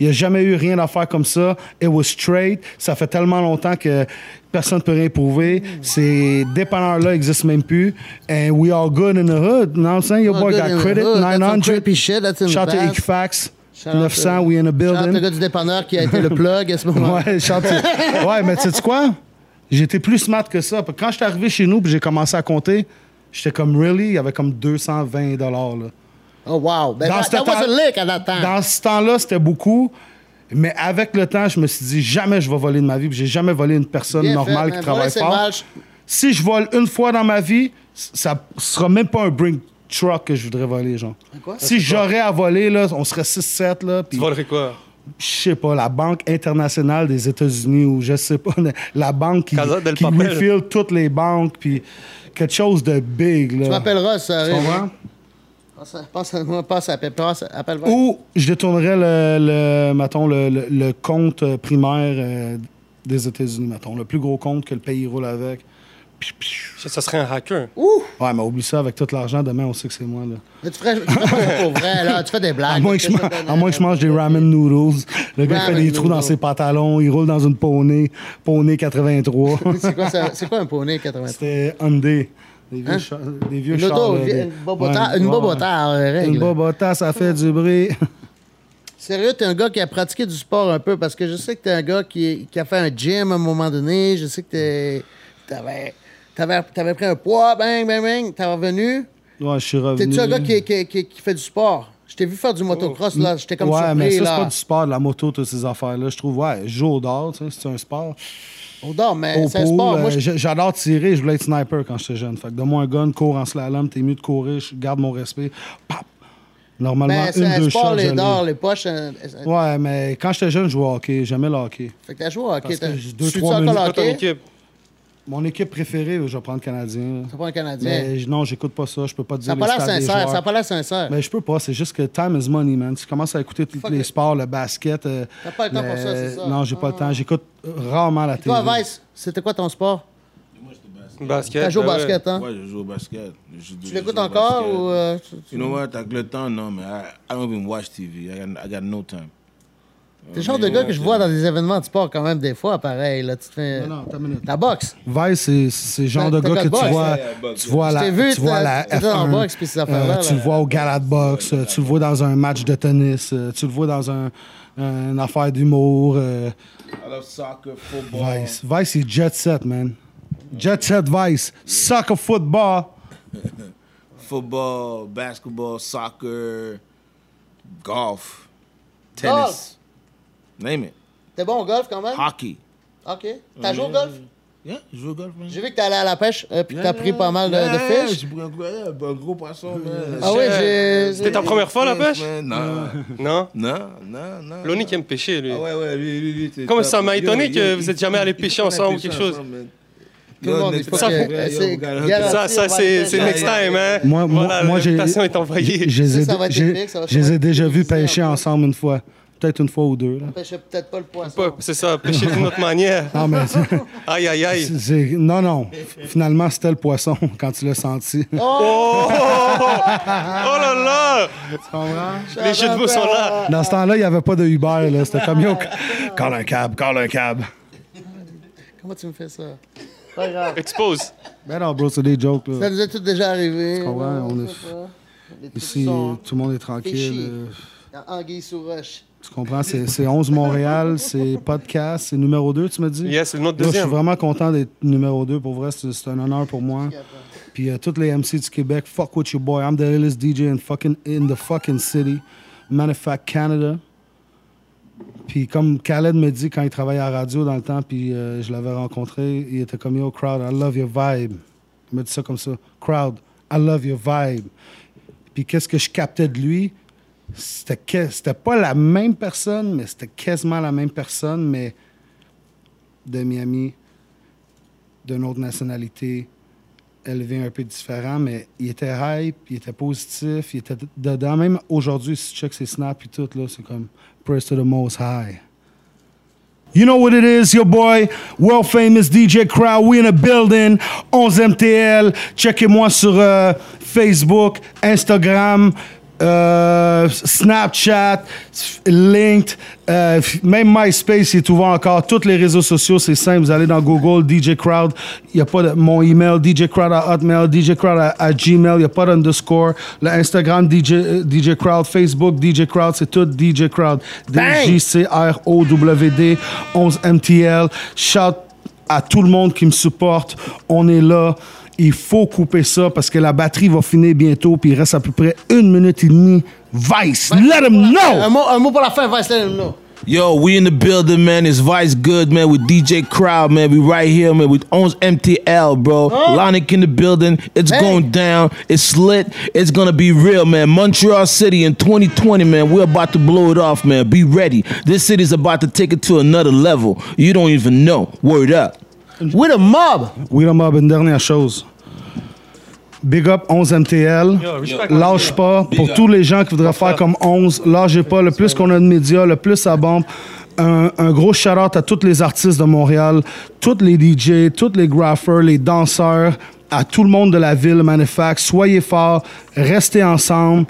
Speaker 2: Il n'y a jamais eu rien à faire comme ça. It was straight. Ça fait tellement longtemps que personne ne peut rien prouver. Ces dépanneurs-là n'existent même plus. And we all good in the hood. You know what I'm saying? Your
Speaker 3: All
Speaker 2: boy
Speaker 3: good
Speaker 2: got
Speaker 3: in the
Speaker 2: credit,
Speaker 3: hood. That's some
Speaker 2: 900.
Speaker 3: creepy shit that's in the
Speaker 2: Shout to
Speaker 3: past.
Speaker 2: Equifax.
Speaker 3: Shout out
Speaker 2: 900,
Speaker 3: to-
Speaker 2: we in the
Speaker 3: Shout out le gars
Speaker 2: building.
Speaker 3: du dépanneur qui a été le plug à ce moment-là.
Speaker 2: Ouais, shout to- ouais, mais tu sais quoi? J'étais plus smart que ça. Puis Quand j'étais arrivé chez nous puis j'ai commencé à compter, j'étais comme, really? Il y avait comme 220 dollars, là.
Speaker 3: Oh, wow. Ben,
Speaker 2: Dans
Speaker 3: that,
Speaker 2: ce
Speaker 3: that
Speaker 2: temps-
Speaker 3: was a lick à that time.
Speaker 2: Dans ce temps-là, c'était beaucoup. Mais avec le temps, je me suis dit, jamais je vais voler de ma vie. puis J'ai jamais volé une personne
Speaker 3: Bien
Speaker 2: normale
Speaker 3: fait,
Speaker 2: qui
Speaker 3: man.
Speaker 2: travaille
Speaker 3: Voler, c'est
Speaker 2: fort.
Speaker 3: mal.
Speaker 2: Si je vole une fois dans ma vie, c- ça sera même pas un bring truck que je voudrais voler, genre.
Speaker 3: quoi?
Speaker 2: Si j'aurais à voler, là, on serait 6-7, là. puis-
Speaker 1: Tu volerais quoi?
Speaker 2: je sais pas, la Banque internationale des États-Unis ou je sais pas, la banque qui,
Speaker 1: Casa del
Speaker 2: qui
Speaker 1: Papel.
Speaker 2: refill toutes les banques, puis quelque chose de big. Là.
Speaker 3: Tu m'appelleras, ça.
Speaker 2: Tu
Speaker 3: Rémi.
Speaker 2: comprends?
Speaker 3: Passe, passe, moi, passe, appelle, passe, appelle.
Speaker 2: Ou je détournerais le, le, mettons, le, le- le compte euh, primaire euh, des États-Unis, mettons, le plus gros compte que le pays roule avec. Psh, psh.
Speaker 1: Ça serait un hacker.
Speaker 2: Ouais, mais oublie ça, avec tout l'argent, demain, on sait que c'est moi. Là.
Speaker 3: Mais tu ferais, tu ferais pas pour vrai, là. Tu fais des blagues.
Speaker 2: À moins que je,
Speaker 3: Tu
Speaker 2: man-
Speaker 3: fais ça,
Speaker 2: à moins que je mange des ramen noodles. Le gars fait
Speaker 3: Ramen
Speaker 2: des trous dans
Speaker 3: noodles.
Speaker 2: ses pantalons, il roule dans une poney, poney 83.
Speaker 3: C'est quoi, ça- c'est quoi un poney 83?
Speaker 2: C'était Hyundai. Des vieux, cha- des vieux
Speaker 3: Hein? Une auto,
Speaker 2: chars, là,
Speaker 3: une vie-
Speaker 2: des-
Speaker 3: une bobota-
Speaker 2: Ouais,
Speaker 3: une
Speaker 2: ouais,
Speaker 3: bobota,
Speaker 2: ouais.
Speaker 3: euh, règle.
Speaker 2: Une bobota, ça fait du bruit.
Speaker 3: Sérieux, t'es un gars qui a pratiqué du sport un peu parce que je sais que t'es un gars qui, qui a fait un gym à un moment donné. Je sais que t'es. T'avais, t'avais, t'avais pris un poids, bang, bang, bang. T'es revenu.
Speaker 2: Ouais, je suis revenu.
Speaker 3: T'es-tu un gars qui, qui, qui, qui fait du sport? Je t'ai vu faire du motocross, là. J'étais comme
Speaker 2: ouais,
Speaker 3: surpris,
Speaker 2: mais ça, c'est
Speaker 3: là.
Speaker 2: pas du sport, de la moto, toutes ces affaires-là. Je trouve, ouais, jour d'or, tu sais, c'est un sport.
Speaker 3: On dort, mais
Speaker 2: Au
Speaker 3: Eh, c'est un
Speaker 2: pool,
Speaker 3: sport. Moi,
Speaker 2: euh,
Speaker 3: je-
Speaker 2: j'a- j'adore tirer, je voulais être sniper quand j'étais jeune. Fait que donne-moi un gun, cours en slalom, t'es mieux de courir, je garde mon respect. Pap! Normalement,
Speaker 3: mais Ben, c'est
Speaker 2: une,
Speaker 3: un
Speaker 2: deux
Speaker 3: sport,
Speaker 2: shots, je
Speaker 3: les
Speaker 2: l'ai.
Speaker 3: dards, les poches. euh, un- un-
Speaker 2: Ouais, mais quand j'étais jeune, je jouais au hockey, j'aimais le hockey.
Speaker 3: Fait que t'as joué au hockey.
Speaker 2: Parce que
Speaker 3: t'as-
Speaker 2: j'ai deux,
Speaker 3: Tu
Speaker 2: trois
Speaker 3: encore
Speaker 2: minutes.
Speaker 3: le
Speaker 1: Pas ton
Speaker 3: hockey?
Speaker 1: équipe.
Speaker 2: Mon équipe préférée, je vais prendre le Canadien. là.
Speaker 3: C'est pas un Canadien.
Speaker 2: Mais j- non, j'écoute pas ça, je peux pas te dire
Speaker 3: Ça n'a pas
Speaker 2: les
Speaker 3: l'air
Speaker 2: stats des
Speaker 3: sincère.
Speaker 2: joueurs.
Speaker 3: Ça n'a pas l'air sincère.
Speaker 2: Mais Ben, je peux pas, c'est juste que time is money, man. Tu commences à écouter tous
Speaker 3: Fuck
Speaker 2: les
Speaker 3: it.
Speaker 2: sports, le basket. euh,
Speaker 3: T'as pas le temps pour ça, c'est ça. Ah.
Speaker 2: Non, j'ai pas le temps. J'écoute rarement la télé.
Speaker 3: Toi, Vice, c'était quoi ton sport?
Speaker 1: Basket.
Speaker 3: T'as joué au
Speaker 1: ben ouais.
Speaker 3: basket, hein?
Speaker 4: Ouais, je joue au basket. Je joue- je
Speaker 3: Tu
Speaker 4: joue
Speaker 3: l'écoutes
Speaker 4: au
Speaker 3: encore
Speaker 4: basket.
Speaker 3: ou. euh, tu- tu-
Speaker 4: You know what, avec le temps, non, mais I, I don't even watch TV. I got, I got no time.
Speaker 3: T'es le genre de gars que je vois dans des événements de sport quand même, des fois, pareil. Là, tu te fais.
Speaker 2: Non, non, t'as une minute.
Speaker 3: La boxe.
Speaker 2: Vice, c'est- c'est le genre
Speaker 3: T'as-
Speaker 2: de gars
Speaker 3: t'as got
Speaker 2: que tu
Speaker 3: box.
Speaker 2: vois,
Speaker 4: Yeah, yeah,
Speaker 2: tu vois à
Speaker 3: hein? Je
Speaker 2: la,
Speaker 3: t'ai vu,
Speaker 2: tu vois à la
Speaker 3: t'as- t'étais dans
Speaker 2: F1,
Speaker 3: la boxe, puis ces affaires-là,
Speaker 2: tu le
Speaker 3: là.
Speaker 2: vois au gala de boxe, euh, tu le vois dans un match de tennis, euh, tu le vois dans un, une affaire d'humour. euh,
Speaker 4: I love soccer, football.
Speaker 2: Vice, Vice, c'est jet set, man. Jet set, Vice, soccer football.
Speaker 4: Football, basketball, soccer, golf,
Speaker 3: Golf.
Speaker 4: tennis. Name it.
Speaker 3: T'es bon au golf quand
Speaker 2: Ah.
Speaker 3: même?
Speaker 4: Hockey.
Speaker 3: Ok. T'as
Speaker 2: Euh.
Speaker 3: joué au golf?
Speaker 4: Yeah, je joue au golf, man.
Speaker 3: J'ai vu que t'es allé à la pêche, euh, puis que t'as pris pas mal de, de
Speaker 4: Yeah,
Speaker 3: fish.
Speaker 4: J'ai pris un gros, yeah, un gros poisson, man.
Speaker 3: Ah oui, j'ai.
Speaker 1: C'était ta première fois, la pêche?
Speaker 4: Man, Non,
Speaker 1: Non.
Speaker 4: non, non, non.
Speaker 1: Loni qui aime pêcher, lui.
Speaker 4: Ah ouais, ouais, lui, lui, lui, c'est
Speaker 1: Comment
Speaker 4: top.
Speaker 1: ça m'a
Speaker 4: Yo,
Speaker 1: étonné
Speaker 4: yo,
Speaker 1: que
Speaker 4: yo,
Speaker 1: vous
Speaker 4: yo,
Speaker 1: êtes jamais
Speaker 4: yo,
Speaker 1: allé
Speaker 4: yo,
Speaker 1: pêcher
Speaker 4: on a
Speaker 1: ensemble ou
Speaker 4: pêché
Speaker 1: quelque chose.
Speaker 4: ensemble, man.
Speaker 3: Tout le
Speaker 4: Yo,
Speaker 3: monde,
Speaker 4: next
Speaker 3: il faut
Speaker 4: time,
Speaker 3: que-
Speaker 4: yo,
Speaker 3: c'est
Speaker 4: on regarde-
Speaker 3: garanti,
Speaker 1: Ça,
Speaker 3: on va
Speaker 1: ça,
Speaker 3: le
Speaker 1: c'est c'est
Speaker 3: faire.
Speaker 1: next time, hein?
Speaker 2: Moi, moi,
Speaker 1: Voilà,
Speaker 2: moi, j'ai-
Speaker 1: l'invitation est envoyée.
Speaker 2: Je les ai-
Speaker 3: Ça, ça va être
Speaker 2: j'ai-
Speaker 3: épique, ça va
Speaker 2: je les ai
Speaker 3: être
Speaker 2: déjà vus
Speaker 3: épique, ça,
Speaker 2: pêcher
Speaker 3: en fait.
Speaker 2: ensemble une fois. Peut-être une fois ou deux. là.
Speaker 3: Je pêchais peut-être pas le poisson.
Speaker 1: Pas- C'est ça, pêcher d'une autre manière.
Speaker 2: Non, Ah, mais c'est-
Speaker 1: Aïe, aïe, aïe.
Speaker 2: c'est- c'est- non, non. Finalement, c'était le poisson quand tu l'as senti.
Speaker 1: Oh, oh là Oh là! Les jeux de mots sont là.
Speaker 2: Dans ce temps-là, il n'y avait pas de Uber. là. C'était comme yo, call un cab, call un cab.
Speaker 3: Comment tu me fais ça?
Speaker 1: Expose.
Speaker 2: Ben non, bro, c'est des jokes.
Speaker 3: Ça
Speaker 2: Là.
Speaker 3: nous est tout déjà arrivé.
Speaker 2: Ah ouais,
Speaker 3: là,
Speaker 2: on est-
Speaker 3: sait pas. Les trucs
Speaker 2: Ici,
Speaker 3: sont
Speaker 2: tout le monde est tranquille.
Speaker 3: Péché.
Speaker 2: euh,
Speaker 3: en- Anguille sous roche.
Speaker 2: Tu comprends? C'est c'est 11 Montréal, c'est podcast, c'est numéro 2, tu me dis?
Speaker 1: Yes, c'est notre
Speaker 2: Moi, je suis
Speaker 1: deuxième.
Speaker 2: vraiment content d'être numéro 2. Pour vrai, c'est c'est un honneur pour moi. Puis euh, toutes les MC du Québec, fuck with your boy. I'm the illest DJ in, fucking, in the fucking city. Manufact Canada. Puis comme Khaled me dit quand il travaillait à la radio dans le temps, puis euh, je l'avais rencontré, il était comme Yo, crowd, I love your vibe. Il me dit ça comme ça. Crowd, I love your vibe. Puis qu'est-ce que je captais de lui? C'était que- c'était pas la même personne, mais c'était quasiment la même personne, mais de Miami, d'une autre nationalité, élevé un peu différent, mais il était hype, il était positif, il était d- dedans. Même aujourd'hui, si tu check ses snaps et tout, là, c'est comme Praise to the Most High. You know what it is, your boy, world famous DJ Crowd. We in a building, 11MTL. Checkez-moi sur euh, Facebook, Instagram, euh, Snapchat, Linked, euh, même MySpace il est ouvert encore. Tous les réseaux sociaux, c'est simple. Vous allez dans Google, DJ Crowd. Il n'y a pas de, mon email, DJ Crowd à Hotmail, DJ Crowd à, à Gmail. Il n'y a pas d'underscore. Le Instagram, DJ, euh, DJ Crowd. Facebook, DJ Crowd. C'est tout DJ Crowd. DJ C-R-O-W-D, 11MTL. Shout à tout le monde qui me supporte. On est là. Il faut couper ça parce que la batterie va finir bientôt. Puis il reste à peu près une minute et demie. Vice, let them
Speaker 3: Un
Speaker 2: know!
Speaker 3: mot, un mot pour la fin, Vice, là, non.
Speaker 4: Yo, we in the building, man. It's Vice Good, man, with DJ Crowd, man. We right here, man, with Owns MTL, bro. Lonic in the building. It's
Speaker 3: Hey.
Speaker 4: going down. It's lit. It's gonna be real, man. Montreal City in 2020, man. We're about to blow it off, man. Be ready. This city's about to take it to another level. You don't even know. Word up.
Speaker 3: With a mob.
Speaker 2: Oui, la mob, une dernière chose. Big up 11 MTL.
Speaker 1: Yo, respect,
Speaker 2: Lâche pas. Pour tous les gens qui voudraient faire comme 11, lâchez pas. Le plus qu'on a de médias, le plus ça bombe. Un, un gros shout-out à tous les artistes de Montréal, tous les DJ, tous les graffeurs, les danseurs, à tout le monde de la ville, Manifax. Soyez forts, restez ensemble,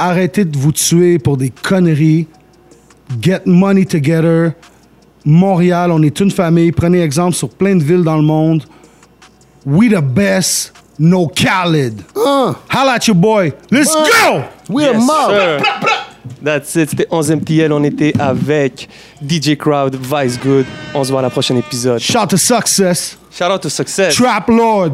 Speaker 2: arrêtez de vous tuer pour des conneries. Get money together. Montréal, on est une famille. Prenez exemple sur plein de villes dans le monde. We the best, no Khaled.
Speaker 3: Hein?
Speaker 2: Holla at your boy. Let's go!
Speaker 3: We a mob.
Speaker 1: Sir. That's it, c'était 11 MTL, on était avec DJ Crowd, Vice Good. On se voit à la prochaine épisode.
Speaker 2: Shout to success.
Speaker 1: Shout out to Success.
Speaker 2: Trap Lord.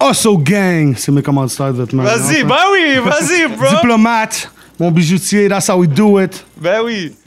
Speaker 2: Hustle Gang. C'est mes commanditaires de vêtements.
Speaker 1: Vas-y, bah oui, vas-y, bro.
Speaker 2: Diplomate. Mon bijoutier, that's how we do it.
Speaker 1: ben oui.